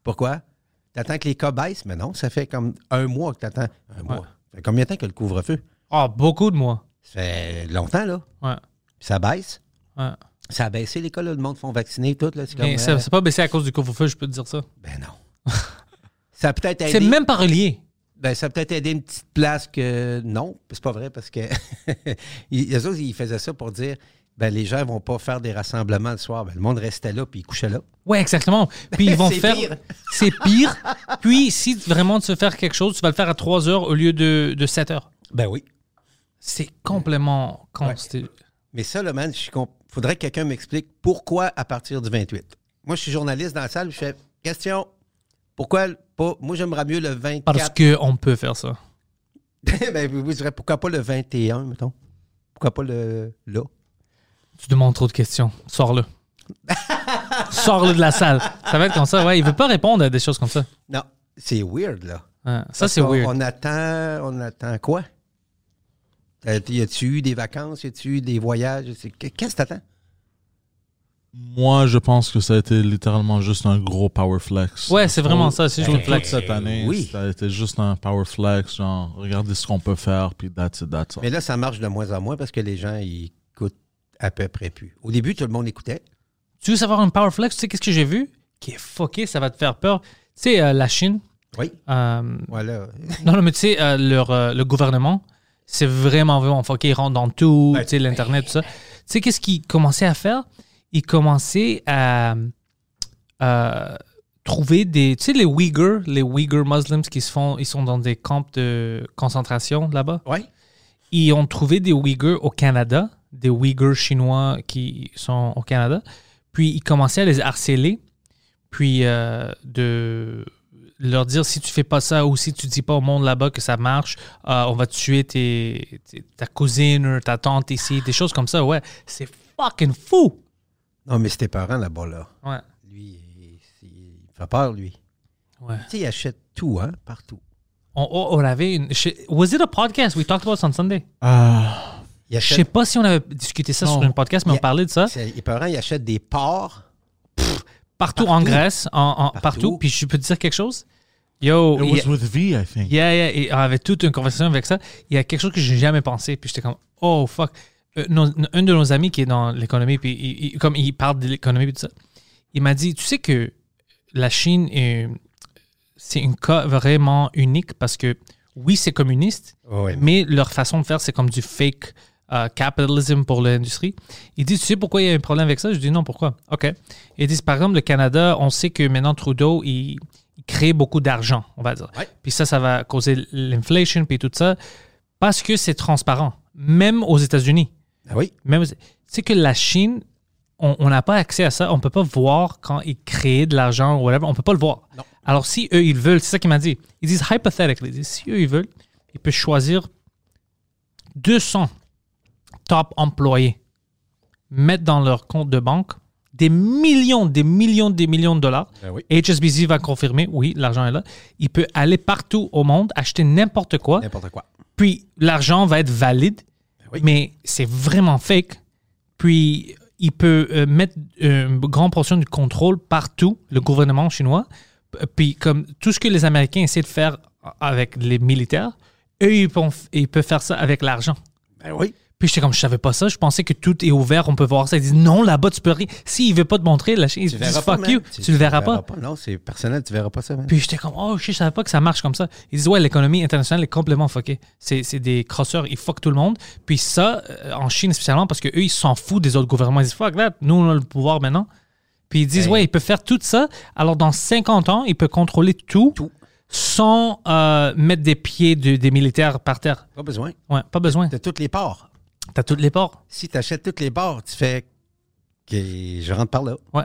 [SPEAKER 4] Pourquoi? T'attends que les cas baissent? Mais non, ça fait comme un mois que t'attends. Un mois. Ça fait combien de temps que le couvre-feu?
[SPEAKER 3] Ah, beaucoup de moi.
[SPEAKER 4] Ça fait longtemps, là.
[SPEAKER 3] Ouais.
[SPEAKER 4] Puis ça baisse.
[SPEAKER 3] ouais.
[SPEAKER 4] Ça a baissé les cas, là. Le monde font vacciner, tout, là. C'est comme.
[SPEAKER 3] Mais ça-
[SPEAKER 4] euh,
[SPEAKER 3] c'est pas baissé à cause du couvre-feu, je peux te dire ça.
[SPEAKER 4] Ben non.
[SPEAKER 3] [laughs]
[SPEAKER 4] ça a peut-être aidé.
[SPEAKER 3] C'est même pas relié.
[SPEAKER 4] Ben, ça a peut-être aidé une petite place que non, c'est pas vrai parce que [laughs] ils- les autres, ils faisaient ça pour dire ben les gens vont pas faire des rassemblements le soir. Ben, le monde restait là puis ils couchaient là.
[SPEAKER 3] Ouais, exactement. Puis ils vont
[SPEAKER 4] [laughs] C'est
[SPEAKER 3] faire.
[SPEAKER 4] pire.
[SPEAKER 3] [laughs] C'est pire. Puis si vraiment tu veux faire quelque chose, tu vas le faire à 3 heures au lieu de, de 7 heures.
[SPEAKER 4] Ben oui.
[SPEAKER 3] C'est complètement con. c'était-
[SPEAKER 4] Mais ça, le man, je suis comp- faudrait que quelqu'un m'explique pourquoi à partir du 28. Moi, je suis journaliste dans la salle, je fais question. Pourquoi le- pas Moi, j'aimerais mieux le 24.
[SPEAKER 3] Parce qu'on peut faire ça.
[SPEAKER 4] [laughs] ben, vous, vous direz pourquoi pas le 21, mettons. Pourquoi pas le là
[SPEAKER 3] Tu demandes trop de questions.
[SPEAKER 4] [laughs]
[SPEAKER 3] Sors-le. Sors-le de la salle. Ça va être comme ça. Ouais, il veut pas répondre à des choses comme ça.
[SPEAKER 4] Non, c'est weird là.
[SPEAKER 3] Ouais, Ça,
[SPEAKER 4] Parce
[SPEAKER 3] c'est
[SPEAKER 4] qu'on-
[SPEAKER 3] weird.
[SPEAKER 4] On attend, on attend quoi? Euh, Y a-tu eu des vacances? Y a-tu eu des voyages? C'est- que- Qu'est-ce que t'attends?
[SPEAKER 5] moi, je pense que ça a été littéralement juste un gros power flex.
[SPEAKER 3] Ouais, c'est vraiment ça. C'est juste
[SPEAKER 5] Toute
[SPEAKER 3] une flex.
[SPEAKER 5] cette année,
[SPEAKER 4] oui.
[SPEAKER 5] ça a été juste un power flex, genre, regardez ce qu'on peut faire, puis that's it, that's all.
[SPEAKER 4] Mais là, ça marche de moins en moins parce que les gens, ils écoutent à peu près plus. Au début, tout le monde écoutait.
[SPEAKER 3] Tu veux savoir une power flex? Tu sais, qu'est-ce que j'ai vu? Qui est fucké, ça va te faire peur. Tu sais, euh, la Chine.
[SPEAKER 4] Oui.
[SPEAKER 3] euh,
[SPEAKER 4] Ah.
[SPEAKER 3] [laughs]
[SPEAKER 4] Voilà.
[SPEAKER 3] Non, non, mais tu sais, euh, leur, euh, le gouvernement, c'est vraiment, vraiment fucké. Ils rentrent dans tout, tu sais, l'Internet, tout ça. Tu sais, qu'est-ce qu'ils commençaient à faire? Ils commençaient à euh, trouver des... Tu sais, les Uyghurs, les Uyghurs Muslims qui se font... Ils sont dans des camps de concentration là-bas.
[SPEAKER 4] Oui.
[SPEAKER 3] Ils ont trouvé des Uyghurs au Canada, des Uyghurs chinois qui sont au Canada. Puis ils commençaient à les harceler, puis euh, de leur dire si tu fais pas ça ou si tu dis pas au monde là-bas que ça marche, euh, on va tuer tes, tes- ta cousine ou ta tante ici, des choses comme ça. Ouais, c'est fucking fou.
[SPEAKER 4] Non, mais c'était parent là-bas, là.
[SPEAKER 3] Ouais.
[SPEAKER 4] Lui, il, il- il fait peur, lui.
[SPEAKER 3] Ouais.
[SPEAKER 4] Tu sais, il achète tout, hein, partout.
[SPEAKER 3] On, on- on avait une. je- Was it a podcast? We talked about it on Sunday.
[SPEAKER 5] Ah,
[SPEAKER 4] Il
[SPEAKER 3] Je sais
[SPEAKER 4] achète.
[SPEAKER 3] pas si on avait discuté ça sur
[SPEAKER 5] Non.
[SPEAKER 3] un podcast, mais on
[SPEAKER 4] Yeah.
[SPEAKER 3] parlait de ça.
[SPEAKER 4] c'est- Les parents, ils achètent des porcs.
[SPEAKER 3] Partout, en Grèce, en, en- partout.
[SPEAKER 4] Partout.
[SPEAKER 3] Puis je peux te dire quelque chose? Yo,
[SPEAKER 5] it was
[SPEAKER 3] il y a-
[SPEAKER 5] with V, I think.
[SPEAKER 3] Yeah, yeah, et on avait toute une conversation avec ça. Il y a quelque chose que j'ai jamais pensé, puis j'étais comme, oh fuck. Euh, nos- un de nos amis qui est dans l'économie, puis il, il- comme il parle de l'économie, puis tout ça, il m'a dit, tu sais que la Chine, est- c'est un cas vraiment unique parce que oui, c'est communiste,
[SPEAKER 4] Oh, Ouais,
[SPEAKER 3] mais leur façon de faire, c'est comme du fake euh, capitalism pour l'industrie. Ils disent, tu sais pourquoi il y a un problème avec ça? Je dis, non, pourquoi? OK. Ils disent, par exemple, le Canada, on sait que maintenant Trudeau, il, il crée beaucoup d'argent, on va dire.
[SPEAKER 4] Ouais.
[SPEAKER 3] Puis ça, ça va causer l'inflation, puis tout ça, parce que c'est transparent, même aux États-Unis.
[SPEAKER 4] Ah oui.
[SPEAKER 3] Même, c'est que la Chine, on on n'a pas accès à ça. On ne peut pas voir quand ils créent de l'argent ou whatever. On ne peut pas le voir. Alors, si eux, ils veulent, c'est ça qu'il m'a dit. Ils disent hypothetically, ils disent, si eux, ils veulent, ils peuvent choisir 200 top employés, mettre dans leur compte de banque des millions, des millions, des millions de dollars.
[SPEAKER 4] Ben oui.
[SPEAKER 3] HSBC va confirmer, oui, l'argent est là. Il peut aller partout au monde, acheter n'importe quoi.
[SPEAKER 4] N'importe quoi.
[SPEAKER 3] Puis l'argent va être valide, mais c'est vraiment fake. Puis il peut euh, mettre une grande portion du contrôle partout, le gouvernement chinois. Euh, Puis comme tout ce que les Américains essaient de faire avec les militaires, eux, ils peuvent, ils peuvent faire ça avec l'argent.
[SPEAKER 4] Ben oui.
[SPEAKER 3] Puis j'étais comme, je savais pas ça. Je pensais que tout est ouvert, on peut voir ça. Ils disent, non, là-bas, tu peux rien. S'il veut pas te montrer, la Chine, ils disent, fuck
[SPEAKER 4] man.
[SPEAKER 3] you, tu, le verras pas.
[SPEAKER 4] Non, c'est personnel, tu verras pas ça, man.
[SPEAKER 3] Puis j'étais comme, oh, je savais pas que ça marche comme ça. Ils disent, ouais, l'économie internationale est complètement fuckée. C'est, c'est des crosseurs, ils fuck tout le monde. Puis ça, euh, en Chine spécialement, parce qu'eux, ils s'en foutent des autres gouvernements. Ils disent, fuck that, nous, on a le pouvoir maintenant. Puis ils
[SPEAKER 4] Ben.
[SPEAKER 3] disent, ouais, il peut faire tout ça. Alors, dans 50 ans, il peut contrôler tout, sans euh, mettre des pieds de- des militaires par terre.
[SPEAKER 4] Pas besoin.
[SPEAKER 3] Ouais, pas besoin.
[SPEAKER 4] T'as toutes les parts.
[SPEAKER 3] T'as toutes les ports.
[SPEAKER 4] Si t'achètes toutes les parts, tu fais que je rentre par là.
[SPEAKER 3] Ouais.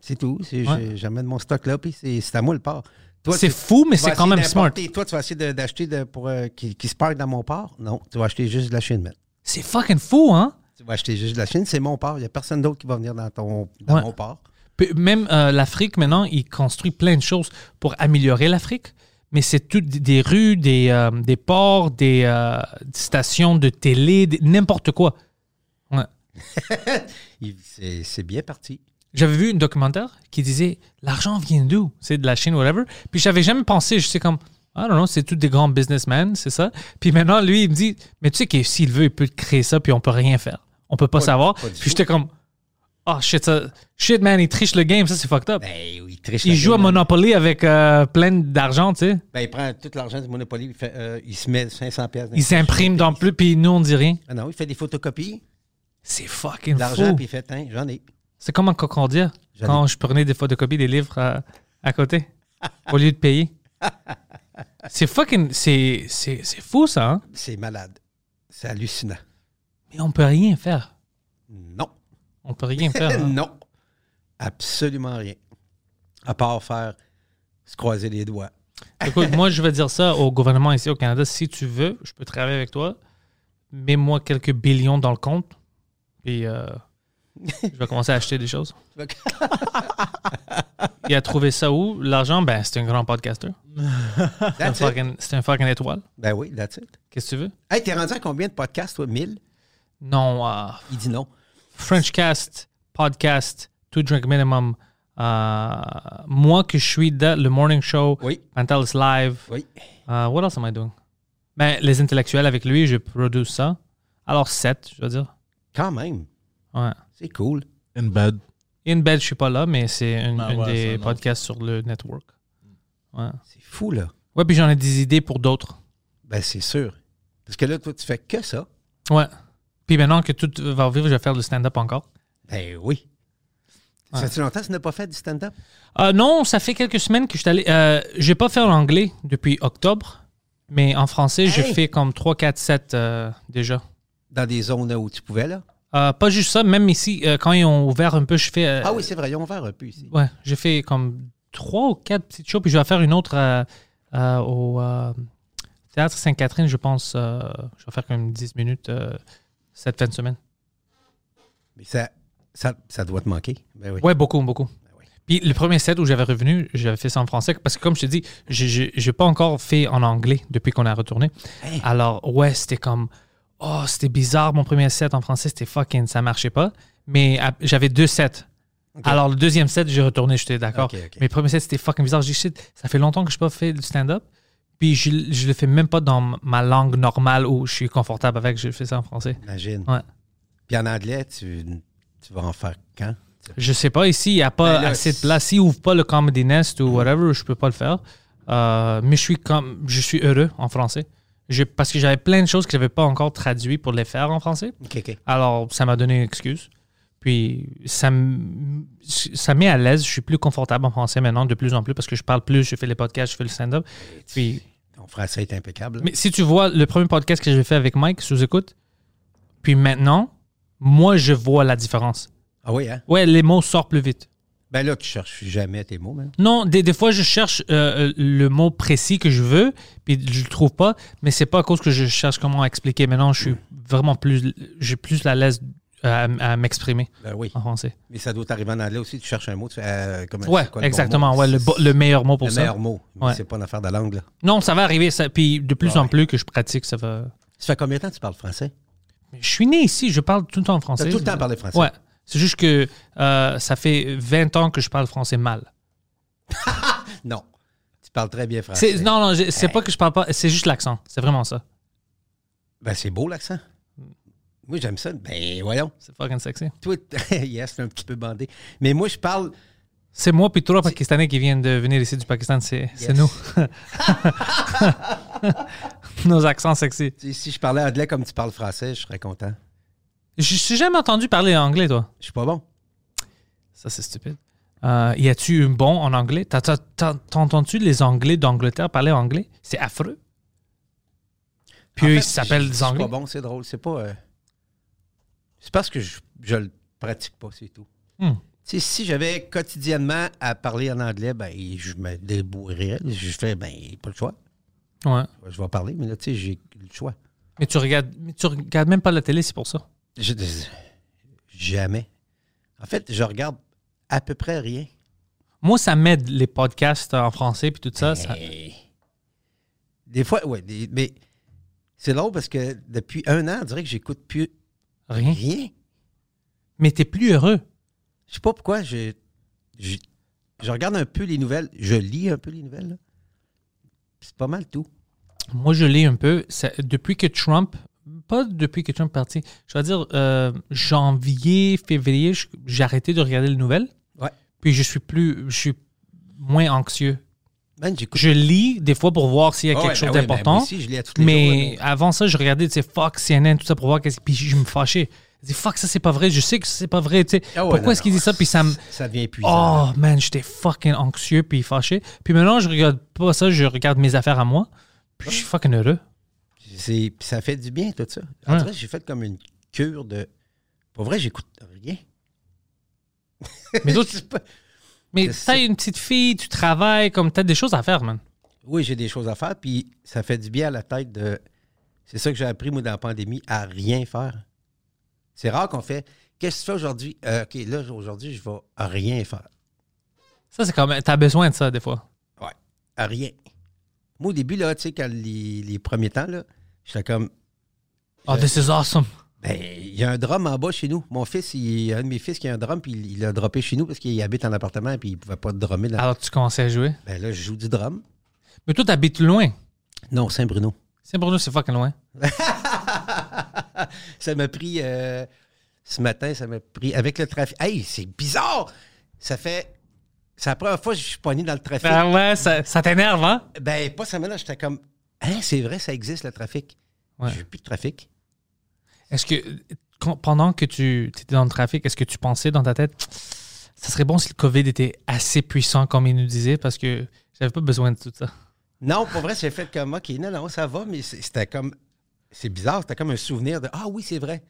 [SPEAKER 4] C'est tout. C'est-
[SPEAKER 3] Ouais.
[SPEAKER 4] j'ai- J'amène mon stock là, puis c'est c'est à moi le port. Toi,
[SPEAKER 3] C'est
[SPEAKER 4] tu-
[SPEAKER 3] fou, mais
[SPEAKER 4] tu vas
[SPEAKER 3] c'est quand
[SPEAKER 4] essayer
[SPEAKER 3] même smart.
[SPEAKER 4] d'importer. Toi, tu vas essayer de- d'acheter de- pour euh, qui, qui se perd dans mon port. Non, tu vas acheter juste de la Chine, mec.
[SPEAKER 3] C'est fucking fou, hein?
[SPEAKER 4] Tu vas acheter juste de la Chine, c'est mon port. Il n'y a personne d'autre qui va venir dans, ton, dans
[SPEAKER 3] Ouais.
[SPEAKER 4] mon port.
[SPEAKER 3] Puis Même euh, l'Afrique, maintenant, il construit plein de choses pour améliorer l'Afrique. Mais c'est toutes des- des rues, des, euh, des ports, des euh, des stations de télé, des- n'importe quoi. Ouais.
[SPEAKER 4] Il- C'est c'est bien parti.
[SPEAKER 3] J'avais vu un documentaire qui disait l'argent vient d'où C'est de la Chine, whatever. Puis j'avais jamais pensé, je sais comme, I don't know, c'est tous des grands businessmen, c'est ça. Puis maintenant, lui, il me dit, mais tu sais que s'il veut, il peut créer ça, puis on peut rien faire. On peut pas savoir.
[SPEAKER 4] pas du
[SPEAKER 3] puis j'étais comme, oh shit, ça, shit man, il triche le game, ça c'est fucked up.
[SPEAKER 4] Ben, il triche. la
[SPEAKER 3] il joue à
[SPEAKER 4] game, là.
[SPEAKER 3] Monopoly avec euh, plein d'argent, tu sais.
[SPEAKER 4] Ben, il prend tout l'argent du Monopoly, il, fait, euh, il se met 500 pièces.
[SPEAKER 3] Il s'imprime dans plus, puis nous, on dit rien.
[SPEAKER 4] Ah non, il fait des photocopies,
[SPEAKER 3] C'est fucking
[SPEAKER 4] de l'argent,
[SPEAKER 3] fou.
[SPEAKER 4] puis il fait, tiens, j'en ai.
[SPEAKER 3] C'est comme un cocordia
[SPEAKER 4] J'allais-
[SPEAKER 3] quand je prenais des photocopies des livres euh, à côté
[SPEAKER 4] [laughs]
[SPEAKER 3] au lieu de payer. C'est fucking. C'est c'est- c'est fou ça, hein?
[SPEAKER 4] C'est malade. C'est hallucinant.
[SPEAKER 3] Mais on peut rien faire.
[SPEAKER 4] Non.
[SPEAKER 3] On peut rien faire. hein.
[SPEAKER 4] non. Absolument rien. À part faire se croiser
[SPEAKER 3] [laughs]
[SPEAKER 4] les doigts.
[SPEAKER 3] Écoute, moi, je vais dire ça au gouvernement ici au Canada. Si tu veux, je peux travailler avec toi. Mets-moi quelques billions dans le compte. Puis euh, je vais commencer à acheter des choses. [laughs] Il a trouvé ça où? L'argent, ben, c'est un grand podcaster. C'est un
[SPEAKER 4] That's it.
[SPEAKER 3] fucking- c'est un fucking étoile.
[SPEAKER 4] Ben oui, that's it.
[SPEAKER 3] Qu'est-ce que tu veux?
[SPEAKER 4] Hey, t'es rendu à combien de podcasts, toi? 1000?
[SPEAKER 3] Non, euh,
[SPEAKER 4] Il dit non.
[SPEAKER 3] Frenchcast, podcast, Two Drink Minimum. euh, moi que je suis dans le morning show,
[SPEAKER 4] Oui.
[SPEAKER 3] Pantelis Live.
[SPEAKER 4] Oui.
[SPEAKER 3] euh, what else am I doing? Ben, les intellectuels avec lui, je produis ça. Alors 7, je veux dire.
[SPEAKER 4] Quand même.
[SPEAKER 3] Ouais.
[SPEAKER 4] C'est cool.
[SPEAKER 5] In bed.
[SPEAKER 3] In Bed, je suis pas là, mais c'est un,
[SPEAKER 5] Ah
[SPEAKER 3] un
[SPEAKER 5] ouais, c'est
[SPEAKER 3] des
[SPEAKER 5] un autre.
[SPEAKER 3] podcasts sur le network. Ouais.
[SPEAKER 4] C'est fou, là.
[SPEAKER 3] Ouais, puis j'en ai des idées pour d'autres.
[SPEAKER 4] Ben, c'est sûr. Parce que là, toi, tu fais que ça.
[SPEAKER 3] Ouais. Puis maintenant que tout va vivre, je vais faire le stand-up encore.
[SPEAKER 4] Ben oui. Ça fait longtemps que tu n'as pas fait du stand-up?
[SPEAKER 3] Euh, non, ça fait quelques semaines que je suis allé. euh, j'ai pas fait en anglais depuis octobre, mais en français, j'ai
[SPEAKER 4] Hey!
[SPEAKER 3] fait comme 3, 4, 7 euh, déjà.
[SPEAKER 4] Dans des zones où tu pouvais, là?
[SPEAKER 3] Euh, pas juste ça, même ici, euh, quand ils ont ouvert un peu, je fais. euh,
[SPEAKER 4] Ah oui, c'est vrai, ils ont ouvert un peu ici.
[SPEAKER 3] Ouais, j'ai fait comme 3 ou 4 petites shows, puis je vais faire une autre euh, euh, au euh, Théâtre Sainte-Catherine, je pense. euh, je vais faire comme 10 minutes euh, cette fin de semaine.
[SPEAKER 4] Mais ça, ça, ça doit te manquer. Ben oui.
[SPEAKER 3] Ouais, beaucoup, beaucoup.
[SPEAKER 4] oui.
[SPEAKER 3] Puis le premier set où j'avais revenu, j'avais fait ça en français parce que comme je te dis, j'ai- j'ai j'ai pas encore fait en anglais depuis qu'on a retourné.
[SPEAKER 4] Hein?
[SPEAKER 3] Alors ouais, c'était comme oh c'était bizarre mon premier set en français, c'était fucking ça marchait pas. Mais à- j'avais deux sets. Alors le deuxième set j'ai retourné, j'étais d'accord.
[SPEAKER 4] Ok, ok.
[SPEAKER 3] Mais le premier set c'était fucking bizarre. J'ai dit Shit, ça fait longtemps que je pas fait du stand-up. Puis je, je le fais même pas dans m- ma langue normale où je suis confortable avec. Je fais ça en français.
[SPEAKER 4] Imagine.
[SPEAKER 3] Ouais.
[SPEAKER 4] Puis en anglais, tu, tu vas en faire quand?
[SPEAKER 3] Je sais pas, ici, il n'y a pas
[SPEAKER 4] Ben là,
[SPEAKER 3] assez de
[SPEAKER 4] c'est-
[SPEAKER 3] place. S'ils n'ouvrent pas le Comedy Nest ou whatever, je peux pas le faire. Euh, mais je suis, comme, je suis heureux en français. Je- parce que j'avais plein de choses que je n'avais pas encore traduites pour les faire en français.
[SPEAKER 4] OK, OK.
[SPEAKER 3] Alors, ça m'a donné une excuse. Puis, ça, m- ça met à l'aise. Je suis plus confortable en français maintenant, de plus en plus, parce que je parle plus, je fais les podcasts, je fais le stand-up. Puis,
[SPEAKER 4] Ton français est impeccable. là.
[SPEAKER 3] mais si tu vois le premier podcast que j'ai fait avec Mike, sous-écoute, puis maintenant, moi, je vois la différence.
[SPEAKER 4] Ah oui, hein?
[SPEAKER 3] Ouais, les mots sortent plus vite.
[SPEAKER 4] Ben là, tu cherches jamais tes mots, hein? même.
[SPEAKER 3] Non, des, des fois, je cherche euh, euh, le mot précis que je veux, puis je le trouve pas, mais c'est pas à cause que je cherche comment expliquer. Maintenant, je suis vraiment plus, j'ai plus la l'aise à, à m'exprimer
[SPEAKER 4] Ben oui.
[SPEAKER 3] en français.
[SPEAKER 4] Mais ça doit t'arriver en anglais aussi. Tu cherches un mot, tu fais euh, comme
[SPEAKER 3] Ouais,
[SPEAKER 4] c'est quoi le bon
[SPEAKER 3] exactement.
[SPEAKER 4] mot?
[SPEAKER 3] ouais, le,
[SPEAKER 4] C'est-
[SPEAKER 3] bo- le meilleur mot pour
[SPEAKER 4] le
[SPEAKER 3] ça.
[SPEAKER 4] meilleur mot. Mais
[SPEAKER 3] Ouais.
[SPEAKER 4] C'est pas une affaire de langue, là.
[SPEAKER 3] Non, ça va arriver. Ça, puis de
[SPEAKER 4] Ah
[SPEAKER 3] plus en plus que je pratique, ça va.
[SPEAKER 4] Ça fait combien de temps que tu parles français?
[SPEAKER 3] Mais Je suis né ici, je parle tout le temps français.
[SPEAKER 4] T'as tout le temps parlé français.
[SPEAKER 3] Ouais. C'est juste que euh, ça fait 20 ans que je parle français mal.
[SPEAKER 4] Non. Tu parles très bien français.
[SPEAKER 3] C'est- Non, non, je- c'est pas que je parle pas, c'est juste l'accent. C'est vraiment ça.
[SPEAKER 4] Ben, c'est beau, l'accent. Moi, j'aime ça. Ben, voyons. [laughs]
[SPEAKER 3] C'est fucking sexy.
[SPEAKER 4] Toi, t- [laughs] yes, c'est un petit peu bandé. Mais moi, je parle.
[SPEAKER 3] C'est moi puis trois Pakistanais qui viennent de venir ici du Pakistan, c'est c'est nous. [laughs] Nos accents sexy.
[SPEAKER 4] tu sais, Si je parlais anglais comme tu parles français, je serais content.
[SPEAKER 3] Je suis jamais entendu parler anglais, toi.
[SPEAKER 4] Je suis pas bon.
[SPEAKER 3] Ça, c'est stupide. Euh, y a-tu un bon en anglais? T'as- t'as- t'as- T'entends-tu les Anglais d'Angleterre parler anglais? C'est affreux. Puis
[SPEAKER 4] En
[SPEAKER 3] eux,
[SPEAKER 4] fait,
[SPEAKER 3] ils s'appellent
[SPEAKER 4] c'est-
[SPEAKER 3] des Anglais.
[SPEAKER 4] C'est pas bon, c'est drôle. C'est pas. euh, c'est parce que je, je le pratique pas, c'est tout.
[SPEAKER 3] Hmm.
[SPEAKER 4] Tu sais, si j'avais quotidiennement à parler en anglais, ben, je me débrouillerais. Je fais, ben, pas le choix.
[SPEAKER 3] Ouais.
[SPEAKER 4] Je vais parler, mais là, tu sais, j'ai le choix.
[SPEAKER 3] Mais tu regardes, mais tu regardes même pas la télé, c'est pour ça.
[SPEAKER 4] Je- jamais. En fait, je regarde à peu près rien.
[SPEAKER 3] Moi, ça m'aide les podcasts en français puis tout ça. ça-
[SPEAKER 4] Des fois, oui, mais c'est drôle parce que depuis un an, on dirait que j'écoute plus
[SPEAKER 3] rien.
[SPEAKER 4] rien.
[SPEAKER 3] Mais t'es plus heureux.
[SPEAKER 4] Je sais pas pourquoi. Je, je, je regarde un peu les nouvelles. Je lis un peu les nouvelles. là. C'est pas mal tout.
[SPEAKER 3] Moi, je lis un peu. Ça- depuis que Trump, pas depuis que Trump est parti, je vais dire euh, janvier, février, je- j'ai arrêté de regarder les nouvelles.
[SPEAKER 4] Ouais.
[SPEAKER 3] Puis je suis plus, je suis moins anxieux.
[SPEAKER 4] Man, j'écoute.
[SPEAKER 3] Je lis des fois pour voir s'il y a
[SPEAKER 4] Ah
[SPEAKER 3] quelque
[SPEAKER 4] ouais,
[SPEAKER 3] chose
[SPEAKER 4] ben oui, ben
[SPEAKER 3] d'important.
[SPEAKER 4] moi aussi, je lis à tous les jours,
[SPEAKER 3] Mais
[SPEAKER 4] là,
[SPEAKER 3] avant ça, je regardais tu sais, Fox, CNN, tout ça pour voir qu'est-ce Puis je me fâchais. Je dis fuck, ça c'est pas vrai. Je sais que ça, c'est pas vrai. tu sais.
[SPEAKER 4] Ah ouais, non,
[SPEAKER 3] Pourquoi est-ce qu'il
[SPEAKER 4] non.
[SPEAKER 3] dit ça? Puis ça me.
[SPEAKER 4] Ça Ah! devient épuisant.
[SPEAKER 3] Oh man, j'étais fucking anxieux puis fâché. Puis maintenant, je regarde pas ça, je regarde mes affaires à moi. Puis je suis fucking heureux.
[SPEAKER 4] C'est- puis ça fait du bien, tout ça. En
[SPEAKER 3] Ouais.
[SPEAKER 4] vrai, j'ai fait comme une cure de. Pour vrai, j'écoute rien. [laughs]
[SPEAKER 3] Mais d'autres-
[SPEAKER 4] Je sais pas.
[SPEAKER 3] Mais
[SPEAKER 4] C'est
[SPEAKER 3] t'as
[SPEAKER 4] ça.
[SPEAKER 3] une petite fille, tu travailles, comme t'as des choses à faire, man.
[SPEAKER 4] Oui, j'ai des choses à faire, puis ça fait du bien à la tête de. C'est ça que j'ai appris, moi, dans la pandémie, à rien faire. C'est rare qu'on fait. Qu'est-ce que tu fais aujourd'hui? Euh, OK, là, aujourd'hui, je vais à rien faire.
[SPEAKER 3] Ça, c'est comme. T'as besoin de ça, des fois.
[SPEAKER 4] Ouais. À rien. Moi, au début, là, tu sais, quand les, les premiers temps, là, j'étais comme.
[SPEAKER 3] Oh, this is awesome.
[SPEAKER 4] Ben, il y a un drum en bas chez nous. Mon fils, il y a un de mes fils qui a un drum, puis il il l'a droppé chez nous parce qu'il habite en appartement, puis il pouvait pas drummer. Dans...
[SPEAKER 3] Alors, tu commençais à jouer.
[SPEAKER 4] Ben là, je joue du drum.
[SPEAKER 3] Mais toi, t'habites loin.
[SPEAKER 4] Non, Saint-Bruno.
[SPEAKER 3] C'est pour nous, c'est fucking loin.
[SPEAKER 4] ça m'a pris. euh, ce matin, ça m'a pris. Avec le trafic. Hey, c'est bizarre! Ça fait. C'est la première fois que je suis pogné dans le trafic.
[SPEAKER 3] Ah ouais, ça, ça t'énerve, hein?
[SPEAKER 4] Ben, pas ça, là, j'étais comme. Hein, c'est vrai, ça existe le trafic.
[SPEAKER 3] Ouais.
[SPEAKER 4] J'ai plus de trafic.
[SPEAKER 3] Est-ce que quand- pendant que tu étais dans le trafic, est-ce que tu pensais dans ta tête, ça serait bon si le COVID était assez puissant comme il nous disait parce que j'avais pas besoin de tout ça.
[SPEAKER 4] Non, pour vrai, j'ai fait comme, OK, non, non, ça va, mais c'est- c'était comme, c'est bizarre, c'était comme un souvenir de, ah oui, c'est vrai,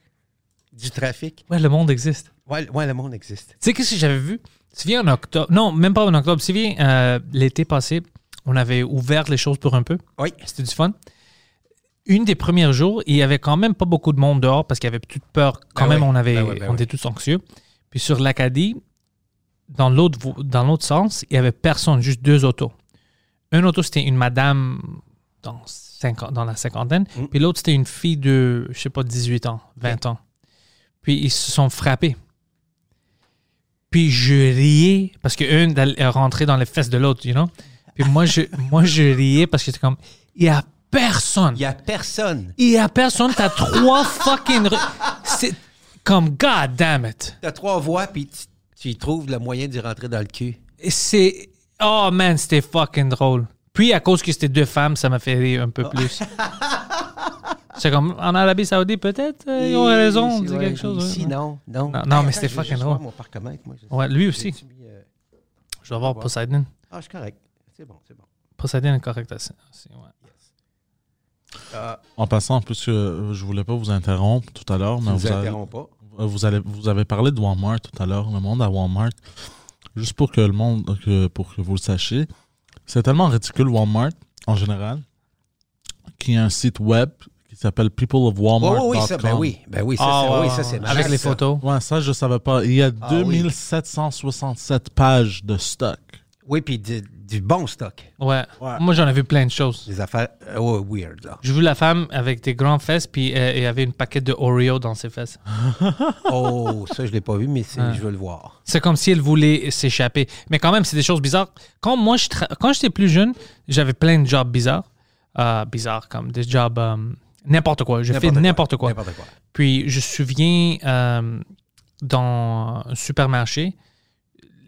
[SPEAKER 4] du trafic.
[SPEAKER 3] Ouais, le monde existe.
[SPEAKER 4] Ouais, ouais, le monde existe.
[SPEAKER 3] Tu sais, qu'est-ce que j'avais vu? Tu viens en octobre. Non, même pas en octobre. Tu viens euh, l'été passé, on avait ouvert les choses pour un peu.
[SPEAKER 4] Oui.
[SPEAKER 3] C'était du fun. Une des premiers jours, il y avait quand même pas beaucoup de monde dehors parce qu'il y avait toute peur. Quand
[SPEAKER 4] Ben
[SPEAKER 3] même,
[SPEAKER 4] oui,
[SPEAKER 3] on, avait,
[SPEAKER 4] ben oui, ben
[SPEAKER 3] on
[SPEAKER 4] oui.
[SPEAKER 3] était tous anxieux. Puis sur l'Acadie, dans l'autre vo- dans l'autre sens, il y avait personne, juste deux autos. Un auto, c'était une madame dans, cinquan- dans la cinquantaine,
[SPEAKER 4] Mm.
[SPEAKER 3] puis l'autre, c'était une fille de, je sais pas, 18 ans, 20 ans. Puis ils se sont frappés. Puis je riais parce qu'une est rentrée dans les fesses de l'autre, you know? Puis moi, je, moi, je riais parce que j'étais comme, il y a personne.
[SPEAKER 4] Il n'y a personne.
[SPEAKER 3] Il y a personne. T'as
[SPEAKER 4] [laughs]
[SPEAKER 3] trois fucking. rues. C'est comme, god damn it.
[SPEAKER 4] T'as trois voies, puis tu, tu y trouves le moyen d'y rentrer dans le cul.
[SPEAKER 3] Et C'est. Oh man, c'était fucking drôle. Puis à cause que c'était deux femmes, ça m'a fait rire un
[SPEAKER 4] Oh.
[SPEAKER 3] peu plus. C'est comme, en Arabie Saoudite, peut-être, euh, ils ont raison, on
[SPEAKER 4] Ici,
[SPEAKER 3] dit
[SPEAKER 4] ouais,
[SPEAKER 3] quelque chose.
[SPEAKER 4] Ici,
[SPEAKER 3] ouais.
[SPEAKER 4] non,
[SPEAKER 3] Non, non,
[SPEAKER 4] non.
[SPEAKER 3] mais
[SPEAKER 4] Attends,
[SPEAKER 3] c'était
[SPEAKER 4] je vais
[SPEAKER 3] fucking
[SPEAKER 4] juste voir
[SPEAKER 3] drôle.
[SPEAKER 4] Mon parc moi, je sais.
[SPEAKER 3] Ouais, lui aussi.
[SPEAKER 4] J'ai-tu mis, euh,
[SPEAKER 3] Je dois voir Poseidon.
[SPEAKER 4] Ah, je suis correct. C'est bon, c'est bon.
[SPEAKER 3] Poseidon est correct aussi. aussi, ouais.
[SPEAKER 5] En passant, puisque je voulais pas vous interrompre tout à l'heure, mais
[SPEAKER 4] Tu
[SPEAKER 5] vous,
[SPEAKER 4] nous
[SPEAKER 5] avez,
[SPEAKER 4] interromps pas.
[SPEAKER 5] vous, allez- vous avez parlé de Walmart tout à l'heure, le monde à Walmart. Juste pour que le monde, que- pour que vous le sachiez, c'est tellement ridicule Walmart en général qu'il y a un site web qui s'appelle
[SPEAKER 4] Oh,
[SPEAKER 5] peopleofwalmart.com.
[SPEAKER 4] oui, ça, ben oui, ben oui, ça,
[SPEAKER 3] Ah,
[SPEAKER 4] c'est- oui,
[SPEAKER 3] ouais,
[SPEAKER 4] ça, c'est malade,
[SPEAKER 3] Avec les
[SPEAKER 4] ça.
[SPEAKER 3] photos.
[SPEAKER 5] Ouais, ça, je savais pas. Il y a
[SPEAKER 4] Ah,
[SPEAKER 5] 2767 pages de stock.
[SPEAKER 4] Oui, puis du, du bon stock.
[SPEAKER 3] Ouais.
[SPEAKER 5] Ouais.
[SPEAKER 3] Moi, j'en ai vu plein de choses.
[SPEAKER 4] Des affaires euh, ouais, weird, là.
[SPEAKER 3] [laughs] J'ai vu la femme avec des grandes fesses, puis euh, il y avait une paquette de Oreo dans ses fesses.
[SPEAKER 4] Oh, ça, je l'ai pas vu, mais c'est- je veux le voir.
[SPEAKER 3] C'est comme si elle voulait s'échapper. Mais quand même, c'est des choses bizarres. Quand moi, je tra- quand j'étais plus jeune, j'avais plein de jobs bizarres. Euh, bizarres, comme des jobs... euh, n'importe quoi. J'ai fait n'importe quoi.
[SPEAKER 4] N'importe quoi.
[SPEAKER 3] Puis je me souviens, euh, dans un supermarché,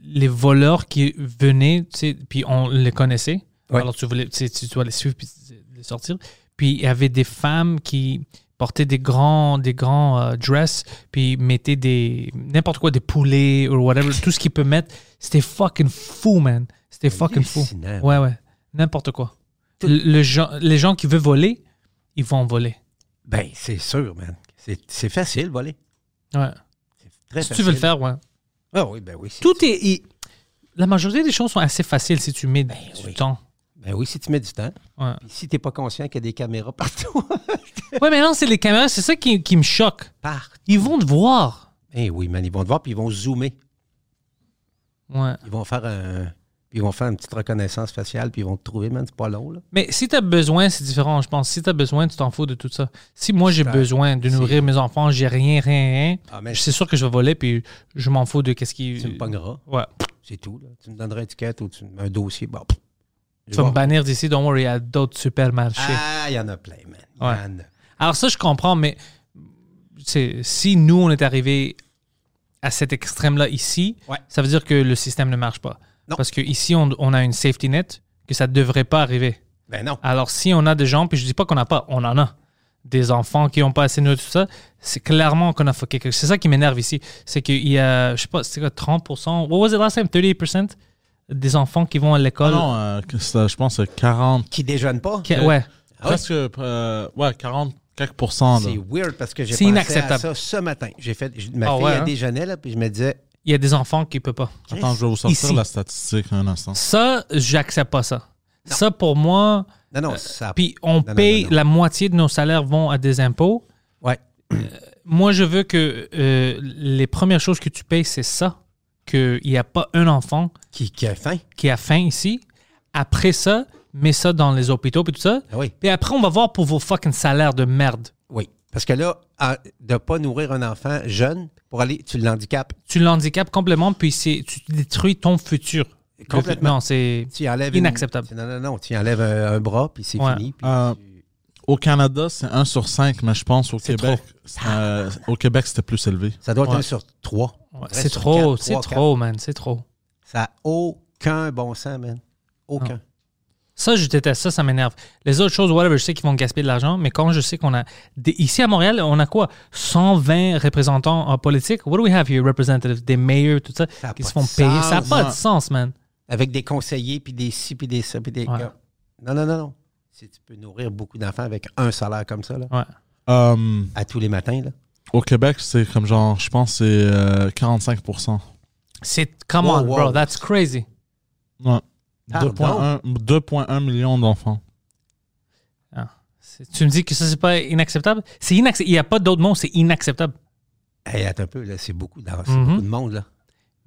[SPEAKER 3] les voleurs qui venaient, tu sais, puis on les connaissait.
[SPEAKER 4] Ouais.
[SPEAKER 3] Alors tu, voulais, tu, sais, tu dois les suivre puis les sortir. Puis il y avait des femmes qui... portez des grands, des grands euh, dresses, puis mettez des n'importe quoi, des poulets ou whatever, tout ce qu'ils peuvent mettre. C'était fucking fou, man. C'était fucking fou.
[SPEAKER 4] Hallucinant.
[SPEAKER 3] Ouais, ouais. N'importe quoi. Le, le gens- les gens qui veulent voler, ils vont voler.
[SPEAKER 4] Ben, c'est sûr, man. C'est c'est facile, voler.
[SPEAKER 3] Ouais.
[SPEAKER 4] C'est très
[SPEAKER 3] Si tu
[SPEAKER 4] facile.
[SPEAKER 3] veux le faire, ouais.
[SPEAKER 4] Ah oui, ben oui. si-
[SPEAKER 3] Tout est. il- La majorité des choses sont assez faciles si tu mets du
[SPEAKER 4] oui.
[SPEAKER 3] temps.
[SPEAKER 4] Ben oui, si tu mets du temps.
[SPEAKER 3] Ouais.
[SPEAKER 4] Puis si t'es pas conscient qu'il y a des caméras partout. [laughs]
[SPEAKER 3] ouais, mais non, c'est les caméras, c'est ça qui, qui me choque.
[SPEAKER 4] Partent.
[SPEAKER 3] Ils vont te voir.
[SPEAKER 4] Ben oui, man, ils vont te voir, puis ils vont zoomer.
[SPEAKER 3] Ouais.
[SPEAKER 4] Ils vont faire un. Puis ils vont faire une petite reconnaissance faciale, puis ils vont te trouver, man. C'est pas long, là.
[SPEAKER 3] Mais si t'as besoin, c'est différent, je pense. Si t'as besoin, tu t'en fous de tout ça. Si moi, j'ai besoin de nourrir mes enfants, j'ai rien, rien,
[SPEAKER 4] Ah,
[SPEAKER 3] rien,
[SPEAKER 4] mais-
[SPEAKER 3] c'est sûr que je vais voler, puis je m'en fous de qu'est-ce qui...
[SPEAKER 4] Tu me pogneras.
[SPEAKER 3] Ouais.
[SPEAKER 4] C'est tout, là. Tu me donneras une étiquette ou tu- un dossier. Bon.
[SPEAKER 3] Tu vas me bannir d'ici, don't worry, il y a d'autres supermarchés.
[SPEAKER 4] Ah, il y en a plein, man. Il
[SPEAKER 3] Ouais.
[SPEAKER 4] y en a.
[SPEAKER 3] Alors ça, je comprends, mais c'est- si nous, on est arrivé à cet extrême-là ici,
[SPEAKER 4] Ouais.
[SPEAKER 3] ça veut dire que le système ne marche pas.
[SPEAKER 4] Non.
[SPEAKER 3] Parce qu'ici, on, on a une safety net que ça ne devrait pas arriver.
[SPEAKER 4] Ben non.
[SPEAKER 3] Alors si on a des gens, puis je dis pas qu'on n'a pas, on en a, des enfants qui n'ont pas assez de nourriture, tout ça, c'est clairement qu'on a fucké quelque chose. C'est ça qui m'énerve ici. C'est qu'il y a, je sais pas, c'est quoi, 30%, what was it last time, 38% des enfants qui vont à
[SPEAKER 5] Ah
[SPEAKER 3] l'école.
[SPEAKER 5] non, euh, que c'est- je pense que 40,
[SPEAKER 4] Qui déjeune pas.
[SPEAKER 3] Qui- ouais.
[SPEAKER 4] Ah
[SPEAKER 5] presque, euh, ouais, 40 quelques pourcents, là.
[SPEAKER 4] C'est weird parce que j'ai
[SPEAKER 3] C'est
[SPEAKER 4] pensé à
[SPEAKER 3] inacceptable.
[SPEAKER 4] ça ce matin. J'ai fait, j'ai- ma
[SPEAKER 3] Ah
[SPEAKER 4] fille
[SPEAKER 3] ouais,
[SPEAKER 4] a
[SPEAKER 3] hein?
[SPEAKER 4] déjeuné là, puis je me disais,
[SPEAKER 3] Il y a des enfants qui ne peuvent pas.
[SPEAKER 5] Attends, je vais vous sortir
[SPEAKER 3] Ici.
[SPEAKER 5] la statistique un instant.
[SPEAKER 3] Ça, j'accepte pas ça. Ça, pour moi,
[SPEAKER 4] non non, ça.
[SPEAKER 3] Euh, puis on
[SPEAKER 4] non, non,
[SPEAKER 3] paye,
[SPEAKER 4] non, non.
[SPEAKER 3] la moitié de nos salaires vont à des impôts.
[SPEAKER 4] Ouais.
[SPEAKER 3] Moi, je veux que euh, les premières choses que tu payes, c'est ça. Qu'il n'y a pas un enfant
[SPEAKER 4] Qui, qui a faim
[SPEAKER 3] qui a faim ici. Après ça, mets ça dans les hôpitaux et tout ça.
[SPEAKER 4] Ah oui.
[SPEAKER 3] Puis après, on va voir pour vos fucking salaires de merde.
[SPEAKER 4] Oui, parce que là, à- de pas nourrir un enfant jeune pour aller, tu l'handicapes.
[SPEAKER 3] Tu l'handicapes complètement, puis c'est- tu détruis ton futur.
[SPEAKER 4] Complètement.
[SPEAKER 3] Non, c'est
[SPEAKER 4] Tu y enlèves une-
[SPEAKER 3] inacceptable.
[SPEAKER 4] non non non, tu y enlèves un, un bras puis c'est
[SPEAKER 3] Ouais.
[SPEAKER 4] fini. puis-
[SPEAKER 5] Euh, au Canada, c'est 1 sur 5, mais je pense au
[SPEAKER 4] C'est
[SPEAKER 5] Québec, euh, au Québec, c'était plus élevé.
[SPEAKER 4] ça doit être
[SPEAKER 3] ouais.
[SPEAKER 4] un sur trois.
[SPEAKER 3] Ouais,
[SPEAKER 4] Un
[SPEAKER 3] c'est
[SPEAKER 4] sur
[SPEAKER 3] trop,
[SPEAKER 4] quatre,
[SPEAKER 3] c'est
[SPEAKER 4] trois,
[SPEAKER 3] trop, man, c'est trop.
[SPEAKER 4] quatre. Ça a aucun bon sens, man. Aucun.
[SPEAKER 3] Ça, je déteste ça, ça m'énerve. Les autres choses, whatever, je sais qu'ils vont gaspiller de l'argent, mais quand je sais qu'on a. des- ici à Montréal, on a quoi 120 représentants en politique. What do we have here? Representatives, des mayors, tout ça,
[SPEAKER 4] Ça a
[SPEAKER 3] qui
[SPEAKER 4] pas
[SPEAKER 3] se font
[SPEAKER 4] de
[SPEAKER 3] payer. Ça n'a
[SPEAKER 4] sens,
[SPEAKER 3] pas
[SPEAKER 5] ouais.
[SPEAKER 3] de sens, man.
[SPEAKER 4] Avec des conseillers puis des ci puis des ça puis des.
[SPEAKER 3] Ouais.
[SPEAKER 4] Non non non non. Si tu peux nourrir beaucoup d'enfants avec un salaire comme ça là,
[SPEAKER 3] Ouais.
[SPEAKER 5] Euh,
[SPEAKER 4] à tous les matins là.
[SPEAKER 5] au Québec, c'est comme genre, je pense, c'est euh, 45%.
[SPEAKER 3] C'est. Come
[SPEAKER 4] Wow,
[SPEAKER 3] on,
[SPEAKER 4] wow.
[SPEAKER 3] bro, that's crazy.
[SPEAKER 5] Ouais.
[SPEAKER 4] Pardon?
[SPEAKER 5] 2,1 2,1 millions d'enfants.
[SPEAKER 3] C'est- Tu me dis que ça, c'est pas inacceptable? C'est inacceptable. Il n'y a pas d'autre mot, c'est inacceptable.
[SPEAKER 4] Hey, attends un peu là, c'est beaucoup, d'en- c'est
[SPEAKER 3] Mhm.
[SPEAKER 4] beaucoup de monde là.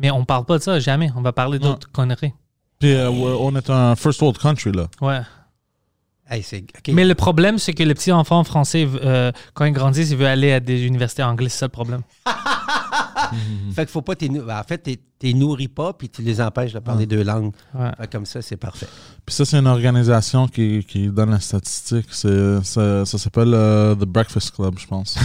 [SPEAKER 3] Mais on parle pas de ça, jamais. On va parler
[SPEAKER 5] Non.
[SPEAKER 3] d'autres conneries.
[SPEAKER 5] Puis euh, ouais, on est un first world country, là.
[SPEAKER 3] Ouais.
[SPEAKER 4] Hey, c'est ok.
[SPEAKER 3] Mais le problème, c'est que les petits enfants français, euh, quand ils grandissent, ils veulent aller à des universités anglaises. C'est ça le problème.
[SPEAKER 4] Fait que faut pas t'es nou- ben, En fait, t'es- t'es nourris pas puis tu les empêches de parler deux langues.
[SPEAKER 3] Ouais.
[SPEAKER 4] Fait que comme ça, c'est parfait.
[SPEAKER 5] Puis ça, c'est une organisation qui, qui donne la statistique. C'est, ça, ça s'appelle euh, The Breakfast Club, je pense.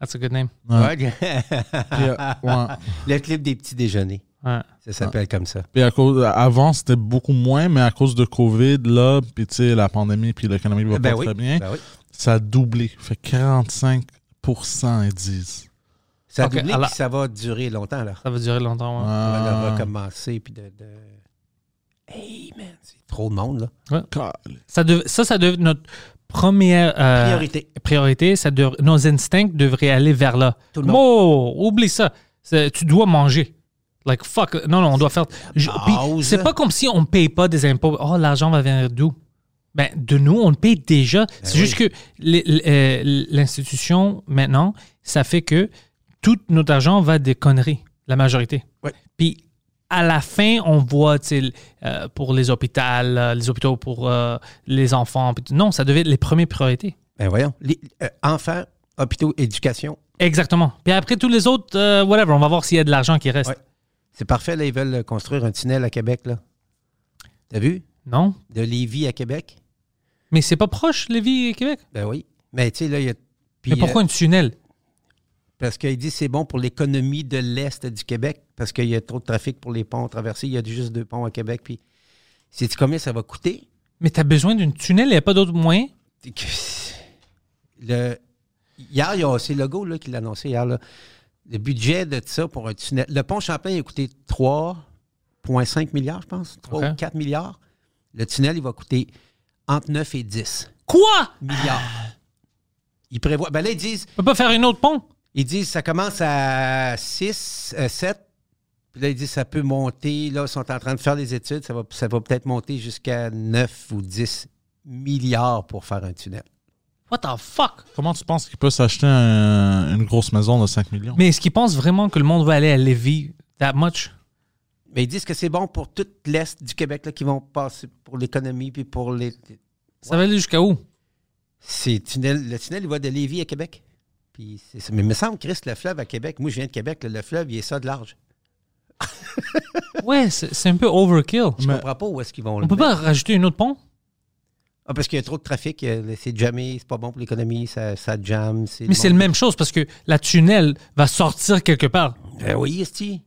[SPEAKER 3] That's a good name.
[SPEAKER 5] Ouais. Puis,
[SPEAKER 4] Ouais. [laughs]
[SPEAKER 5] euh, ouais.
[SPEAKER 4] le clip des petits déjeuners,
[SPEAKER 3] Ouais.
[SPEAKER 4] ça s'appelle comme ça.
[SPEAKER 5] Puis à cause, avant, c'était beaucoup moins, mais à cause de COVID, là, puis tu sais, la pandémie, puis l'économie va
[SPEAKER 4] Ben
[SPEAKER 5] pas
[SPEAKER 4] oui,
[SPEAKER 5] très bien,
[SPEAKER 4] ben oui.
[SPEAKER 5] ça a doublé. Fait 45 ils disent.
[SPEAKER 4] Ça a
[SPEAKER 3] Ok,
[SPEAKER 4] doublé,
[SPEAKER 3] alors-
[SPEAKER 4] puis ça va durer longtemps, là.
[SPEAKER 3] Ça va durer longtemps. ouais.
[SPEAKER 4] On va
[SPEAKER 5] Ah,
[SPEAKER 4] le recommencer, puis de, de- Hey, man, c'est trop de monde, là.
[SPEAKER 5] calé.
[SPEAKER 3] Ça, dev- ça, ça devait être notre première euh,
[SPEAKER 4] Priorité.
[SPEAKER 3] priorité. Ça dev- Nos instincts devraient aller vers là.
[SPEAKER 4] Tout le monde.
[SPEAKER 3] Oh, oublie ça. C'est- Tu dois manger. Like, fuck. Non, non, on doit faire. Je-
[SPEAKER 4] base.
[SPEAKER 3] puis C'est pas comme si on ne paye pas des impôts. Oh, l'argent va venir d'où? Ben, de nous, on le paye déjà. C'est
[SPEAKER 4] Ben oui.
[SPEAKER 3] juste que l- l- euh, l'institution, maintenant, ça fait que tout notre argent va à des conneries, la majorité.
[SPEAKER 4] Oui.
[SPEAKER 3] Puis à la fin, on voit tu sais, l- euh, pour les hôpitaux, euh, les hôpitaux pour euh, les enfants. puis tout. Non, ça devait être les premières priorités.
[SPEAKER 4] Ben voyons. Les- euh, enfants, hôpitaux, éducation,
[SPEAKER 3] Exactement. Puis après, tous les autres, euh, whatever, on va voir s'il y a de l'argent qui reste.
[SPEAKER 4] Ouais. c'est parfait, là, ils veulent euh, construire un tunnel à Québec, là. T'as vu?
[SPEAKER 3] Non?
[SPEAKER 4] De Lévis à Québec.
[SPEAKER 3] Mais c'est pas proche, Lévis et Québec.
[SPEAKER 4] Ben oui. Mais tu sais, là, il y a... puis,
[SPEAKER 3] Mais pourquoi
[SPEAKER 4] euh,
[SPEAKER 3] une tunnel?
[SPEAKER 4] parce qu'il dit que c'est bon pour l'économie de l'Est du Québec, parce qu'il y a trop de trafic pour les ponts à traverser. Il y a juste deux ponts à Québec, puis... Sais-tu combien ça va coûter?
[SPEAKER 3] Mais t'as besoin d'une tunnel, il n'y a pas d'autre moyen?
[SPEAKER 4] que- le, Hier, il y a- c'est Legault là, qui l'a annoncé hier. là. Le budget de ça pour un tunnel. Le pont Champlain il a coûté 3,5 milliards, je pense. 3
[SPEAKER 3] Ok.
[SPEAKER 4] ou 4 milliards. Le tunnel, il va coûter entre 9 et 10
[SPEAKER 3] Quoi?
[SPEAKER 4] milliards. Ils prévoient. Ben là, ils disent,
[SPEAKER 3] On peut pas faire une autre pont?
[SPEAKER 4] ils disent ça commence à 6, 7. Puis là, ils disent ça peut monter. Là, ils sont en train de faire des études. Ça va, ça va peut-être monter jusqu'à 9 ou 10 milliards pour faire un tunnel.
[SPEAKER 3] What the fuck?
[SPEAKER 5] Comment tu penses qu'il peut s'acheter un- une grosse maison de 5 millions?
[SPEAKER 3] Mais est-ce qu'ils pensent vraiment que le monde va aller à Lévis that much?
[SPEAKER 4] Mais ils disent que c'est bon pour tout l'Est du Québec là, qui vont passer pour l'économie puis pour les.
[SPEAKER 3] Ça va aller jusqu'à
[SPEAKER 4] [laughs]
[SPEAKER 3] où?
[SPEAKER 4] C'est tunnel. Le tunnel, il va de Lévis à Québec. Puis c'est ça. Mais il me semble, Chris, le fleuve à Québec, moi je viens de Québec, là, le fleuve, il est ça de large.
[SPEAKER 3] Ouais, c'est c'est un peu overkill.
[SPEAKER 4] Je comprends pas où est-ce qu'ils vont.
[SPEAKER 3] On peut pas rajouter une autre pont?
[SPEAKER 4] Ah, parce qu'il y a trop de trafic, euh, là, c'est jamais, c'est pas bon pour l'économie, ça, ça jam.
[SPEAKER 3] Mais c'est le même chose parce que la tunnel va sortir quelque part.
[SPEAKER 4] Ben oui, Esti.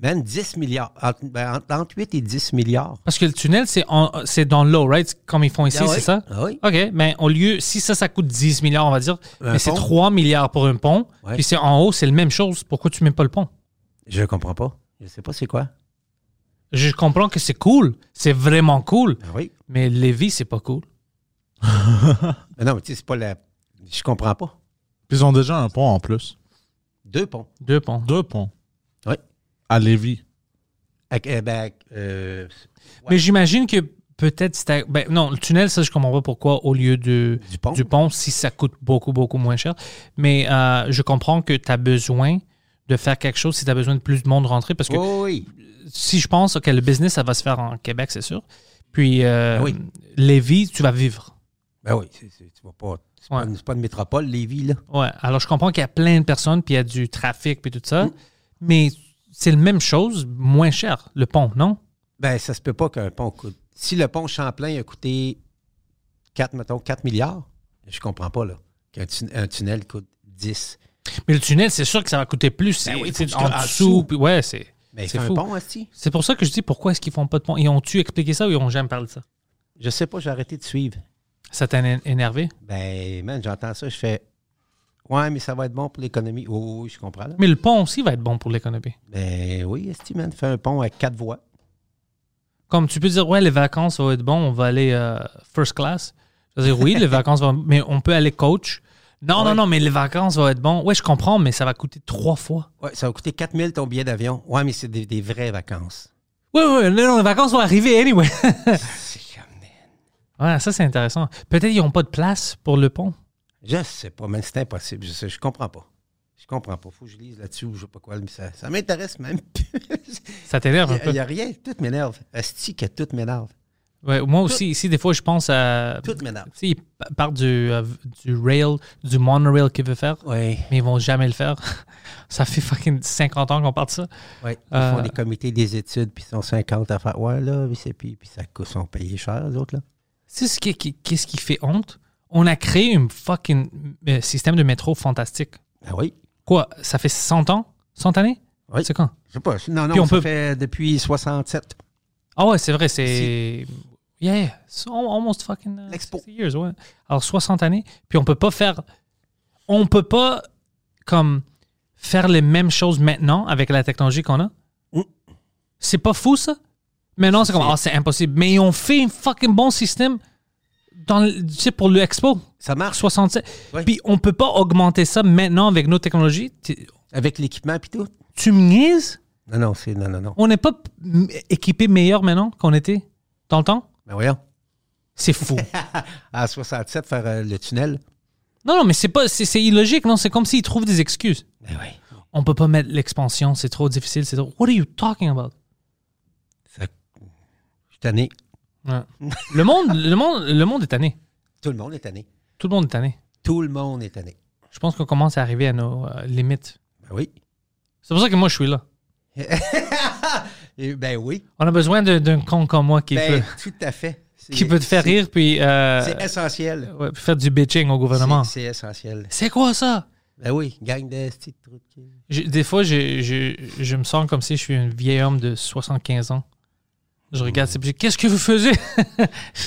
[SPEAKER 4] Man, 10 milliards. Entre, ben, entre- entre 8 et 10 milliards.
[SPEAKER 3] Parce que le tunnel, c'est en- c'est dans l'eau, right? Comme ils font ici,
[SPEAKER 4] Ah oui.
[SPEAKER 3] c'est ça?
[SPEAKER 4] Ah oui.
[SPEAKER 3] OK, mais au lieu, si ça, ça coûte 10 milliards, on va dire,
[SPEAKER 4] Un
[SPEAKER 3] mais c'est
[SPEAKER 4] pont.
[SPEAKER 3] 3 milliards pour un pont,
[SPEAKER 4] Ouais.
[SPEAKER 3] puis c'est en haut, c'est la même chose. Pourquoi tu mets pas le pont?
[SPEAKER 4] Je comprends pas. Je sais pas c'est quoi.
[SPEAKER 3] Je comprends que c'est cool, c'est vraiment cool,
[SPEAKER 4] Ah oui.
[SPEAKER 3] mais Lévis, c'est pas cool.
[SPEAKER 4] Mais Ben non, mais tu sais, c'est pas la. Je comprends pas.
[SPEAKER 5] Puis ils ont déjà un pont en plus.
[SPEAKER 4] Deux ponts.
[SPEAKER 3] Deux ponts.
[SPEAKER 5] Deux ponts.
[SPEAKER 4] Oui.
[SPEAKER 5] À Lévis.
[SPEAKER 4] À- euh, ben, euh,
[SPEAKER 3] Mais j'imagine que peut-être c'était. Ben, non, le tunnel, ça, je comprends pas pourquoi, au lieu de,
[SPEAKER 4] Du pont.
[SPEAKER 3] si ça coûte beaucoup, beaucoup moins cher. Mais euh, je comprends que tu as besoin de faire quelque chose si tu as besoin de plus de monde rentrer. Parce que
[SPEAKER 4] oui, oui.
[SPEAKER 3] si je pense, OK, le business, ça va se faire en Québec, c'est sûr. Puis, euh,
[SPEAKER 4] Ah oui.
[SPEAKER 3] Lévis, tu vas vivre.
[SPEAKER 4] Ben oui, c'est- c'est- tu vas pas. C'est pas,
[SPEAKER 3] Ouais.
[SPEAKER 4] une- c'est pas une métropole, Lévis, là.
[SPEAKER 3] Ouais. Alors, je comprends qu'il y a plein de personnes, puis il y a du trafic, puis tout
[SPEAKER 4] Mm.
[SPEAKER 3] ça. Mais c'est la même chose, moins cher, le pont, non?
[SPEAKER 4] Ben, ça se peut pas qu'un pont coûte. Si le pont Champlain a coûté 4, mettons, 4 milliards, je comprends pas, là. Qu'un tun- un tunnel coûte 10.
[SPEAKER 3] Mais le tunnel, c'est sûr que ça va coûter plus. C'est
[SPEAKER 4] Ben oui,
[SPEAKER 3] c'est
[SPEAKER 4] faut que
[SPEAKER 3] en
[SPEAKER 4] tu- en
[SPEAKER 3] dessous.
[SPEAKER 4] dessous.
[SPEAKER 3] puis ouais, c'est.
[SPEAKER 4] Mais
[SPEAKER 3] c'est
[SPEAKER 4] c'est un
[SPEAKER 3] fou.
[SPEAKER 4] pont, Asti?
[SPEAKER 3] C'est pour ça que je dis pourquoi est-ce qu'ils font pas de pont. Ils ont-tu expliqué ça ou ils ont jamais parlé de ça?
[SPEAKER 4] Je sais pas, j'ai arrêté de suivre.
[SPEAKER 3] Ça t'a éner- énervé?
[SPEAKER 4] Ben, man, j'entends ça, je fais. Ouais, mais ça va être bon pour l'économie. Oui, oui, oui, je comprends, là.
[SPEAKER 3] Mais le pont aussi va être bon pour l'économie.
[SPEAKER 4] Ben oui, Esti, man, fais un pont à quatre voies.
[SPEAKER 3] Comme tu peux dire, ouais, les vacances vont être bon, on va aller euh, first class. Je veux dire, oui, les vacances vont. Mais on peut aller coach. Non, non, non, mais les vacances vont être bon. Ouais, je comprends, mais ça va coûter trois fois.
[SPEAKER 4] Ouais, ça va coûter 4 000 ton billet d'avion. Ouais, mais c'est des, des vraies vacances.
[SPEAKER 3] Ouais, ouais, non, non, les vacances vont arriver anyway. [laughs]
[SPEAKER 4] C'est comme des-
[SPEAKER 3] ouais, ça, c'est intéressant. Peut-être qu'ils n'ont pas de place pour le pont.
[SPEAKER 4] Je sais pas, mais c'est impossible. Je, sais, je comprends pas. Je comprends pas. Faut que je lise là-dessus ou je sais pas quoi, mais ça, ça m'intéresse même plus.
[SPEAKER 3] Ça t'énerve [laughs] un
[SPEAKER 4] Il
[SPEAKER 3] peu.
[SPEAKER 4] n'y a, rien. Tout m'énerve. Esti que tout m'énerve.
[SPEAKER 3] Ouais, moi aussi, ici, des fois, je pense à.
[SPEAKER 4] Tout m'énerve.
[SPEAKER 3] Tu sais, ils pa- partent du, euh, du rail, du monorail qu'ils veulent faire,
[SPEAKER 4] Oui.
[SPEAKER 3] mais ils vont jamais le faire. [laughs] Ça fait fucking 50 ans qu'on parle de ça.
[SPEAKER 4] Ouais. Ils
[SPEAKER 3] Euh,
[SPEAKER 4] font des comités des études, puis ils sont 50 à faire. Ouais, là, oui, c'est puis, puis ça coûte, ils sont payés cher, les autres, là.
[SPEAKER 3] C'est ce qui, qui- qu'est-ce qui fait honte. On a créé un fucking euh, système de métro fantastique.
[SPEAKER 4] Ben oui.
[SPEAKER 3] Quoi, ça fait 100 ans 100 années
[SPEAKER 4] Oui.
[SPEAKER 3] C'est quand
[SPEAKER 4] Je sais pas. Non, non,
[SPEAKER 3] Puis on
[SPEAKER 4] ça
[SPEAKER 3] peut-
[SPEAKER 4] fait depuis 67.
[SPEAKER 3] Ah ouais, c'est vrai, c'est. Yeah, so almost fucking. euh,
[SPEAKER 4] L'expo.
[SPEAKER 3] 60 years, ouais. Alors 60 années, puis on peut pas faire. On peut pas, comme, faire les mêmes choses maintenant avec la technologie qu'on a.
[SPEAKER 4] Mm.
[SPEAKER 3] C'est pas fou, ça? Maintenant, c'est comme, ah, c'est impossible. Mais ils ont fait un fucking bon système dans, le- tu sais, pour l'expo.
[SPEAKER 4] Ça marche
[SPEAKER 3] 67.
[SPEAKER 4] Ouais.
[SPEAKER 3] Puis on peut pas augmenter ça maintenant avec nos technologies. Tu,
[SPEAKER 4] avec l'équipement, puis tout.
[SPEAKER 3] tu me niaises?
[SPEAKER 4] Non, non, c'est. Non, non, non.
[SPEAKER 3] On n'est pas mm, équipé meilleur maintenant qu'on était dans le temps?
[SPEAKER 4] Ben voyons.
[SPEAKER 3] C'est
[SPEAKER 4] [laughs]
[SPEAKER 3] fou.
[SPEAKER 4] À 67, faire euh, le tunnel.
[SPEAKER 3] Non, non, mais c'est pas, c'est, c'est illogique, non? C'est comme s'ils trouvent des excuses.
[SPEAKER 4] Ben oui.
[SPEAKER 3] On peut pas mettre l'expansion, c'est trop difficile, c'est trop. What are you talking about?
[SPEAKER 4] Je suis tanné. [laughs]
[SPEAKER 3] Ouais. le monde, le monde, le monde est tanné.
[SPEAKER 4] Tout le monde est tanné.
[SPEAKER 3] Tout le monde est tanné.
[SPEAKER 4] Tout le monde est tanné.
[SPEAKER 3] Je pense qu'on commence à arriver à nos euh, limites.
[SPEAKER 4] Ben oui.
[SPEAKER 3] C'est pour ça que moi je suis là.
[SPEAKER 4] Et ben oui.
[SPEAKER 3] On a besoin de- d'un con comme moi qui
[SPEAKER 4] Ben,
[SPEAKER 3] peut,
[SPEAKER 4] tout à fait. C'est-
[SPEAKER 3] qui peut te faire
[SPEAKER 4] c'est-
[SPEAKER 3] rire puis euh,
[SPEAKER 4] C'est essentiel.
[SPEAKER 3] ouais, puis faire du bitching au gouvernement.
[SPEAKER 4] C'est c'est essentiel.
[SPEAKER 3] C'est quoi ça?
[SPEAKER 4] Ben oui, gang de petits trucs.
[SPEAKER 3] Je- des fois, je, je, je me sens comme si je suis un vieil homme de 75 ans. Je [laughs] regarde, c'est qu'est-ce que vous faisiez?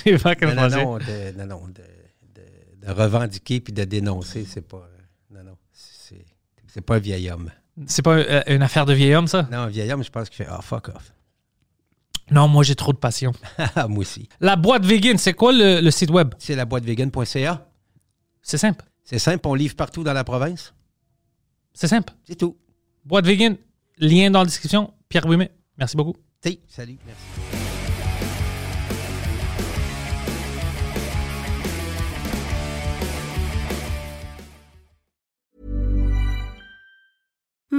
[SPEAKER 3] J'ai pas
[SPEAKER 4] Non,
[SPEAKER 3] quel
[SPEAKER 4] non, non, de, non, non, de, de, de revendiquer puis de dénoncer, c'est pas. euh, Non, non. C'est c'est pas un vieil homme.
[SPEAKER 3] C'est pas euh, une affaire de vieil homme, ça?
[SPEAKER 4] Non, un vieil homme, je pense que je fais Ah, fuck off. [laughs] Ah,
[SPEAKER 3] Non, moi, j'ai trop de passion.
[SPEAKER 4] Moi aussi.
[SPEAKER 3] La boîte vegan, c'est quoi le, le site web?
[SPEAKER 4] C'est la boîte vegan.ca.
[SPEAKER 3] C'est simple.
[SPEAKER 4] C'est simple, on livre partout dans la province.
[SPEAKER 3] C'est simple.
[SPEAKER 4] C'est tout.
[SPEAKER 3] Boîte vegan, lien dans la description. Pierre Brumet, merci beaucoup.
[SPEAKER 4] T'sais, salut, merci.